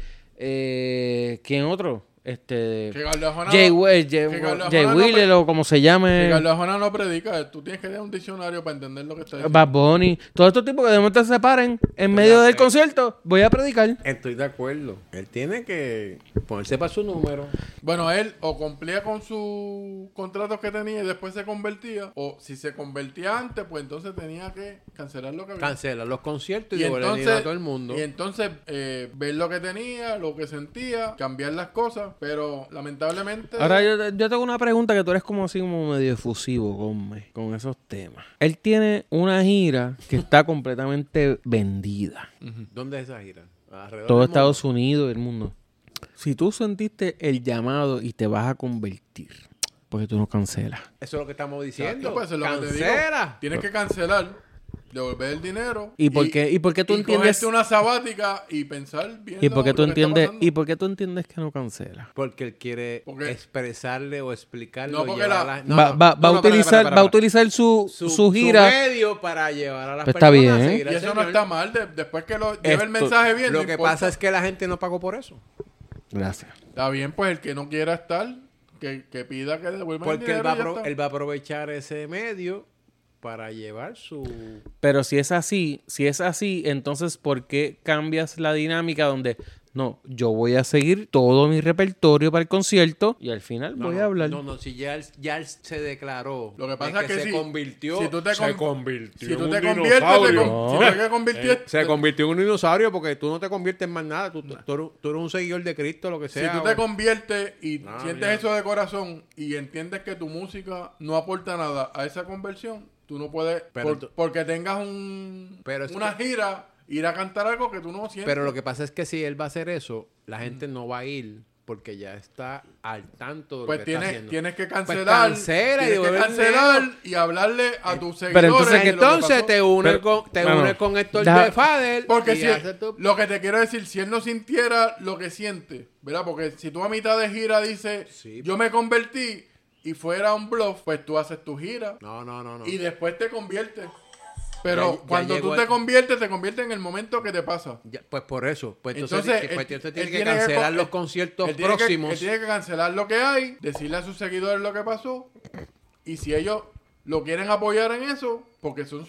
Speaker 1: Eh, ¿Quién otro? Este.
Speaker 3: Que Gardajonal-
Speaker 1: Jay Will, Jay,
Speaker 3: que Gardajonal
Speaker 1: Jay
Speaker 3: no
Speaker 1: Wheeler
Speaker 3: pre-
Speaker 1: o como se
Speaker 3: que
Speaker 1: llame.
Speaker 3: Gardajonal no predica. Tú tienes que leer un diccionario para entender lo que está diciendo.
Speaker 1: Bad Bunny. Todos estos tipos que de momento se separen en medio del concierto. Voy a predicar.
Speaker 2: Estoy de acuerdo. Él tiene que ponerse para su número.
Speaker 3: Bueno, él o cumplía con sus contratos que tenía y después se convertía. O si se convertía antes, pues entonces tenía que cancelar lo que había.
Speaker 2: Cancela los conciertos y,
Speaker 3: Y
Speaker 2: devuelve
Speaker 3: entonces,
Speaker 2: dinero a todo el mundo.
Speaker 3: y entonces eh, ver lo que tenía, lo que sentía, cambiar las cosas, pero lamentablemente...
Speaker 1: Ahora yo, yo tengo una pregunta que tú eres como así como medio efusivo conme, con esos temas. Él tiene una gira que está completamente vendida.
Speaker 2: ¿Dónde es esa gira? Alrededor
Speaker 1: Todo
Speaker 2: del mundo.
Speaker 1: Estados Unidos y el mundo. Si tú sentiste el llamado y te vas a convertir, porque tú no cancelas.
Speaker 2: Eso es lo que estamos diciendo.
Speaker 3: Exacto, pues, eso es lo que te digo.
Speaker 2: Cancela.
Speaker 3: Tienes que cancelar, devolver el dinero.
Speaker 1: ¿Y por qué- y por qué tú
Speaker 3: y
Speaker 1: entiendes-
Speaker 3: cogerte una sabática y pensar bien.
Speaker 1: ¿Y
Speaker 3: lo-
Speaker 1: por qué tú
Speaker 3: lo que está
Speaker 1: entiendes,
Speaker 3: pasando.
Speaker 1: ¿Y por qué tú entiendes que no cancelas?
Speaker 2: Porque él quiere
Speaker 3: Porque-
Speaker 2: expresarle o explicarle.
Speaker 3: No,
Speaker 2: o
Speaker 3: porque
Speaker 2: llevar a
Speaker 3: la-
Speaker 2: la- no,
Speaker 1: va,
Speaker 2: no,
Speaker 1: va-
Speaker 2: no,
Speaker 1: va a
Speaker 2: no, espera,
Speaker 1: utilizar,
Speaker 2: espera, espera,
Speaker 1: va a
Speaker 2: espera.
Speaker 1: utilizar su, su, gira.
Speaker 2: medio para llevar a las
Speaker 1: Pues está
Speaker 2: personas
Speaker 1: bien.
Speaker 2: a
Speaker 1: Y
Speaker 2: seguir
Speaker 3: Y
Speaker 2: al
Speaker 3: eso no
Speaker 2: Señor.
Speaker 3: está mal, de- después que lo lleve
Speaker 1: Esto-
Speaker 3: el mensaje bien.
Speaker 2: Lo
Speaker 3: no
Speaker 2: que
Speaker 3: importa.
Speaker 2: pasa es que la gente no pagó por eso.
Speaker 1: Gracias.
Speaker 3: Está bien, pues el que no quiera estar, que, que pida que devuelva el
Speaker 2: Porque
Speaker 3: dinero.
Speaker 2: él va, a
Speaker 3: y ya
Speaker 2: apro-
Speaker 3: está.
Speaker 2: él va a aprovechar ese medio para llevar su...
Speaker 1: Pero si es así, si es así, entonces ¿por qué cambias la dinámica donde no, yo voy a seguir todo mi repertorio para el concierto y al final
Speaker 2: No,
Speaker 1: voy
Speaker 2: no,
Speaker 1: a hablar?
Speaker 2: No, no, si ya él, ya él se declaró.
Speaker 3: Lo que
Speaker 2: de
Speaker 3: pasa es que
Speaker 2: se
Speaker 3: si-
Speaker 2: convirtió.
Speaker 3: si tú te
Speaker 2: se
Speaker 3: con-
Speaker 2: convirtió.
Speaker 3: Si
Speaker 2: en
Speaker 3: tú
Speaker 2: un
Speaker 3: te conviertes, te con-
Speaker 2: dinosaurio.
Speaker 1: No.
Speaker 3: si tú te conviertes,
Speaker 2: Se convirtió en un dinosaurio porque tú no te conviertes en más nada. Tú, tú- tú eres, tú eres un seguidor de Cristo, lo que
Speaker 3: Si
Speaker 2: sea.
Speaker 3: tú te conviertes y
Speaker 2: No,
Speaker 3: sientes
Speaker 2: mira.
Speaker 3: eso de corazón y entiendes que tu música no aporta nada a esa conversión, tú no puedes,
Speaker 2: Pero
Speaker 3: por-
Speaker 2: tú-
Speaker 3: porque tengas un,
Speaker 2: Pero es
Speaker 3: una gira, ir a cantar algo que tú no sientes.
Speaker 2: Pero lo que pasa es que si él va a hacer eso, la gente no va a ir porque ya está al tanto de lo
Speaker 3: pues
Speaker 2: que está
Speaker 3: tienes,
Speaker 2: haciendo.
Speaker 3: tienes que cancelar,
Speaker 2: cancela y
Speaker 3: tienes que
Speaker 2: devuelve el
Speaker 3: cancelar
Speaker 2: dinero.
Speaker 3: y hablarle a tus seguidores.
Speaker 1: pero entonces
Speaker 3: de
Speaker 1: que-
Speaker 3: lo que
Speaker 2: Entonces
Speaker 3: pasó.
Speaker 2: te unes
Speaker 1: Pero-
Speaker 2: con, te
Speaker 1: no, no.
Speaker 2: unes con Héctor
Speaker 1: Deja-
Speaker 2: de Fadel
Speaker 3: Porque
Speaker 2: y
Speaker 3: si,
Speaker 2: haces tu-
Speaker 3: lo que te quiero decir, si él no sintiera lo que siente, ¿verdad? Porque si tú a mitad de gira dices,
Speaker 2: Sí.
Speaker 3: yo me convertí y fuera un bluff, pues tú haces tu gira.
Speaker 2: No, no, no, no.
Speaker 3: y después te conviertes. Pero
Speaker 2: Ya- ya
Speaker 3: cuando
Speaker 2: llegó
Speaker 3: tú
Speaker 2: el-
Speaker 3: te conviertes, te conviertes en el momento que te pasa.
Speaker 2: Ya, pues por eso. Pues entonces,
Speaker 3: Entonces,
Speaker 2: que- pues
Speaker 3: él-
Speaker 2: entonces
Speaker 3: él
Speaker 2: tiene que
Speaker 3: tiene que
Speaker 2: cancelar
Speaker 3: co-
Speaker 2: los conciertos
Speaker 3: Él tiene, que, él
Speaker 2: próximos.
Speaker 3: tiene que cancelar lo que hay, decirle a sus seguidores lo que pasó. Y si ellos lo quieren apoyar en eso, porque son,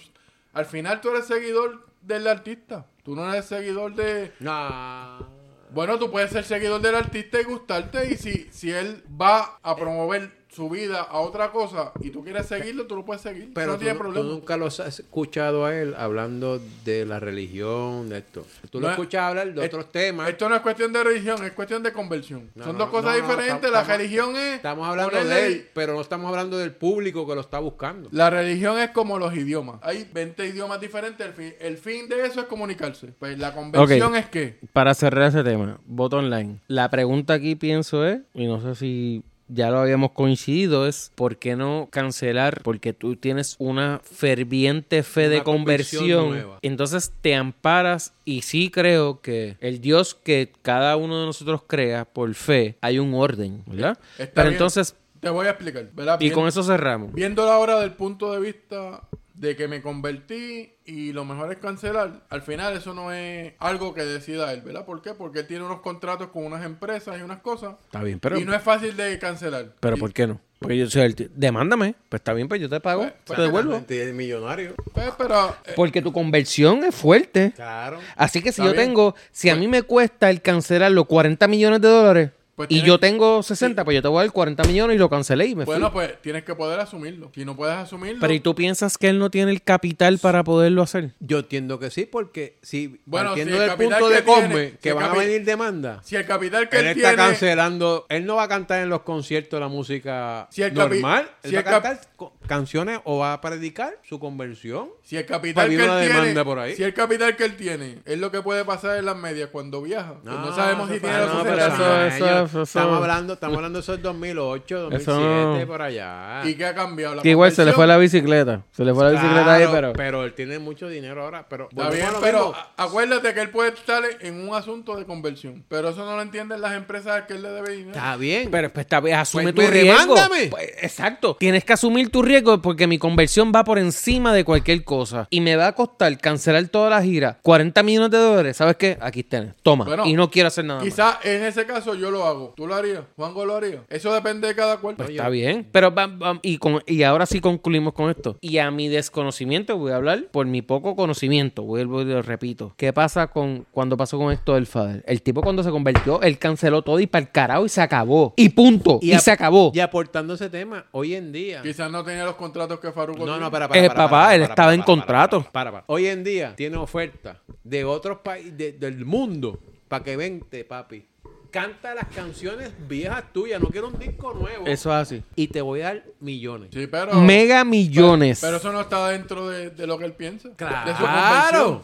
Speaker 3: al final tú eres seguidor del artista. Tú no eres seguidor de...
Speaker 2: No.
Speaker 3: Bueno, tú puedes ser seguidor del artista y gustarte. Y si, si él va a promover su vida a otra cosa y tú quieres seguirlo, tú lo puedes seguir. Pero
Speaker 2: Pero
Speaker 3: no
Speaker 2: tú,
Speaker 3: tiene
Speaker 2: nu- tú
Speaker 3: problema.
Speaker 2: nunca lo has escuchado a él hablando de la religión, de esto. Tú lo
Speaker 3: No,
Speaker 2: escuchas hablar de
Speaker 3: es-
Speaker 2: otros temas.
Speaker 3: Esto no es cuestión de religión, es cuestión de conversión.
Speaker 2: No,
Speaker 3: Son
Speaker 2: no,
Speaker 3: dos cosas
Speaker 2: no, no,
Speaker 3: diferentes.
Speaker 2: estamos-
Speaker 3: la
Speaker 2: estamos-
Speaker 3: religión es.
Speaker 2: Estamos hablando
Speaker 3: ponerle-
Speaker 2: de él, pero no estamos hablando del público que lo está buscando.
Speaker 3: La religión es como los idiomas. Hay 20 idiomas diferentes. El fin, el fin de eso es comunicarse. Pues la conversión
Speaker 1: Ok.
Speaker 3: es que.
Speaker 1: Para cerrar ese tema, voto online. La pregunta aquí pienso es, y no sé si ya lo habíamos coincidido, es ¿por qué no cancelar? Porque tú tienes una ferviente fe de
Speaker 2: Una conversión
Speaker 1: conversión.
Speaker 2: nueva.
Speaker 1: Entonces te amparas y sí creo que el Dios que cada uno de nosotros crea por fe, hay un orden, ¿verdad?
Speaker 3: Está
Speaker 1: Pero
Speaker 3: bien.
Speaker 1: entonces,
Speaker 3: Te voy a explicar. ¿verdad?
Speaker 1: y
Speaker 3: Bien-
Speaker 1: con eso cerramos.
Speaker 3: Viéndola ahora del punto de vista de que me convertí y lo mejor es cancelar, al final eso no es algo que decida él, ¿verdad? ¿Por qué? Porque él tiene unos contratos con unas empresas y unas cosas.
Speaker 1: Está bien, pero...
Speaker 3: y no es fácil de cancelar.
Speaker 1: Pero
Speaker 3: Y-
Speaker 1: ¿por qué no? Porque yo soy el tío. Demándame. Pues está bien, pues yo te pago.
Speaker 3: Pues- pues
Speaker 1: te devuelvo.
Speaker 2: Exactamente, el millonario.
Speaker 3: pues, pero eh,
Speaker 1: Porque tu conversión es fuerte.
Speaker 2: Claro.
Speaker 1: Así que si
Speaker 3: Está
Speaker 1: yo
Speaker 3: bien.
Speaker 1: tengo, si a mí me cuesta el cancelar los 40 millones de dólares
Speaker 3: Pues
Speaker 1: y
Speaker 3: tiene-
Speaker 1: yo tengo 60, pues yo te voy a dar 40 millones y lo cancelé y me fui.
Speaker 3: Bueno, pues tienes que poder asumirlo. Si no puedes asumirlo,
Speaker 1: Pero ¿y tú piensas que él no tiene el capital para poderlo hacer?
Speaker 2: Yo entiendo que sí, porque si
Speaker 3: Bueno,
Speaker 2: partiendo
Speaker 3: si el
Speaker 2: del
Speaker 3: capital
Speaker 2: punto
Speaker 3: que
Speaker 2: de
Speaker 3: tiene-
Speaker 2: Cosme,
Speaker 3: si
Speaker 2: que
Speaker 3: el
Speaker 2: van a
Speaker 3: capi-
Speaker 2: venir demandas,
Speaker 3: si el capital que
Speaker 2: él
Speaker 3: él,
Speaker 2: está
Speaker 3: tiene,
Speaker 2: cancelando, él no va a cantar en los conciertos la música
Speaker 3: Si el capi-
Speaker 2: normal, él
Speaker 3: si
Speaker 2: va a
Speaker 3: el cap-
Speaker 2: cantar co- canciones o va a predicar su conversión.
Speaker 3: si el capital
Speaker 2: Había
Speaker 3: que él
Speaker 2: una
Speaker 3: tiene,
Speaker 2: demanda por ahí.
Speaker 3: si el capital que él tiene, es lo que puede pasar en las medias cuando viaja. Pues No, sabemos
Speaker 2: Ah,
Speaker 3: si
Speaker 2: eso
Speaker 3: tiene
Speaker 2: fue-
Speaker 3: los
Speaker 2: no,
Speaker 3: 60
Speaker 2: pero eso-
Speaker 3: millones.
Speaker 1: eso-
Speaker 2: ellos-
Speaker 1: eso-
Speaker 2: Estamos hablando, estamos hablando de esos 2008, 2007,
Speaker 1: Eso no.
Speaker 2: por allá.
Speaker 3: Ah. y que ha cambiado. La
Speaker 1: Que igual se le fue
Speaker 3: conversión.
Speaker 1: la bicicleta. Se le fue la bicicleta ahí,
Speaker 2: Claro,
Speaker 1: pero...
Speaker 2: él tiene mucho dinero ahora, pero
Speaker 3: Está bien,
Speaker 2: volvemos a lo
Speaker 3: pero
Speaker 2: mismo.
Speaker 3: a- acuérdate que él puede estar en un asunto de conversión. Pero eso no lo entienden las empresas que él le debe dinero.
Speaker 1: Ah,
Speaker 2: está bien.
Speaker 1: Pero pues, está bien, asume
Speaker 2: Pues,
Speaker 1: tu
Speaker 2: me
Speaker 1: riesgo.
Speaker 2: remándame.
Speaker 1: Pues, exacto. Tienes que asumir tu riesgo porque mi conversión va por encima de cualquier cosa y me va a costar cancelar toda la gira 40 millones de dólares. ¿Sabes qué? Aquí tienes. Toma.
Speaker 3: Bueno,
Speaker 1: y no quiero hacer nada. más.
Speaker 3: Quizás en ese caso yo lo hago. ¿Tú lo harías? ¿Juanjo lo haría? Eso depende de cada cual.
Speaker 1: Pues está bien. Pero vam- vam- y, con- y ahora sí concluimos con esto. Y a mi desconocimiento voy a hablar por mi poco conocimiento. Vuelvo y lo repito. ¿Qué pasa con cuando pasó con esto del Fader? El tipo cuando se convirtió, él canceló todo y para el carajo y se acabó. Y punto. Y,
Speaker 2: ap-
Speaker 1: se acabó.
Speaker 2: Y aportando ese tema, hoy en día.
Speaker 3: Quizás no tenía los contratos que Faruco
Speaker 2: No,
Speaker 3: tiene.
Speaker 2: no, para,
Speaker 1: Eh,
Speaker 2: para. para,
Speaker 1: papá,
Speaker 2: para,
Speaker 1: él
Speaker 2: para,
Speaker 1: estaba
Speaker 2: para,
Speaker 1: en
Speaker 2: para,
Speaker 1: contrato.
Speaker 2: Para, para, para. Hoy en día tiene ofertas de otros países del mundo para que vente, papi. Canta las canciones viejas tuyas. No quiero un disco nuevo.
Speaker 1: Eso es así.
Speaker 2: Y te voy a dar millones.
Speaker 3: Sí, pero...
Speaker 1: Mega millones.
Speaker 3: Pero eso no está dentro de, de lo que él piensa. De su
Speaker 2: Claro.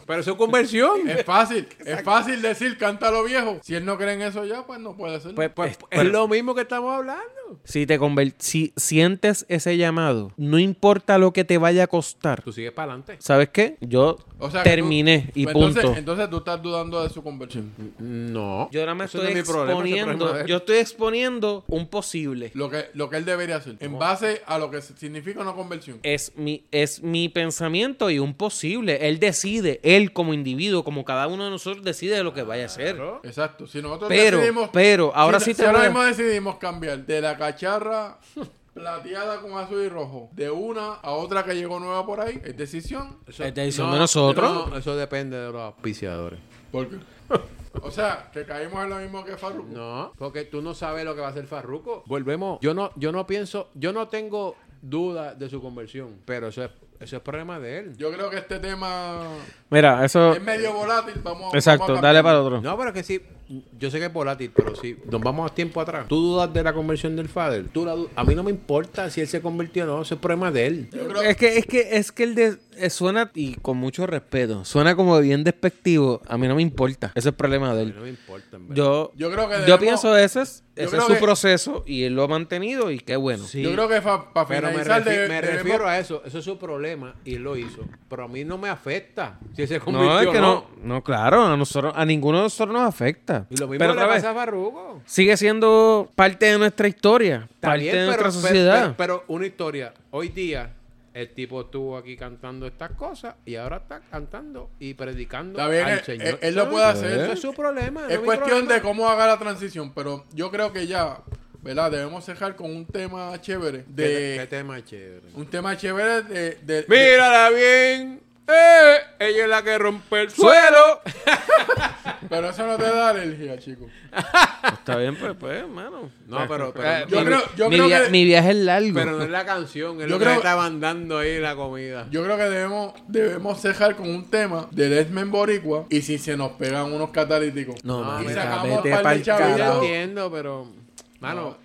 Speaker 3: conversión. Eh,
Speaker 2: Pero eso es conversión.
Speaker 3: Es fácil, es fácil decir, cántalo viejo. Si él no cree en eso ya, pues no puede hacerlo.
Speaker 2: Pues, pues,
Speaker 1: pero-
Speaker 2: es lo mismo que estamos hablando.
Speaker 1: Si te conver- si sientes ese llamado, no importa lo que te vaya a costar.
Speaker 2: Tú sigues para adelante.
Speaker 1: ¿Sabes qué? Yo
Speaker 3: O sea, que
Speaker 1: terminé
Speaker 3: tú-
Speaker 1: y
Speaker 3: pues
Speaker 1: punto.
Speaker 3: entonces, Entonces tú estás dudando de su conversión.
Speaker 2: No.
Speaker 1: yo nada más
Speaker 2: Eso no
Speaker 1: estoy
Speaker 2: es mi problema, ese
Speaker 1: exponiendo,
Speaker 2: problema de él.
Speaker 1: yo estoy exponiendo un posible.
Speaker 3: Lo que, lo que él debería hacer. En base a lo que significa una conversión.
Speaker 1: Es mi, es mi pensamiento y un posible. Él decide, él como individuo, como cada uno de nosotros decide de lo que vaya a hacer.
Speaker 3: Exacto. Si nosotros
Speaker 1: Pero,
Speaker 3: decidimos...
Speaker 1: pero, ahora
Speaker 3: si,
Speaker 1: sí te
Speaker 3: si ahora
Speaker 1: voy a-
Speaker 3: mismo decidimos cambiar de la cacharra plateada con azul y rojo de una a otra que llegó nueva por ahí, es decisión.
Speaker 2: Eso-
Speaker 1: Esta edición de nosotros.
Speaker 2: no, eso depende de los auspiciadores.
Speaker 3: Porque... O sea, que caímos en lo mismo que Farruko.
Speaker 2: No, porque tú no sabes lo que va a hacer Farruco. Volvemos. Yo no, yo no pienso, yo no tengo duda de su conversión, pero eso es, eso es problema de él.
Speaker 3: Yo creo que este tema
Speaker 1: Mira, eso.
Speaker 3: es medio volátil. Vamos,
Speaker 1: Exacto,
Speaker 3: vamos a
Speaker 1: dale
Speaker 3: cambiar.
Speaker 1: para otro.
Speaker 2: No, pero que sí, yo sé que es volátil, pero si nos vamos a tiempo atrás, tú dudas de la conversión del Fader, tú la du- a mí no me importa si él se convirtió o no, eso es problema de él.
Speaker 3: Yo creo-
Speaker 1: Es que, es que, es que el de, eh, suena, y con mucho respeto, suena como bien despectivo. A mí no me importa. Ese es el problema de
Speaker 2: A mí
Speaker 1: él.
Speaker 2: no me importa, en verdad.
Speaker 1: Yo,
Speaker 3: Yo creo que
Speaker 1: yo
Speaker 3: debemos-
Speaker 1: pienso ese es, ese
Speaker 3: yo
Speaker 1: es
Speaker 3: creo
Speaker 1: su
Speaker 3: que-
Speaker 1: proceso y él lo ha mantenido y qué bueno.
Speaker 2: Sí.
Speaker 3: Yo creo que para
Speaker 2: Pero me,
Speaker 3: finalizar
Speaker 2: refi-
Speaker 3: de-
Speaker 2: me
Speaker 3: debemos-
Speaker 2: refiero a eso, eso es su problema y él lo hizo, pero a mí no me afecta si él se convirtió
Speaker 1: No, es que
Speaker 2: o
Speaker 1: no.
Speaker 2: no.
Speaker 1: No, claro, a nosotros, a ninguno de nosotros nos afecta.
Speaker 2: Y lo mismo
Speaker 1: pero
Speaker 2: le
Speaker 1: otra vez,
Speaker 2: pasa a Farruko.
Speaker 1: sigue siendo parte de nuestra historia,
Speaker 2: Está
Speaker 1: parte
Speaker 2: bien,
Speaker 1: de nuestra
Speaker 2: pero-
Speaker 1: sociedad.
Speaker 2: Pero, pero una historia. Hoy día el tipo estuvo aquí cantando estas cosas y ahora está cantando y predicando
Speaker 3: Está bien,
Speaker 2: al
Speaker 3: él-
Speaker 2: Señor.
Speaker 3: él- él
Speaker 2: Eso
Speaker 3: lo
Speaker 2: no-
Speaker 3: puede hacer.
Speaker 2: Eso es su problema.
Speaker 3: Es
Speaker 2: no mi
Speaker 3: cuestión
Speaker 2: problema.
Speaker 3: de cómo haga la transición, pero yo creo que ya, ¿verdad? Debemos cerrar con un tema chévere.
Speaker 2: ¿Qué,
Speaker 3: De,
Speaker 2: qué tema chévere.
Speaker 3: un tema chévere de... de- de-
Speaker 2: ¡Mírala bien! ¡Eh! Ella es la que rompe el suelo.
Speaker 3: pero eso no te da alergia, chicos.
Speaker 1: Está bien, pues, pues, hermano.
Speaker 2: No, pero, pero,
Speaker 1: Eh,
Speaker 2: no,
Speaker 3: yo
Speaker 1: mi,
Speaker 3: creo- yo
Speaker 1: mi
Speaker 3: creo
Speaker 1: via-
Speaker 3: que-
Speaker 1: mi viaje es largo.
Speaker 2: Pues, pero no es la canción, es
Speaker 3: Yo
Speaker 2: lo que
Speaker 3: creo-
Speaker 2: le estaban dando ahí la comida.
Speaker 3: Yo creo que debemos, debemos cerrar con un tema del Esmen Boricua y si se nos pegan unos catalíticos.
Speaker 1: No,
Speaker 3: y
Speaker 1: mames,
Speaker 3: sacamos
Speaker 1: Ah, vete
Speaker 3: par de
Speaker 1: pa'l
Speaker 2: Yo
Speaker 3: chavitos.
Speaker 1: carajo.
Speaker 2: entiendo, pero. Mano,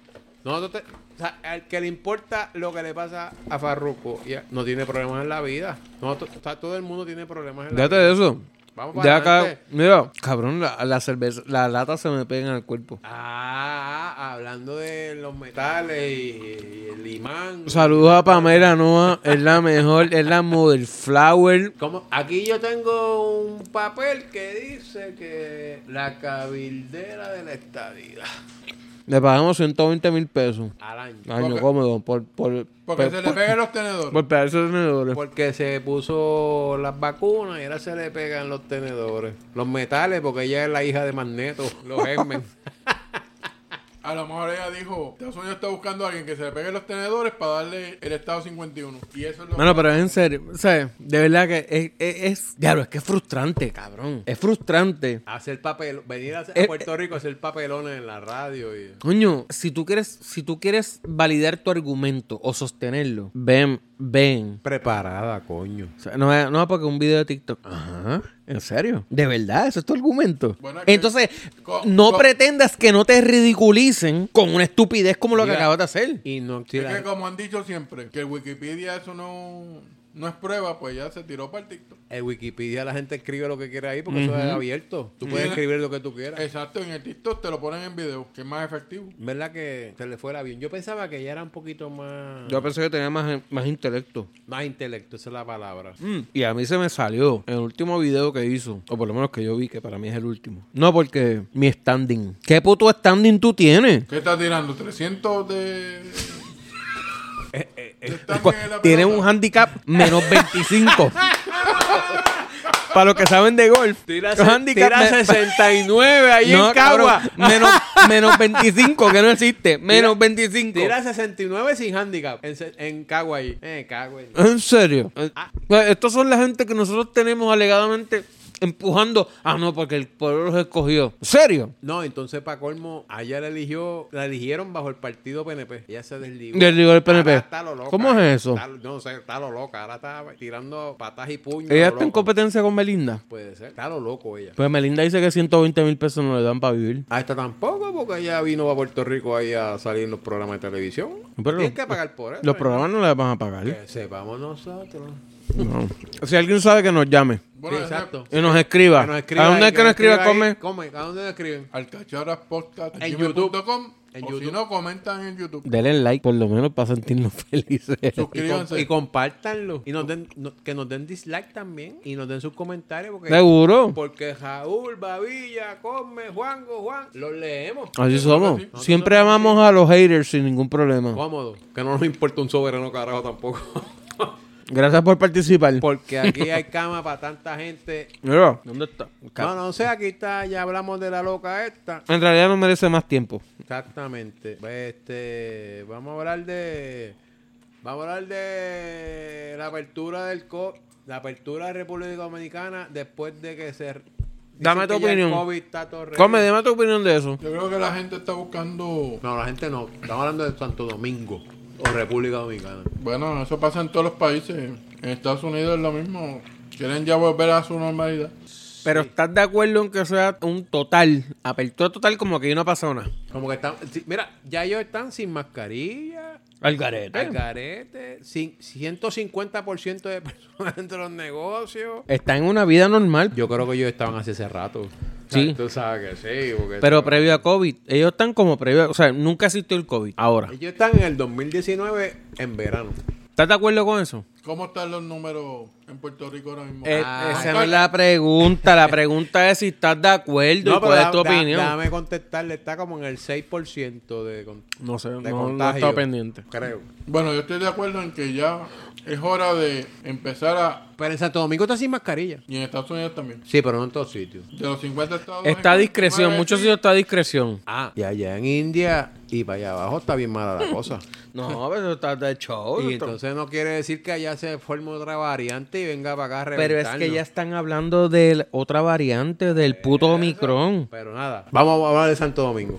Speaker 2: nosotros te- o sea, al que le importa lo que le pasa a Farruko, ya, no tiene problemas en la vida. Nosotros, o sea, todo el mundo tiene problemas en la
Speaker 1: Déjate
Speaker 2: vida.
Speaker 1: de eso.
Speaker 2: Vamos para
Speaker 1: ya acá,
Speaker 2: adelante.
Speaker 1: mira, cabrón, la, la cerveza, la lata se me pega en el cuerpo.
Speaker 2: Ah, ah, hablando de los metales y, y el imán.
Speaker 1: Saludos a Pamela Noa, es la mejor, es la model flower.
Speaker 2: Como- Aquí yo tengo un papel que dice que la cabildera de la estadía.
Speaker 1: Le pagamos 120 mil pesos.
Speaker 2: Al año.
Speaker 1: Año
Speaker 3: Porque-
Speaker 1: cómodo, por, por,
Speaker 3: Porque
Speaker 2: Pues,
Speaker 1: por,
Speaker 3: se le
Speaker 1: por-
Speaker 3: peguen los tenedores.
Speaker 1: por pedazos de tenedores.
Speaker 2: Porque se puso las vacunas y ahora se le pegan los tenedores. Los metales, porque ella es la hija de Magneto, los germen.
Speaker 3: A lo mejor ella dijo, Estados Unidos está buscando a alguien que se le peguen los tenedores para darle el Estado 51. Y eso es lo
Speaker 1: Mano, pero es en serio, o sea, de verdad que es, es, es- diablo, es que es frustrante, cabrón. Es frustrante.
Speaker 2: hacer papel, venir a, a
Speaker 1: Eh,
Speaker 2: Puerto Rico a hacer papelones en la radio y
Speaker 1: Coño, si tú quieres, si tú quieres validar tu argumento o sostenerlo, ven, ven.
Speaker 2: preparada, coño.
Speaker 1: O sea, no, es- no es porque un video de TikTok. Ajá. ¿En serio? ¿De verdad? ¿Eso es tu argumento?
Speaker 3: Bueno, es que-
Speaker 1: Entonces,
Speaker 3: Co-
Speaker 1: no
Speaker 3: co-
Speaker 1: pretendas que no te ridiculicen con una estupidez como lo que
Speaker 2: Mira,
Speaker 1: acabas de hacer.
Speaker 2: Y no
Speaker 3: Es
Speaker 2: si la-
Speaker 3: que como han dicho siempre, que el Wikipedia eso no, no es prueba, pues ya se tiró para el TikTok.
Speaker 2: en Wikipedia la gente escribe lo que quiera ahí porque eso es abierto. Tú puedes
Speaker 3: Mira.
Speaker 2: escribir lo que tú quieras.
Speaker 3: Exacto, en el TikTok te lo ponen en video, que es más efectivo.
Speaker 2: ¿Verdad que se le fuera bien? Yo pensaba que ella era un poquito más,
Speaker 1: Yo pensé que tenía más, más intelecto.
Speaker 2: más intelecto, esa es la palabra.
Speaker 1: Mm, Y a mí se me salió el último video que hizo, o por lo menos que yo vi, que para mí es el último. No, porque mi standing. ¿Qué puto standing tú tienes?
Speaker 3: ¿Qué estás tirando? ¿300 de...?
Speaker 2: Eh, eh,
Speaker 3: Están
Speaker 1: Pues,
Speaker 3: en la
Speaker 1: tiene
Speaker 3: pelota.
Speaker 1: un handicap menos 25. Para los que saben de golf,
Speaker 2: Tira,
Speaker 1: un
Speaker 2: se-
Speaker 1: handicap
Speaker 2: tira
Speaker 1: me-
Speaker 2: 69 ahí
Speaker 1: No,
Speaker 2: en Cagua.
Speaker 1: cabrón, menos, menos 25, que no existe. Menos 25.
Speaker 2: Tira 69 sin handicap en, se- en Cagua ahí. Eh, Cagua ahí.
Speaker 1: En serio. Eh,
Speaker 2: Ah.
Speaker 1: eh, Estos son la gente que nosotros tenemos alegadamente empujando. Ah, no, porque el pueblo los escogió. ¿En serio?
Speaker 2: No, entonces para colmo, a ella la eligió, la eligieron bajo el partido PNP. Ella se desligó.
Speaker 1: Desligó del PNP.
Speaker 2: Ahora está lo loca. eh,
Speaker 1: ¿Cómo es eso?
Speaker 2: Está- no sé, está lo loca. Ahora está tirando patas y puños.
Speaker 1: Ella
Speaker 2: lo
Speaker 1: está en
Speaker 2: loco.
Speaker 1: competencia con Melinda.
Speaker 2: Puede ser. Está lo loco ella.
Speaker 1: Pues Melinda dice que 120 mil pesos no le dan para vivir.
Speaker 2: A esta tampoco, porque ella vino a Puerto Rico ahí a salir en los programas de televisión.
Speaker 1: Pero
Speaker 2: Tienes
Speaker 1: los-
Speaker 2: que pagar por eso.
Speaker 1: Los
Speaker 2: ¿eh?
Speaker 1: programas no le van a pagar.
Speaker 2: Que sepamos nosotros.
Speaker 1: No. Si alguien sabe que nos llame
Speaker 3: Bueno,
Speaker 2: Sí,
Speaker 3: exacto.
Speaker 2: exacto.
Speaker 1: y nos escriba.
Speaker 2: Que nos
Speaker 1: ¿A dónde
Speaker 2: ahí,
Speaker 1: es que nos escriba?
Speaker 2: ahí,
Speaker 1: Come.
Speaker 2: Come. ¿A dónde nos escriben?
Speaker 3: Alcacharas Podcast
Speaker 2: En
Speaker 3: gmail punto com,
Speaker 2: En
Speaker 3: o Si
Speaker 2: YouTube.
Speaker 3: no, comentan en YouTube.
Speaker 1: Denle like por lo menos para sentirnos felices.
Speaker 2: Y, com-
Speaker 3: Suscríbanse.
Speaker 2: y compártanlo. Y nos den, no- que nos den dislike también. Y nos den sus comentarios. Porque,
Speaker 1: Seguro.
Speaker 2: porque Raúl, Babilla, Come, Juango, Juan, los leemos.
Speaker 1: Así somos.
Speaker 3: sí.
Speaker 1: Siempre amamos a los haters sin ningún problema.
Speaker 2: Cómodo. Que no nos importa un soberano carajo tampoco.
Speaker 1: Gracias por participar.
Speaker 2: porque aquí hay cama para tanta gente.
Speaker 1: Mira, ¿dónde está? Ah.
Speaker 2: No, no sé, aquí está, ya hablamos de la loca esta.
Speaker 1: En realidad no merece más tiempo.
Speaker 2: Exactamente. Este, vamos a hablar de vamos a hablar de la apertura del co la apertura de República Dominicana después de que se
Speaker 1: Dame tu
Speaker 2: dicen que ya el
Speaker 1: opinión.
Speaker 2: COVID está todo ready.
Speaker 1: Come, dime tu opinión de eso.
Speaker 3: Yo creo que la gente está buscando.
Speaker 2: No, la gente no. Estamos hablando de Santo Domingo o República Dominicana.
Speaker 3: Bueno, eso pasa en todos los países. En Estados Unidos es lo mismo. Quieren ya volver a su normalidad.
Speaker 1: Pero ¿estás de acuerdo en que sea un total? Apertura total como que hay una persona.
Speaker 2: Como que están sí, mira, ya ellos están sin mascarilla,
Speaker 1: Al
Speaker 2: al carete, sin 150% de personas dentro de los negocios.
Speaker 1: Está en una vida normal.
Speaker 2: Yo creo que ellos estaban hace ese rato.
Speaker 1: Sí.
Speaker 2: Tú sabes que sí. porque
Speaker 1: Pero
Speaker 2: estaba-
Speaker 1: previo a COVID. Ellos están como previo. a- O sea, nunca existió el COVID. Ahora.
Speaker 2: Ellos están en el 2019 en verano.
Speaker 1: ¿Estás de acuerdo con eso?
Speaker 3: ¿Cómo están los números en Puerto Rico ahora mismo?
Speaker 1: Eh,
Speaker 2: Ah.
Speaker 1: esa no es la pregunta. La pregunta es si estás de acuerdo y
Speaker 2: pero
Speaker 1: cuál es
Speaker 2: da-
Speaker 1: tu
Speaker 2: da-
Speaker 1: opinión.
Speaker 2: Déjame contestarle, está como en el 6% de, con-
Speaker 1: no sé,
Speaker 2: de
Speaker 1: no, no
Speaker 2: contagio.
Speaker 1: estaba pendiente.
Speaker 2: Creo.
Speaker 3: Bueno, yo estoy de acuerdo en que ya es hora de empezar a.
Speaker 2: Pero en Santo Domingo está sin mascarilla.
Speaker 3: Y en Estados Unidos también.
Speaker 2: Sí, pero no en todos sitios.
Speaker 3: De los 50 estados.
Speaker 1: Está a discreción.
Speaker 3: 49
Speaker 1: Muchos
Speaker 3: sí.
Speaker 1: sitios está a discreción.
Speaker 2: Ah. Y allá en India y para allá abajo está bien mala la cosa.
Speaker 1: No, pero está de show.
Speaker 2: y
Speaker 1: esto-
Speaker 2: entonces no quiere decir que allá se forme otra variante y venga para acá a
Speaker 1: Pero es que
Speaker 2: reventarnos.
Speaker 1: ya están hablando de la- otra variante, del puto Omicron.
Speaker 2: Pero nada. Vamos a hablar de Santo Domingo.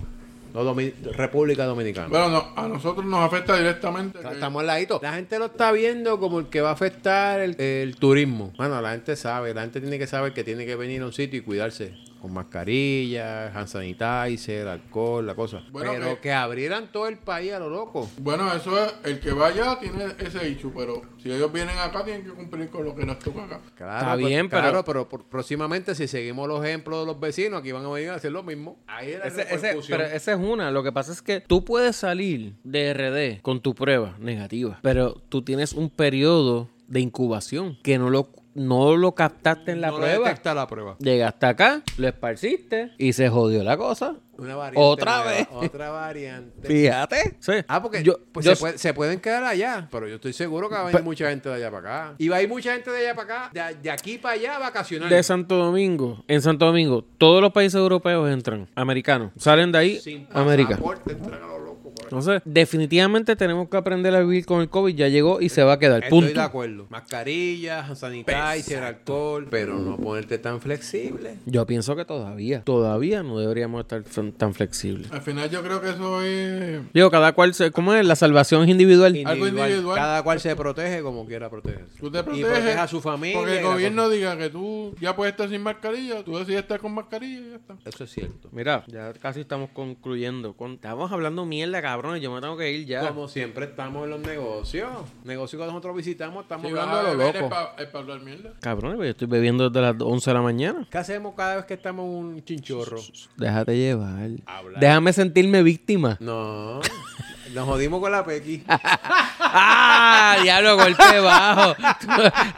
Speaker 2: No, Domi- República Dominicana.
Speaker 3: Bueno, no, a nosotros nos afecta directamente.
Speaker 2: Claro,
Speaker 3: que-
Speaker 2: Estamos al ladito. La gente lo está viendo como el que va a afectar el, el turismo. Bueno, la gente sabe, la gente tiene que saber que tiene que venir a un sitio y cuidarse. Con mascarillas, hand sanitizer, alcohol, la cosa.
Speaker 3: Bueno,
Speaker 2: Pero
Speaker 3: eh.
Speaker 2: que abrieran todo el país a lo loco.
Speaker 3: Bueno, eso es. El que vaya tiene ese hecho, pero si ellos vienen acá, tienen que cumplir con lo que nos toca acá.
Speaker 2: Claro,
Speaker 1: Está
Speaker 2: pues,
Speaker 1: bien, pero-
Speaker 2: claro, pero por- próximamente si seguimos los ejemplos de los vecinos, aquí van a venir a hacer lo mismo. Ahí es la
Speaker 1: Ese- ese-
Speaker 2: repercusión.
Speaker 1: pero esa es una. Lo que pasa es que tú puedes salir de RD con tu prueba negativa, pero tú tienes un periodo de incubación que no lo, no lo captaste en la
Speaker 2: No
Speaker 1: prueba.
Speaker 2: detecta la prueba.
Speaker 1: Llegaste acá, lo esparciste y se jodió la cosa.
Speaker 2: Una variante
Speaker 1: Otra
Speaker 2: nueva,
Speaker 1: vez.
Speaker 2: Otra variante.
Speaker 1: Fíjate. Sí.
Speaker 2: Ah, porque
Speaker 1: yo,
Speaker 2: pues,
Speaker 1: yo-
Speaker 2: se, puede- se pueden quedar allá, pero yo estoy seguro que va a venir mucha gente de allá para acá. Y va a ir mucha gente de allá para acá, de, de aquí para allá a vacacionar.
Speaker 1: de Santo Domingo, en Santo Domingo, todos los países europeos entran, americanos, salen de ahí,
Speaker 2: Sin
Speaker 1: América.
Speaker 2: pasaporte, entran a lo loco por ahí.
Speaker 1: Entonces, definitivamente tenemos que aprender a vivir con el COVID. Ya llegó y se va a quedar.
Speaker 2: Estoy
Speaker 1: punto.
Speaker 2: de acuerdo. Mascarillas, hand sanitizer, alcohol, pero no ponerte tan flexible.
Speaker 1: Yo pienso que todavía, todavía no deberíamos estar tan, tan flexibles.
Speaker 3: Al final, yo creo que eso es.
Speaker 1: Digo, cada cual, se, ¿cómo es? La salvación es individual.
Speaker 3: Algo individual.
Speaker 2: Cada cual se protege como quiera protegerse.
Speaker 3: Tú te
Speaker 2: Y
Speaker 3: proteges.
Speaker 2: protege a su familia.
Speaker 3: Porque el
Speaker 2: y la
Speaker 3: gobierno diga que tú ya puedes estar sin mascarilla, tú decides estar con mascarilla y ya está.
Speaker 2: cosa. Eso es cierto.
Speaker 1: Ah, Mira, ya casi estamos concluyendo. Con, estamos hablando mierda, cabrones. Yo me tengo que ir ya.
Speaker 2: Como siempre estamos en los negocios. Negocios que nosotros visitamos, estamos
Speaker 3: Si vas
Speaker 2: hablando
Speaker 3: a
Speaker 2: a lo
Speaker 3: beber
Speaker 2: loco.
Speaker 3: Es para hablar mierda.
Speaker 1: Cabrones, pero yo estoy bebiendo desde las 11 de la mañana.
Speaker 2: ¿Qué hacemos cada vez que estamos en un chinchorro?
Speaker 1: Déjate llevar.
Speaker 2: Habla.
Speaker 1: Déjame sentirme víctima.
Speaker 2: No. Nos jodimos con la Pequi.
Speaker 1: ¡Ah! Diablo, golpe bajo. Tú,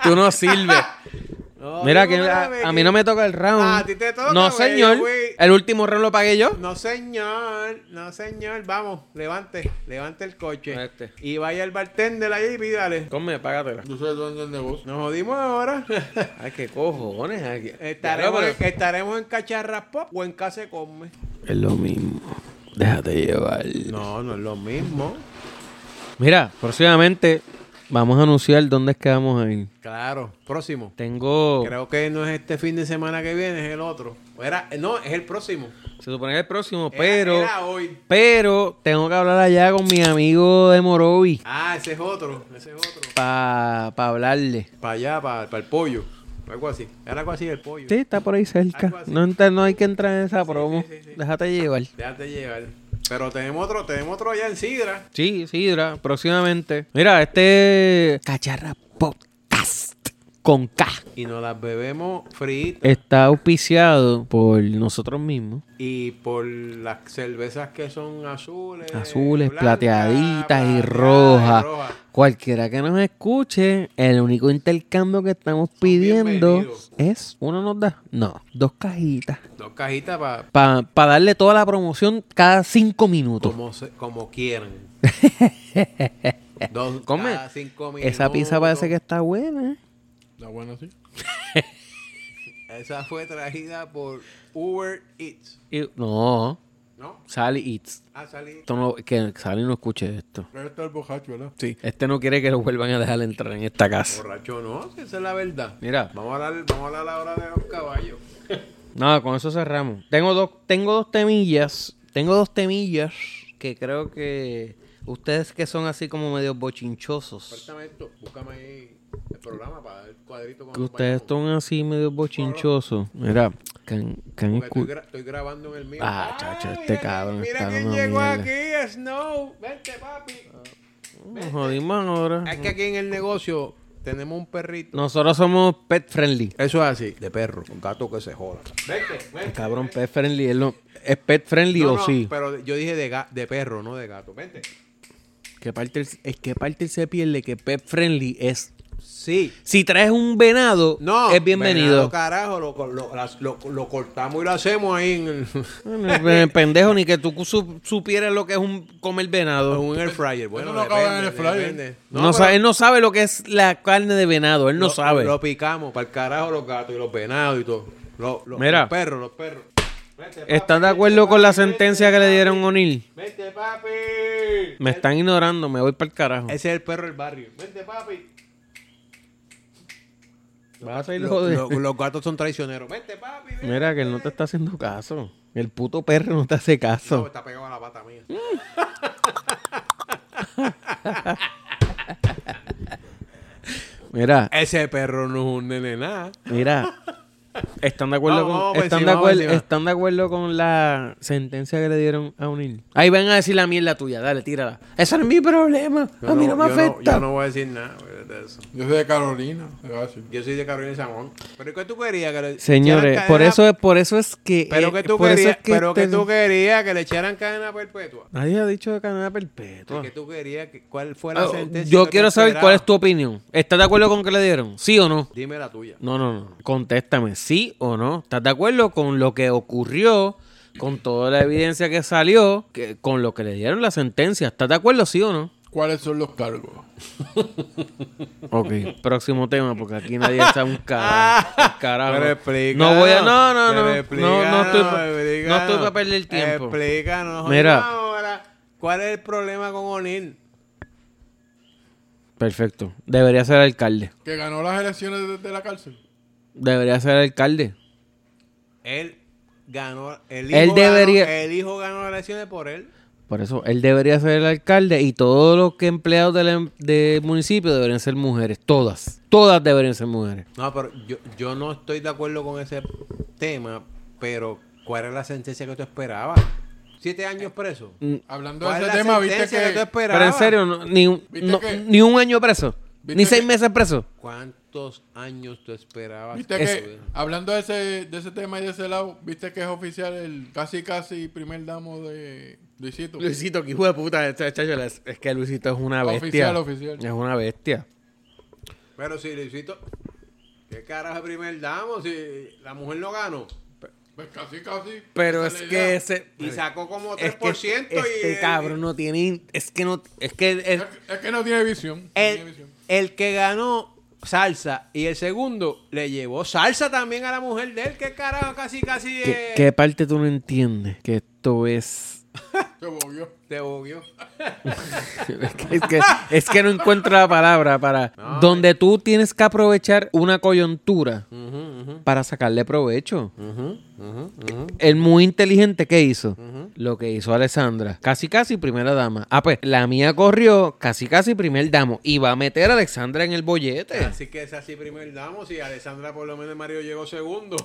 Speaker 1: tú no sirves.
Speaker 2: No,
Speaker 1: Mira,
Speaker 2: yo
Speaker 1: que
Speaker 2: no
Speaker 1: a,
Speaker 2: grabé,
Speaker 1: a
Speaker 2: que-
Speaker 1: mí no me toca el round.
Speaker 2: Ah, a ti te toca,
Speaker 1: No,
Speaker 2: güey,
Speaker 1: señor.
Speaker 2: güey.
Speaker 1: El último round lo pagué yo.
Speaker 2: No, señor. No, señor. Vamos, levante. Levante el coche.
Speaker 1: Este.
Speaker 2: Y vaya al bartender ahí y pídale.
Speaker 1: Come, págatela.
Speaker 3: Yo soy el dueño del negocio.
Speaker 2: Nos jodimos ahora.
Speaker 1: Ay, qué cojones. Aquí.
Speaker 2: estaremos, en, estaremos en Cacharras Pop o en Casa de Cosme.
Speaker 1: Es lo mismo. Déjate llevar.
Speaker 2: No, no es lo mismo.
Speaker 1: Mira, próximamente vamos a anunciar dónde es que vamos a ir.
Speaker 2: Claro. Próximo.
Speaker 1: Tengo.
Speaker 2: Creo que no es este fin de semana que viene, es el otro. O Era, no, es el próximo.
Speaker 1: Se supone que es el próximo,
Speaker 2: Era-
Speaker 1: pero.
Speaker 2: era hoy.
Speaker 1: Pero tengo que hablar allá con mi amigo de Morovi
Speaker 2: Ah, ese es otro. Ese es otro.
Speaker 1: para hablarle.
Speaker 2: Para allá, para, el pollo. Algo así. Era algo así el pollo.
Speaker 1: Sí, está por ahí cerca.
Speaker 2: Algo así.
Speaker 1: No, ent- no hay que entrar en esa promo.
Speaker 2: sí, sí.
Speaker 1: Déjate llevar.
Speaker 2: Déjate llevar. Pero tenemos otro, tenemos otro allá en Sidra.
Speaker 1: Sí, Sidra, próximamente. Mira, este Cacharra Podcast con K
Speaker 2: Y nos las bebemos fritas
Speaker 1: está auspiciado por nosotros mismos.
Speaker 2: y por las cervezas que son azules.
Speaker 1: Azules,
Speaker 2: blancas,
Speaker 1: plateaditas y
Speaker 2: plateadas
Speaker 1: rojas.
Speaker 2: y rojas.
Speaker 1: Cualquiera que nos escuche, el único intercambio que estamos pidiendo
Speaker 2: bienvenidos.
Speaker 1: es, uno nos da, no, dos cajitas.
Speaker 2: Dos cajitas para
Speaker 1: Para darle toda la promoción cada cinco minutos.
Speaker 2: como, se- como quieran. Dos,
Speaker 1: Come.
Speaker 2: cada cinco
Speaker 1: Esa pizza
Speaker 2: minutos.
Speaker 1: parece que está buena. ¿eh?
Speaker 3: La buena sí.
Speaker 2: Esa fue traída por Uber Eats.
Speaker 1: Y- no,
Speaker 2: ¿No? Ah,
Speaker 1: Sally Eats.
Speaker 2: Ha salido.
Speaker 1: Esto no- que Sally no escuche esto.
Speaker 3: Pero está el bojacho, ¿verdad?
Speaker 2: Sí.
Speaker 1: Este no quiere que lo vuelvan a dejar entrar en esta casa.
Speaker 2: Borracho no, si esa es la verdad.
Speaker 1: Mira.
Speaker 2: Vamos a hablar, vamos a hablar ahora de los caballos.
Speaker 1: No, con eso cerramos. Tengo dos, tengo dos temillas. Tengo dos temillas que creo que ustedes que son así como medio bochinchosos.
Speaker 2: Préstame esto, búscame ahí el programa para el cuadrito. con
Speaker 1: Que
Speaker 2: los
Speaker 1: ustedes
Speaker 2: bañamos.
Speaker 1: son así medio bochinchosos. Mira, que han, que han
Speaker 2: Porque estoy,
Speaker 1: escu-
Speaker 2: gra- estoy grabando en el mío.
Speaker 1: Ah, chacho, este
Speaker 2: mira
Speaker 1: cabrón
Speaker 2: quién-
Speaker 1: está
Speaker 2: Mira quién
Speaker 1: dando
Speaker 2: llegó
Speaker 1: mierda.
Speaker 2: aquí, Snow. Vente, papi.
Speaker 1: Nos jodimos ahora.
Speaker 2: Es que aquí en el negocio tenemos un perrito.
Speaker 1: Nosotros somos pet friendly.
Speaker 2: Eso es así, de perro. Un gato que se joda. Vente,
Speaker 1: El
Speaker 2: vente.
Speaker 1: cabrón pet friendly es, lo- ¿es pet friendly
Speaker 2: No,
Speaker 1: o
Speaker 2: no,
Speaker 1: sí.
Speaker 2: Pero yo dije de, ga- de perro, no de gato. Vente.
Speaker 1: Que parte el- es que parte se pierde que pet friendly es
Speaker 2: Sí.
Speaker 1: si traes un venado
Speaker 2: No,
Speaker 1: es bienvenido.
Speaker 2: venado, carajo, lo, lo- las- lo- lo cortamos y lo hacemos ahí en el,
Speaker 1: Bueno, pe- pendejo, ni que tú su- supieras lo que es un comer venado.
Speaker 2: en un air fryer. Bueno,
Speaker 3: no acaba
Speaker 2: depende,
Speaker 3: en el fryer.
Speaker 2: depende.
Speaker 1: No,
Speaker 2: pero-
Speaker 1: sabe, él no sabe lo que es la carne de venado, él no
Speaker 2: Lo-
Speaker 1: sabe.
Speaker 2: Lo picamos para el carajo los gatos y los venados y todo. Los, los-
Speaker 1: Mira.
Speaker 2: los perros, los perros. Vete, papi,
Speaker 1: ¿Estás de
Speaker 2: vete,
Speaker 1: acuerdo con
Speaker 2: papi,
Speaker 1: la
Speaker 2: vete,
Speaker 1: sentencia que le dieron a O'Neill?
Speaker 2: papi. Vete, papi.
Speaker 1: Me están ignorando, me voy para el carajo.
Speaker 2: Ese es el perro del barrio. Vente, papi.
Speaker 1: Vas a salir
Speaker 2: Lo-
Speaker 1: jodido.
Speaker 2: lo- los gatos son traicioneros. Vente, papi. vente.
Speaker 1: Mira que él no te está haciendo caso. El puto perro no te hace
Speaker 2: No,
Speaker 1: caso.
Speaker 2: está pegado a la pata mía.
Speaker 1: Mira,
Speaker 2: Ese perro no es un nene nada.
Speaker 1: mira. ¿Están de acuerdo
Speaker 2: Vamos, vamos
Speaker 1: con
Speaker 2: por
Speaker 1: están
Speaker 2: encima,
Speaker 1: de
Speaker 2: vamos
Speaker 1: acuerdo,
Speaker 2: encima.
Speaker 1: están de acuerdo con la sentencia que le dieron a O'Neill? Ahí van a decir la mierda tuya, dale, tírala. Ese no es mi problema.
Speaker 2: Yo
Speaker 1: A mí no, me
Speaker 2: yo
Speaker 1: afecta.
Speaker 2: yo no voy a decir nada de eso.
Speaker 3: Yo soy de Carolina. te voy a decir.
Speaker 2: Yo soy de Carolina y San Juan. Pero ¿qué tú querías? Que le echaran
Speaker 1: Señores,
Speaker 2: cadena-
Speaker 1: por eso, es- por eso es que.
Speaker 2: Pero
Speaker 1: eh,
Speaker 2: que tú
Speaker 1: por eso
Speaker 2: querías,
Speaker 1: es
Speaker 2: pero que
Speaker 1: este-
Speaker 2: tú querías que le echaran cadena perpetua.
Speaker 1: Nadie ha dicho de cadena perpetua.
Speaker 2: que tú querías que- cuál fue la
Speaker 1: Ah,
Speaker 2: sentencia. que
Speaker 1: Yo
Speaker 2: tú
Speaker 1: quiero saber
Speaker 2: esperabas.
Speaker 1: cuál es tu opinión. ¿Estás de acuerdo con que le dieron? ¿Sí o no?
Speaker 2: Dime la tuya.
Speaker 1: No, no, no. Contéstame, ¿sí o no? ¿Estás de acuerdo con lo que ocurrió? Con toda la evidencia que salió, que- con lo que le dieron la sentencia. ¿Estás de acuerdo, sí o no?
Speaker 3: ¿Cuáles son los cargos?
Speaker 1: Ok. Próximo tema, porque aquí nadie está un carajo. Carajo.
Speaker 2: Pero explícanos,
Speaker 1: no voy a. No, no, no. No,
Speaker 2: pero
Speaker 1: no
Speaker 2: explícanos,
Speaker 1: estoy, pa- no
Speaker 2: explícanos.
Speaker 1: estoy para perder tiempo.
Speaker 2: Explícanos.
Speaker 1: Mira.
Speaker 2: Mira. Ahora, ¿cuál es el problema con O'Neill?
Speaker 1: Perfecto. Debería ser alcalde.
Speaker 3: Que ganó las elecciones desde la cárcel.
Speaker 1: Debería ser alcalde.
Speaker 2: Él ganó. El hijo
Speaker 1: Él debería-
Speaker 2: Ganó, el hijo ganó las elecciones por él.
Speaker 1: Por eso, él debería ser el alcalde y todos los que empleados del, em- del municipio deberían ser mujeres. Todas. Todas deberían ser mujeres.
Speaker 2: No, pero yo, yo no estoy de acuerdo con ese tema, pero ¿cuál es la sentencia que tú esperabas? ¿Siete años preso?
Speaker 4: Mm.
Speaker 3: Hablando de
Speaker 2: ¿Cuál es
Speaker 3: ese
Speaker 2: la
Speaker 3: tema, viste
Speaker 2: sentencia que tú
Speaker 3: que...
Speaker 2: esperabas?
Speaker 1: Pero ah, en serio, no- ni, un-
Speaker 3: ¿Viste
Speaker 1: no-
Speaker 3: que-
Speaker 1: ni un año preso.
Speaker 3: ¿Viste
Speaker 1: Ni seis
Speaker 3: que-
Speaker 1: meses preso.
Speaker 2: ¿Cuántos años tú esperabas?
Speaker 3: Viste
Speaker 1: Es-
Speaker 2: eh.
Speaker 3: que, hablando de ese, de ese tema y de ese lado, viste que es oficial el casi casi primer damo de Luisito.
Speaker 1: Luisito, que hijo de puta. este es, que Luisito es una
Speaker 3: Oficial,
Speaker 1: bestia.
Speaker 3: bestia. oficial.
Speaker 1: Es una bestia.
Speaker 2: Pero si Luisito. ¿Qué ¿Qué carajo de primer damos si la mujer no ganó?
Speaker 3: Pues casi, casi.
Speaker 4: Pero
Speaker 3: Esa
Speaker 4: es
Speaker 3: la
Speaker 4: que
Speaker 3: idea.
Speaker 4: ese.
Speaker 2: Y sacó como 3%
Speaker 4: Es que este
Speaker 2: y... eh,
Speaker 4: cabrón no tiene. in- Es que no. Es que. el-
Speaker 3: Es, que- es que no tiene visión. no
Speaker 1: Eh,
Speaker 3: tiene
Speaker 2: El,
Speaker 3: visión.
Speaker 2: el que ganó salsa y el segundo le llevó salsa también a la mujer de él. ¿Qué carajo? Casi, casi...
Speaker 1: ¿Qué,
Speaker 2: eh,
Speaker 1: qué parte tú no entiendes? Que esto es...
Speaker 3: Se volvió.
Speaker 2: Te bogueó.
Speaker 1: Es que, es que- es que no encuentro la palabra para...
Speaker 2: No,
Speaker 1: donde tú tienes que aprovechar una coyuntura para sacarle provecho. El muy inteligente que hizo. Lo que hizo Alessandra. Casi casi primera dama. Ah, pues la mía corrió casi casi primer damo. Y va a meter a Alexandra en el bollete.
Speaker 2: Así que es así primer damos y Alessandra por lo menos Mario llegó segundo.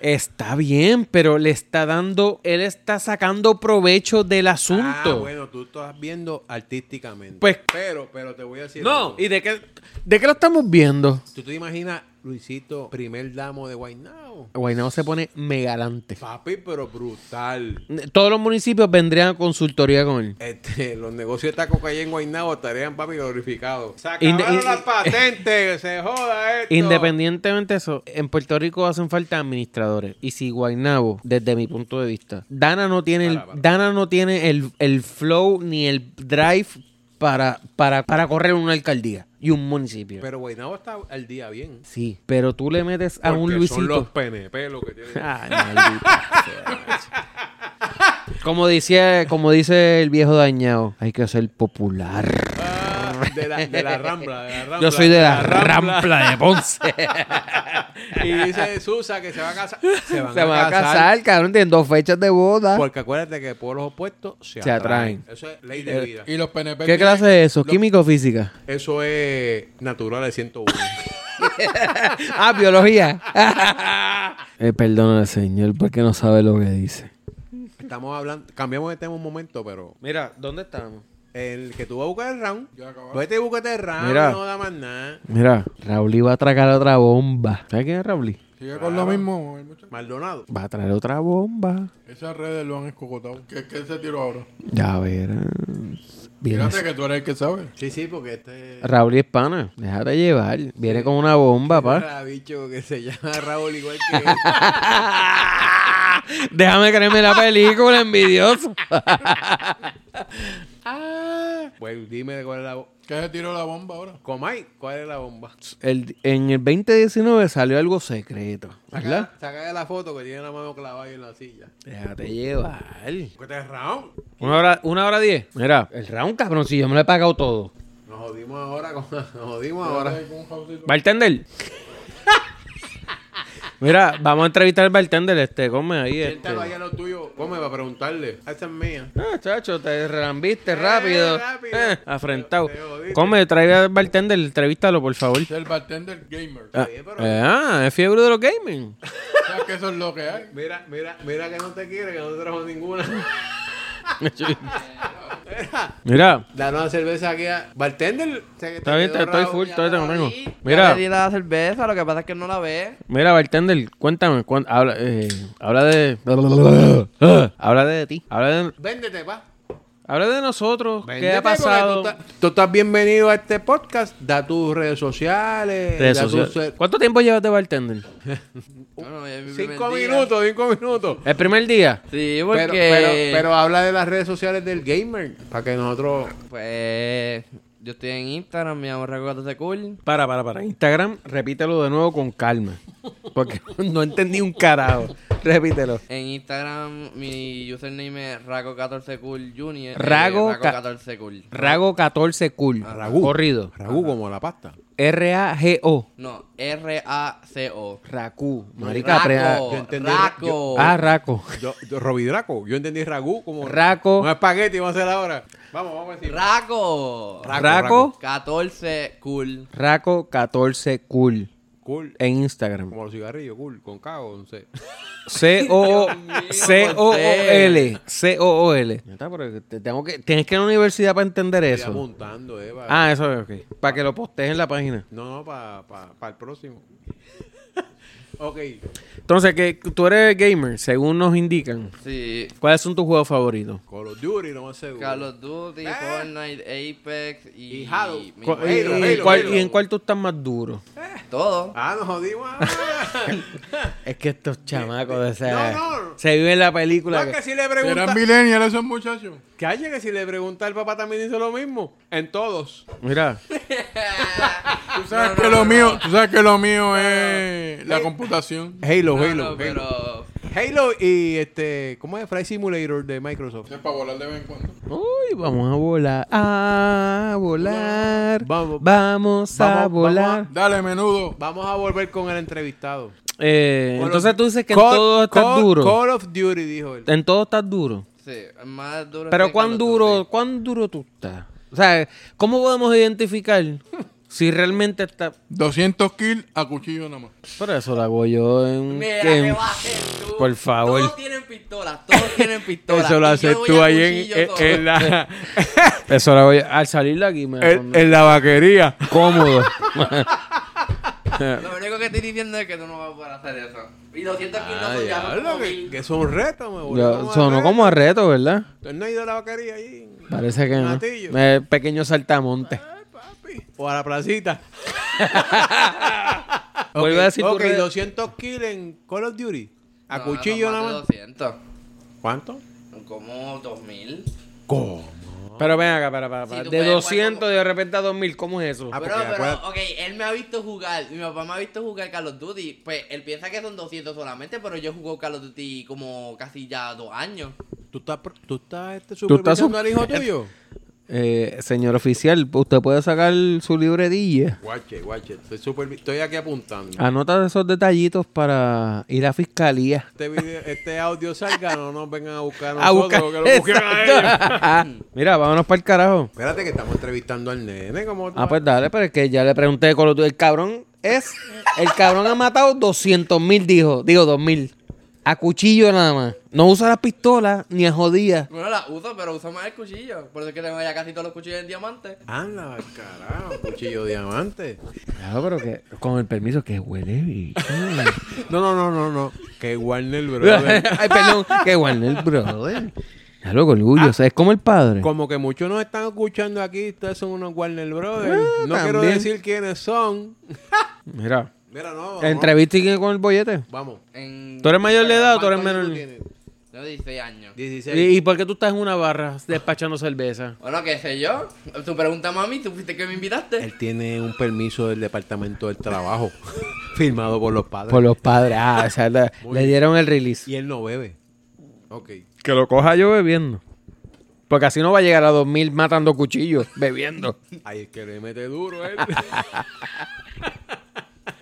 Speaker 1: Está bien, pero le está dando... Él está sacando provecho del asunto.
Speaker 2: Ah, bueno, tú estás viendo artísticamente.
Speaker 1: Pues-
Speaker 2: pero, pero te voy a decir.
Speaker 1: No,
Speaker 2: algo.
Speaker 1: ¿y de qué, de qué lo estamos viendo?
Speaker 2: ¿Tú te imaginas Luisito, primer damo de Guaynao?
Speaker 1: Guaynabo se pone megalante.
Speaker 2: Papi, pero brutal.
Speaker 1: Todos los municipios vendrían a consultoría con él.
Speaker 2: Este, los negocios de taco que hay en Guaynao estarían, papi, glorificados. Se
Speaker 1: Inde-
Speaker 2: acabaron
Speaker 1: in-
Speaker 2: las patentes, se joda esto.
Speaker 1: Independientemente de eso, en Puerto Rico hacen falta administradores. Y si Guaynabo, desde mi punto de vista, Dana no tiene, el,
Speaker 2: Para, para.
Speaker 1: Dana no tiene el, el flow ni el drive para, para, para correr una alcaldía y un municipio.
Speaker 2: Pero Guaynao está al día bien.
Speaker 1: sí, pero tú le metes a un
Speaker 2: Porque
Speaker 1: Luisito.
Speaker 2: Son los PNP lo que tienen.
Speaker 1: Ay, maldito sea. Como dice, como dice el viejo dañado, hay que ser popular.
Speaker 2: Ah, de, la, de la Rambla, de la Rambla.
Speaker 1: Yo soy de la
Speaker 2: Rambla.
Speaker 1: rampla de Ponce.
Speaker 2: Y dice Susa que se va a casar. Se van
Speaker 1: Se van a casar, cabrón, tienen dos fechas de boda.
Speaker 2: Porque acuérdate que por los opuestos se,
Speaker 1: Se atraen.
Speaker 2: atraen. Eh, Eso es ley de vida.
Speaker 3: Y los PNP.
Speaker 1: ¿Qué
Speaker 3: tienen-
Speaker 1: clase es eso?
Speaker 3: los-
Speaker 1: ¿Química o física?
Speaker 2: Eso es natural de 101.
Speaker 1: Ah, biología. eh, perdona al señor porque no sabe lo que dice.
Speaker 2: Estamos hablando, cambiamos de tema un momento, pero
Speaker 1: Mira, ¿dónde estamos?
Speaker 2: el que tú vas a buscar el round, pues
Speaker 3: Ya acabaron.
Speaker 2: vete y búscate el este round,
Speaker 1: Mira.
Speaker 2: no da más nada.
Speaker 1: Mira, Raúl iba a tragar otra bomba. ¿Sabes quién es Raúl?
Speaker 3: Sigue con lo mismo. hay mucha-
Speaker 2: Maldonado.
Speaker 1: Va a traer otra bomba.
Speaker 3: Esas redes lo han escocotado. ¿Qué, qué se tiró ahora?
Speaker 1: Ya verás. Vienes-
Speaker 3: Fíjate que tú eres el que sabe.
Speaker 2: Sí, sí, porque este
Speaker 1: Raúl es pana. Déjate llevar. Viene con una bomba, pa.
Speaker 2: Era bicho que se llama Raúl igual que él.
Speaker 1: Déjame creerme la película, envidioso. Ah.
Speaker 2: Pues dime cuál es la bomba.
Speaker 3: ¿Qué se tiró la bomba ahora?
Speaker 2: Comay, ¿cuál es la bomba?
Speaker 1: El- en el 2019 salió algo secreto, ¿verdad?
Speaker 2: Saca, saca de la foto que tiene la mano clavada ahí en la silla.
Speaker 1: Déjate llevar.
Speaker 2: Búscate el este round.
Speaker 1: Una hora, una hora diez. Mira, el round, cabrón, si yo me lo he pagado todo.
Speaker 2: Nos jodimos ahora, con- nos jodimos ahora.
Speaker 3: Con un jaulito.
Speaker 1: ¿Bartender? Mira, vamos a entrevistar al bartender este, come ahí este.
Speaker 2: Siéntalo ahí a lo tuyo. Come para preguntarle. Esa es mía.
Speaker 1: Ah, chacho, te relambiste rápido.
Speaker 2: rápido.
Speaker 1: Eh, afrentado.
Speaker 2: Te- te jodiste.
Speaker 1: Come, traiga al bartender, entrevístalo, por favor.
Speaker 3: Es el bartender gamer.
Speaker 1: Ah,
Speaker 2: pero-
Speaker 1: ah, es fiebre de los gaming.
Speaker 3: ¿Sabes que eso es lo que hay?
Speaker 2: Mira, mira, mira que no te quiere, que no te trajo ninguna.
Speaker 1: Mira,
Speaker 2: Dale una cerveza aquí a. Bartender. sé que
Speaker 1: está bien,
Speaker 2: quedó
Speaker 1: te- estoy
Speaker 2: rabo.
Speaker 1: full, todavía tengo, tengo.
Speaker 5: Mira.
Speaker 1: Mira,
Speaker 5: Le di la cerveza, lo que pasa es que no la ve.
Speaker 1: mira, bartender, cuéntame, cuán- habla, eh, habla de... habla de ti, habla de,
Speaker 2: Véndete, pa.
Speaker 1: habla de nosotros,
Speaker 2: Véndete,
Speaker 1: qué ha
Speaker 2: porque
Speaker 1: pasado.
Speaker 2: Tú, estás- tú estás bienvenido a este podcast. Da tus redes sociales.
Speaker 1: Redes
Speaker 2: da tus-
Speaker 1: sociales. ¿Cuánto tiempo llevas de bartender?
Speaker 5: Bueno, es mi primer
Speaker 2: Cinco
Speaker 5: día.
Speaker 2: minutos, cinco minutos.
Speaker 1: ¿El primer día?
Speaker 5: Sí, porque.
Speaker 2: Pero, pero, pero habla de las redes sociales del gamer. Para que nosotros.
Speaker 5: Pues. Yo estoy en Instagram, mi amor, recuérdate cool.
Speaker 1: Para, para, para. Instagram, repítelo de nuevo con calma. Porque no entendí un carajo. Repítelo.
Speaker 5: En Instagram, mi username es Rago14Cool Junior. eh,
Speaker 1: Rago ca-
Speaker 5: Rago14Cool.
Speaker 1: Rago14Cool.
Speaker 2: Ragú.
Speaker 1: Corrido.
Speaker 2: Ragú como la pasta.
Speaker 1: R-A-G-O.
Speaker 5: No, R-A-C-O.
Speaker 1: Raku. Marica,
Speaker 5: Raco.
Speaker 2: yo entendí-
Speaker 5: Raco.
Speaker 1: pre- Ah, Raco.
Speaker 2: Yo, yo- Robidraco. Yo entendí Ragú como.
Speaker 1: Raco.
Speaker 2: Un espagueti, vamos a hacer ahora. Vamos, vamos a decir.
Speaker 5: Raco.
Speaker 2: Raco,
Speaker 1: Raco.
Speaker 5: 14 Cool.
Speaker 1: Raco14Cool.
Speaker 2: Cool.
Speaker 1: En Instagram.
Speaker 2: Como los cigarrillos, cool. Con cago, no sé.
Speaker 1: C-O-O-C-O-O-L. C-O-O-L. Neta, pero te- tengo que- Tienes que ir a la universidad para entender
Speaker 2: Estoy
Speaker 1: eso.
Speaker 2: apuntando, eh. pa-
Speaker 1: Ah, eso es ok. Para que lo postees en la página.
Speaker 2: No, no, para el próximo. Ok.
Speaker 1: Entonces, que tú eres gamer, según nos indican.
Speaker 5: Sí.
Speaker 1: ¿Cuáles son tus juegos favoritos?
Speaker 2: Call of Duty, no más seguro.
Speaker 5: Call of Duty, Fortnite, Apex y...
Speaker 2: Y Halo.
Speaker 5: mi-
Speaker 1: Cu-
Speaker 2: Halo, Halo,
Speaker 1: y, cuál-
Speaker 2: Halo.
Speaker 1: y en cuál tú estás más duro?
Speaker 5: Todo.
Speaker 2: Ah, nos jodimos.
Speaker 1: Es que estos chamacos de
Speaker 2: esa- no, no.
Speaker 1: se viven la película.
Speaker 2: No,
Speaker 1: que-
Speaker 2: que si le
Speaker 3: Eran
Speaker 2: pregunta...
Speaker 3: millennials esos muchachos.
Speaker 2: Calle, que si le pregunta el papá también hizo lo mismo. En todos.
Speaker 1: Mira,
Speaker 3: Tú sabes que lo mío, tú sabes que lo mío es la computación.
Speaker 2: Halo,
Speaker 5: No,
Speaker 2: Halo.
Speaker 5: no, pero...
Speaker 2: Halo y este... ¿Cómo es? Flight Simulator de Microsoft.
Speaker 3: Es para volar de vez en cuando.
Speaker 1: uy, vamos a volar, a volar,
Speaker 2: Vamos.
Speaker 1: vamos, a
Speaker 2: Vamos,
Speaker 1: volar.
Speaker 2: vamos
Speaker 3: Dale, menudo.
Speaker 2: Vamos a volver con el entrevistado.
Speaker 1: Eh,
Speaker 2: Call of-
Speaker 1: entonces tú dices que en
Speaker 2: Call-
Speaker 1: todo estás
Speaker 2: Call-
Speaker 1: duro.
Speaker 2: Call of Duty, dijo él.
Speaker 1: En todo estás duro.
Speaker 5: Sí, más duro.
Speaker 1: Pero
Speaker 5: que Call
Speaker 1: cuán
Speaker 5: of
Speaker 1: duro,
Speaker 5: Duty.
Speaker 1: cuán duro tú estás. O sea, ¿cómo podemos identificar si realmente estás?
Speaker 3: 200 kills a cuchillo nada más.
Speaker 1: Por eso lo hago yo en.
Speaker 5: Mira,
Speaker 1: en-
Speaker 5: me bajes tú.
Speaker 1: Por favor.
Speaker 5: Todos tienen pistolas, todos tienen pistolas.
Speaker 2: Eso lo
Speaker 5: Y
Speaker 2: haces
Speaker 5: yo voy
Speaker 2: tú
Speaker 5: a
Speaker 2: ahí en,
Speaker 5: cuchillo
Speaker 2: en-
Speaker 5: todo.
Speaker 2: en la,
Speaker 1: Eso lo hago yo. Al salir de aquí me voy a
Speaker 2: en,
Speaker 1: poner
Speaker 2: en la vaquería.
Speaker 1: cómodo.
Speaker 5: Lo único que estoy diciendo es que tú no vas a poder hacer eso. Y 200 kilos
Speaker 2: Ah,
Speaker 5: son ya son
Speaker 2: diablo,
Speaker 5: como
Speaker 2: que,
Speaker 5: mil.
Speaker 2: que son retos, me volvió
Speaker 1: Yo-
Speaker 2: a
Speaker 1: sonó
Speaker 2: reto.
Speaker 1: como a reto, ¿verdad?
Speaker 2: Él no ha ido a la vaquería ahí.
Speaker 1: Parece que no.
Speaker 2: Gatillo.
Speaker 1: Eh, pequeño saltamonte.
Speaker 2: Ay, papi. O a la placita.
Speaker 1: Vuelve a decir tu
Speaker 2: Ok,
Speaker 1: red.
Speaker 2: 200 kills en Call of Duty. A
Speaker 5: No,
Speaker 2: cuchillo
Speaker 5: son más
Speaker 2: nada
Speaker 5: de
Speaker 2: más.
Speaker 5: 200.
Speaker 2: ¿Cuánto?
Speaker 5: Como 2000.
Speaker 2: ¿Cómo?
Speaker 1: Pero ven acá, para, para,
Speaker 5: Sí,
Speaker 1: para.
Speaker 5: tú
Speaker 1: de
Speaker 5: puedes jugar
Speaker 1: 200
Speaker 5: como-
Speaker 1: de repente a 2000, ¿cómo es eso?
Speaker 2: Ah,
Speaker 5: pero,
Speaker 2: porque
Speaker 5: pero,
Speaker 2: acuérdate-
Speaker 5: ok, él me ha visto jugar, mi papá me ha visto jugar Call of Duty, pues él piensa que son 200 solamente, pero yo jugué Call of Duty como casi ya dos años.
Speaker 2: ¿Tú estás, pro- tú estás este,
Speaker 1: Tú estás su-
Speaker 2: supervisando al hijo tuyo?
Speaker 1: Eh, señor oficial, usted puede sacar su libretilla.
Speaker 2: Guache, guache. Estoy, supervi- estoy aquí apuntando.
Speaker 1: Anota esos detallitos para ir a fiscalía.
Speaker 2: Este, video- este audio salga, no nos vengan a buscar a
Speaker 1: A
Speaker 2: nosotros.
Speaker 1: buscar.
Speaker 2: que lo busquen a ellos.
Speaker 1: Exacto. Mira, vámonos para el carajo.
Speaker 2: Espérate que estamos entrevistando al nene. como
Speaker 1: Ah, pues dale, pero es que ya le pregunté de Call of Duty. El cabrón es. El cabrón ha matado 200 mil, dijo. Digo, 2 mil. A cuchillo nada más. No usa las pistolas ni a jodida.
Speaker 5: Bueno, la uso, pero uso más el cuchillo, por eso es que tengo ya casi todos los cuchillos en diamante.
Speaker 2: Anda, carajo, cuchillo diamante.
Speaker 1: Claro, pero que con el permiso que huele
Speaker 2: No, no, no, no, no. Que Warner Brothers.
Speaker 1: Ay, perdón, que Warner Brother. Ah. Ya luego, orgullo. o sea, es como el padre.
Speaker 2: Como que muchos nos están escuchando aquí, ustedes son unos Warner Brothers.
Speaker 1: Ah,
Speaker 2: no quiero
Speaker 1: también.
Speaker 2: decir quiénes son.
Speaker 1: Mira,
Speaker 2: Mira, no.
Speaker 1: entrevista y que con el bollete.
Speaker 2: Vamos.
Speaker 5: En...
Speaker 1: ¿Tú eres mayor de edad o tú eres
Speaker 2: ¿Cuántos años
Speaker 1: menor?
Speaker 2: tú tienes?
Speaker 5: Tengo 16 años.
Speaker 2: 16.
Speaker 1: ¿Y, y por qué tú estás en una barra despachando cerveza?
Speaker 5: Bueno, qué sé yo, tu pregunta mami, tú fuiste que me invitaste.
Speaker 2: Él tiene un permiso del Departamento del Trabajo firmado por los padres.
Speaker 1: Por los padres. Ah, o sea, le, le dieron el release.
Speaker 2: Y él no bebe. Ok.
Speaker 1: Que lo coja yo bebiendo. Porque así no va a llegar a 2000 matando cuchillos, bebiendo.
Speaker 2: Ay, es que le mete duro ¿eh? él.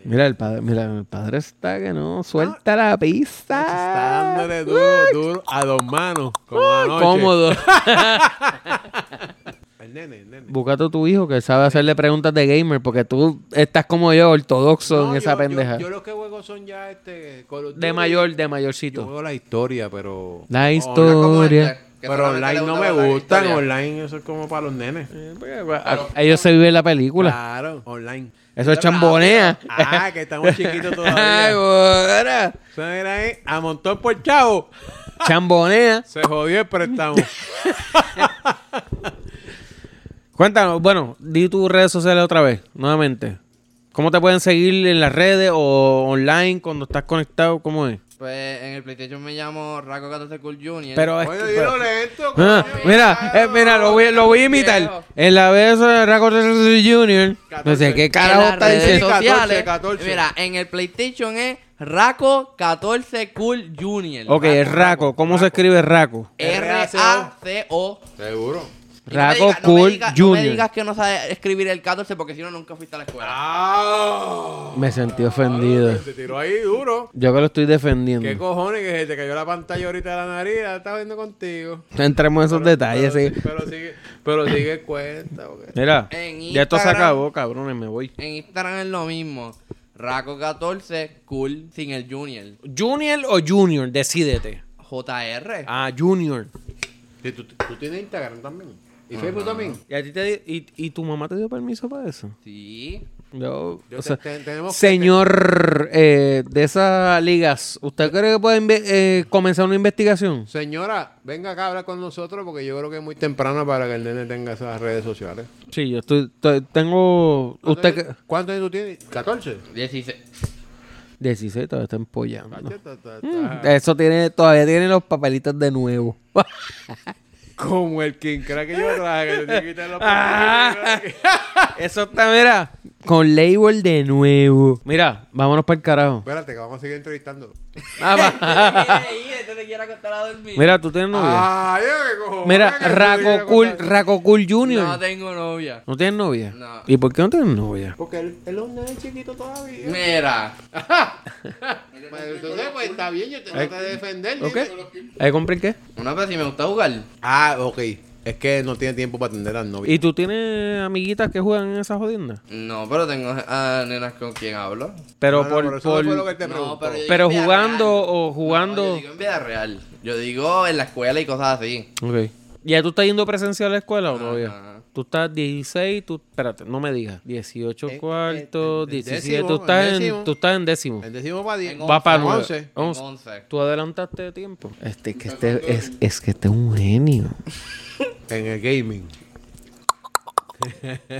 Speaker 1: Mira, el padre, mira, el padre está que no suelta la pista.
Speaker 5: Ah.
Speaker 2: Está dándole duro, duro a dos manos. Como anoche.
Speaker 1: Uh, Cómodo.
Speaker 2: El nene, el nene.
Speaker 1: Busca a tu hijo que sabe hacerle preguntas de gamer, porque tú estás como yo, ortodoxo
Speaker 2: No,
Speaker 1: en esa
Speaker 2: yo- yo-
Speaker 1: pendeja.
Speaker 2: Yo, los que juego son ya este. Call of
Speaker 1: de
Speaker 2: Duty.
Speaker 1: mayor, de
Speaker 2: Yo
Speaker 1: mayorcito.
Speaker 2: juego la historia, pero.
Speaker 1: La
Speaker 5: No como este,
Speaker 1: historia.
Speaker 5: que
Speaker 2: Pero
Speaker 5: solamente
Speaker 2: online
Speaker 5: le
Speaker 2: no
Speaker 5: gusta
Speaker 2: me
Speaker 5: guardar
Speaker 2: gustan.
Speaker 5: historia.
Speaker 2: Online eso es como para los nenes.
Speaker 1: Ah, Ellos se viven la película.
Speaker 2: Claro, online.
Speaker 1: Eso es chambonea.
Speaker 2: Ah, que estamos chiquitos
Speaker 1: Ay,
Speaker 2: todavía.
Speaker 1: ahora.
Speaker 2: Eso era ahí, a montón por chavo.
Speaker 1: Chambonea.
Speaker 2: Se jodió el préstamo.
Speaker 1: Cuéntanos, bueno, di tus redes sociales otra vez, nuevamente. ¿Cómo te pueden seguir en las redes o online cuando estás conectado? ¿Cómo es?
Speaker 5: Pues en el PlayStation me llamo Raco 14 Cool Junior.
Speaker 1: Pero es
Speaker 2: Oye,
Speaker 1: que-
Speaker 2: dilo lento.
Speaker 1: Ah, mira, eh, mira, lo voy, lo voy a imitar.
Speaker 5: Viejo.
Speaker 1: En la vez de Record Junior. No sé qué carajo
Speaker 5: en las
Speaker 1: está
Speaker 5: redes
Speaker 1: diciendo.
Speaker 2: Sí, 14,
Speaker 5: sociales,
Speaker 2: 14.
Speaker 5: Mira, en el PlayStation es Raco 14 Cool Junior.
Speaker 1: Ok, es Raco. ¿Cómo se escribe Raco?
Speaker 5: R-A-C-O.
Speaker 2: Seguro.
Speaker 5: Y no me
Speaker 1: Raco
Speaker 5: digas- no me
Speaker 1: Cool
Speaker 5: digas- No me
Speaker 1: Junior.
Speaker 5: digas que no sabes escribir el 14 porque si no nunca fuiste a la escuela.
Speaker 2: ¡Ah!
Speaker 1: Me sentí ofendido.
Speaker 2: Se tiró ahí duro.
Speaker 1: Yo que lo estoy defendiendo.
Speaker 2: ¿Qué cojones que se te cayó la pantalla ahorita de la nariz? La estaba viendo contigo.
Speaker 1: No entremos en esos detalles.
Speaker 2: pero,
Speaker 1: sí.
Speaker 2: pero sigue, pero sigue el cuenta. porque-
Speaker 1: Mira,
Speaker 5: En
Speaker 1: ya esto se
Speaker 5: Instagram-
Speaker 1: acabó, cabrones, me voy.
Speaker 5: En Instagram es lo mismo. Raco 14 Cool sin el Junior.
Speaker 1: ¿Junior o Junior? Decídete.
Speaker 5: JR.
Speaker 1: Ah, Junior.
Speaker 2: Sí, ¿Tú, tú tienes Instagram también. ¿Y Facebook también?
Speaker 1: ¿Y, a ti te, di- y, y tu mamá te dio permiso para eso?
Speaker 5: Sí.
Speaker 1: Yo-
Speaker 2: Yo
Speaker 1: o
Speaker 2: te-
Speaker 1: sea,
Speaker 2: te- tenemos que-
Speaker 1: señor eh, de esas ligas, ¿usted cree que puede inve- eh, comenzar una investigación?
Speaker 2: Señora, venga acá a hablar con nosotros porque yo creo que es muy temprano para que el nene tenga esas redes sociales.
Speaker 1: Sí, yo estoy, estoy- tengo... ¿Usted que-
Speaker 2: ¿Cuántos años tú tienes? ¿14?
Speaker 5: 16.
Speaker 1: 16 todavía está empollando.
Speaker 2: Ta, ta, ta, ta.
Speaker 1: Eso tiene, todavía tiene los papelitos de nuevo.
Speaker 2: Como el King Crack que yo traje, que te tiene que quitar los papeles.
Speaker 1: Eso está, mira, con label de nuevo. Mira, vámonos para el carajo.
Speaker 2: Espérate, que vamos a seguir entrevistando.
Speaker 1: Ah, va.
Speaker 5: Quiere ir, entonces este quiere acostar a dormir.
Speaker 1: mira, tú tienes novia.
Speaker 2: Ay, qué cojones.
Speaker 1: mira,
Speaker 2: Que tú
Speaker 1: Raco
Speaker 2: tienes
Speaker 1: Cool,
Speaker 2: que contar.
Speaker 1: Raco Cool
Speaker 5: No
Speaker 1: Jr.
Speaker 5: tengo novia.
Speaker 1: ¿No tienes novia?
Speaker 5: No.
Speaker 1: ¿Y por qué no tienes novia?
Speaker 2: Porque él él es un nene chiquito todavía.
Speaker 5: Mira.
Speaker 2: Pero Entonces, pues está bien, yo te trato de defender.
Speaker 1: Eh, ¿Ok?
Speaker 2: dime.
Speaker 1: ¿Ahí compré qué?
Speaker 5: Una vez si me gusta jugar.
Speaker 2: Ah, ok. Es que no tiene tiempo para atender al novio.
Speaker 1: ¿Y tú tienes amiguitas que juegan en esas jodiendas?
Speaker 5: No, pero tengo a nenas con quien hablo.
Speaker 1: Pero
Speaker 2: Ah, No, no,
Speaker 1: por...
Speaker 2: pero eso
Speaker 1: por-
Speaker 2: no fue lo que él te
Speaker 5: No,
Speaker 2: preguntó.
Speaker 5: pero yo digo
Speaker 1: Pero
Speaker 5: en vida
Speaker 1: jugando
Speaker 5: real.
Speaker 1: o
Speaker 5: No,
Speaker 1: jugando-
Speaker 5: yo digo en vida real. Yo digo en la escuela y cosas así.
Speaker 1: Ok. ¿Ya tú estás yendo presencial a la escuela
Speaker 2: Ah,
Speaker 1: o todavía?
Speaker 5: Ajá.
Speaker 1: Tú estás 16, tú... Espérate, no me digas. 18
Speaker 2: En-
Speaker 1: cuartos,
Speaker 2: Eh, en- en
Speaker 1: 17,
Speaker 2: décimo,
Speaker 1: tú, estás
Speaker 2: en
Speaker 1: en,
Speaker 2: décimo.
Speaker 1: tú estás en décimo.
Speaker 2: El décimo para diez.
Speaker 5: En
Speaker 1: Va para
Speaker 5: once.
Speaker 1: 11.
Speaker 5: En once.
Speaker 1: Tú adelantaste de tiempo. Este que este es, es que este es un genio.
Speaker 2: En el gaming.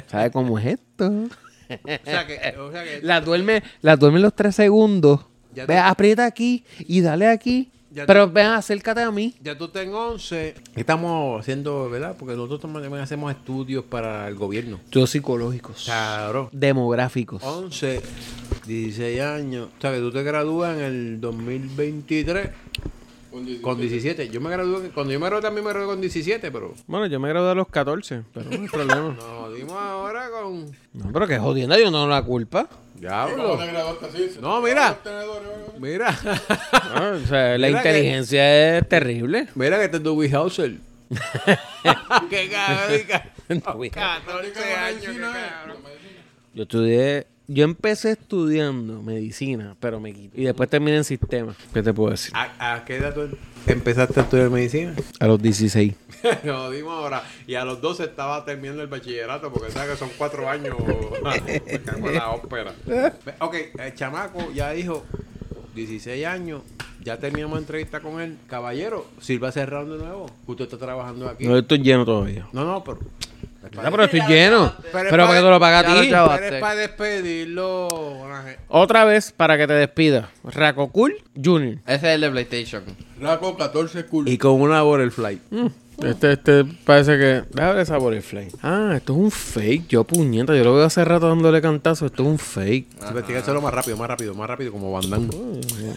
Speaker 1: ¿Sabe cómo es esto?
Speaker 2: O sea que, o sea que
Speaker 1: La duerme, la duerme los tres segundos.
Speaker 2: Ya
Speaker 1: Ve,
Speaker 2: te-
Speaker 1: aprieta aquí y dale aquí.
Speaker 2: Ya te-
Speaker 1: Pero ven, acércate a mí.
Speaker 2: ya tú tengo 11. Estamos haciendo, ¿verdad? Porque nosotros también hacemos estudios para el gobierno.
Speaker 1: Estudios psicológicos.
Speaker 2: Claro.
Speaker 1: Demográficos.
Speaker 2: 11, 16 años. O sea, que tú te gradúas en el 2023
Speaker 3: Con 17.
Speaker 2: con 17. Yo me gradué, cuando yo me gradué también me gradué con 17, pero
Speaker 1: Bueno, yo me gradué a los 14, pero no hay problema.
Speaker 2: nos jodimos ahora con...
Speaker 1: No, pero que jodienda, yo no tengo la culpa.
Speaker 3: ¿Cómo te
Speaker 2: Diablo.
Speaker 3: graduaste así?
Speaker 2: No, mira.
Speaker 3: Tenedores,
Speaker 2: Mira.
Speaker 1: Ah, o sea, la
Speaker 2: Mira que-
Speaker 1: inteligencia es terrible.
Speaker 2: Mira que este es Dewey Hauser. qué cabrón.
Speaker 1: Dewey Hauser.
Speaker 2: 14 años, qué cabrón.
Speaker 1: Yo estudié, yo empecé estudiando medicina, pero me quité. Y después terminé en sistema. ¿Qué te puedo decir?
Speaker 2: ¿A, a qué edad tú empezaste a estudiar medicina?
Speaker 1: A los 16.
Speaker 2: Nos jodimos ahora. Y a los 12 estaba terminando el bachillerato, porque sabes que son cuatro años. Me cago en la ópera. Ok, el chamaco ya dijo 16 años. Ya terminamos entrevista con él. Caballero, sirva ese round de nuevo. Usted está trabajando aquí.
Speaker 1: No estoy lleno todavía.
Speaker 2: No, no, pero. es
Speaker 1: Ah,
Speaker 2: para-
Speaker 1: pero estoy lleno. Pero,
Speaker 2: es
Speaker 1: para que te lo pagas
Speaker 5: ya
Speaker 1: a
Speaker 5: lo
Speaker 1: ti.
Speaker 5: chavo-
Speaker 2: pero es para despedirlo. buena gente.
Speaker 1: Otra vez para que te despidas. Racocul Junior.
Speaker 5: Ese es el de PlayStation.
Speaker 3: Raco 14 cool.
Speaker 2: Y con una Butterfly.
Speaker 1: Este, este parece que. Déjame sabor el flame. Ah, esto es un fake. Yo puñeta, yo lo veo hace rato dándole cantazo. Esto es un fake.
Speaker 2: Investígaselo más rápido, más rápido, más rápido, como bandan.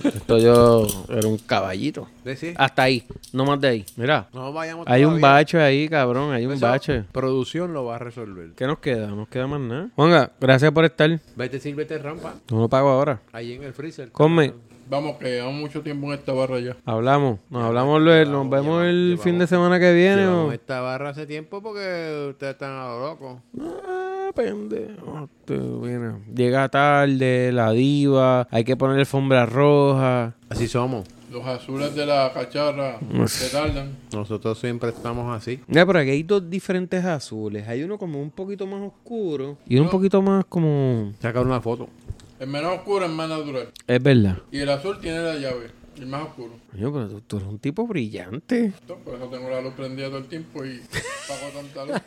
Speaker 1: Esto yo era un caballito.
Speaker 2: Mm. ¿Sí?
Speaker 1: Hasta ahí, no más de ahí. Mira,
Speaker 2: No vayamos
Speaker 1: Ah, hay un
Speaker 2: todavía.
Speaker 1: bache ahí, cabrón. Hay un
Speaker 2: Eso,
Speaker 1: bache.
Speaker 2: Producción lo va a resolver.
Speaker 1: ¿Qué nos queda? No nos queda más nada. Juanga, gracias por estar.
Speaker 2: Vete, sírvete rampa.
Speaker 1: No lo pago ahora.
Speaker 2: Ahí en el freezer.
Speaker 1: Come,
Speaker 3: Vamos, que llevamos mucho tiempo en esta barra ya.
Speaker 1: hablamos. Nos hablamos, luego. nos vemos el
Speaker 2: llevamos-
Speaker 1: fin de semana que viene. o-
Speaker 2: Llevamos esta barra hace tiempo porque ustedes están a lo loco.
Speaker 1: Ah, pendejo. Tú, bueno, Llega tarde, la diva, hay que poner alfombra roja.
Speaker 2: Así somos.
Speaker 3: Los azules de la cacharra se tardan.
Speaker 2: Nosotros siempre estamos así.
Speaker 1: Mira, pero aquí hay dos diferentes azules. Hay uno como un poquito más oscuro y uno un poquito más como...
Speaker 2: Sacar una foto.
Speaker 3: El menos oscuro es más natural.
Speaker 1: Es verdad.
Speaker 3: Y el azul tiene la llave. El más oscuro.
Speaker 1: Coño, pero tú, tú eres un tipo brillante.
Speaker 3: Entonces, por eso tengo la luz prendida todo el tiempo y pago tanta luz.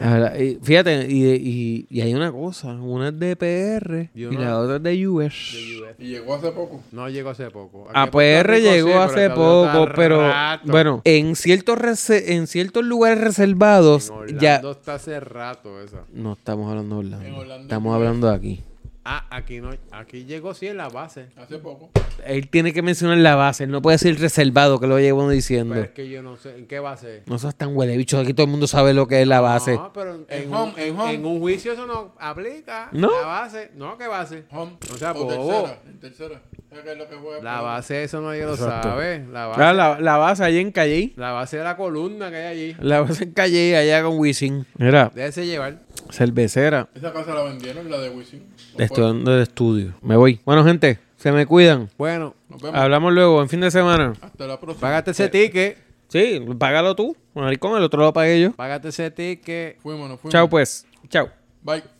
Speaker 1: Ahora, y fíjate, y, y- y hay una cosa. Una es de PR y,
Speaker 2: Y una-
Speaker 1: la otra es de US.
Speaker 3: Y llegó hace poco.
Speaker 2: No llegó hace poco.
Speaker 1: A
Speaker 2: Aquí en Puerto
Speaker 1: PR
Speaker 2: Rico sí,
Speaker 1: llegó
Speaker 2: pero
Speaker 1: hace
Speaker 2: está durando
Speaker 1: poco, pero
Speaker 2: rato.
Speaker 1: bueno, en ciertos rese- en ciertos lugares reservados
Speaker 2: En
Speaker 1: ya
Speaker 2: Orlando está hace rato esa.
Speaker 1: No estamos hablando de Orlando.
Speaker 3: En Orlando.
Speaker 1: Estamos hablando de aquí.
Speaker 2: Ah, aquí no. Aquí llegó sí en la base.
Speaker 3: Hace poco.
Speaker 1: Él tiene que mencionar la base. Él no puede decir reservado, que lo llevo diciendo.
Speaker 2: Pero es que yo no sé. ¿En qué base?
Speaker 1: No seas tan huele bicho. Aquí todo el mundo sabe lo que es la base.
Speaker 2: No, pero en,
Speaker 3: En
Speaker 2: un-
Speaker 3: home, en
Speaker 2: en,
Speaker 3: home.
Speaker 2: en un juicio eso no aplica.
Speaker 1: ¿No?
Speaker 2: La base. No, ¿qué base?
Speaker 3: Home.
Speaker 2: O sea, bobo.
Speaker 3: tercera. En tercera. ¿Sabes qué es lo que juega?
Speaker 2: La base, eso nadie lo
Speaker 1: Exacto.
Speaker 2: sabe. La base,
Speaker 1: Ah, la, la base allá en Calle.
Speaker 2: la base de la columna que hay allí.
Speaker 1: La base en Calle, allá con Wisin. Mira,
Speaker 2: Déjese llevar.
Speaker 1: cervecera.
Speaker 3: Esa casa la vendieron, la de Wisin.
Speaker 2: Pues,
Speaker 1: Estoy hablando de estudio. Me voy. Bueno, gente, se me cuidan.
Speaker 2: Bueno,
Speaker 3: Nos vemos.
Speaker 1: Hablamos luego, en fin de semana.
Speaker 3: Hasta la próxima.
Speaker 2: Ah.
Speaker 1: Eh.
Speaker 2: págate ese ticket.
Speaker 1: Sí, págalo tú. Maricón, el otro lo pagué yo.
Speaker 2: Págate ese ticket.
Speaker 3: Fuimos, nos fuimos.
Speaker 1: Chao, pues. Chao.
Speaker 3: Bye.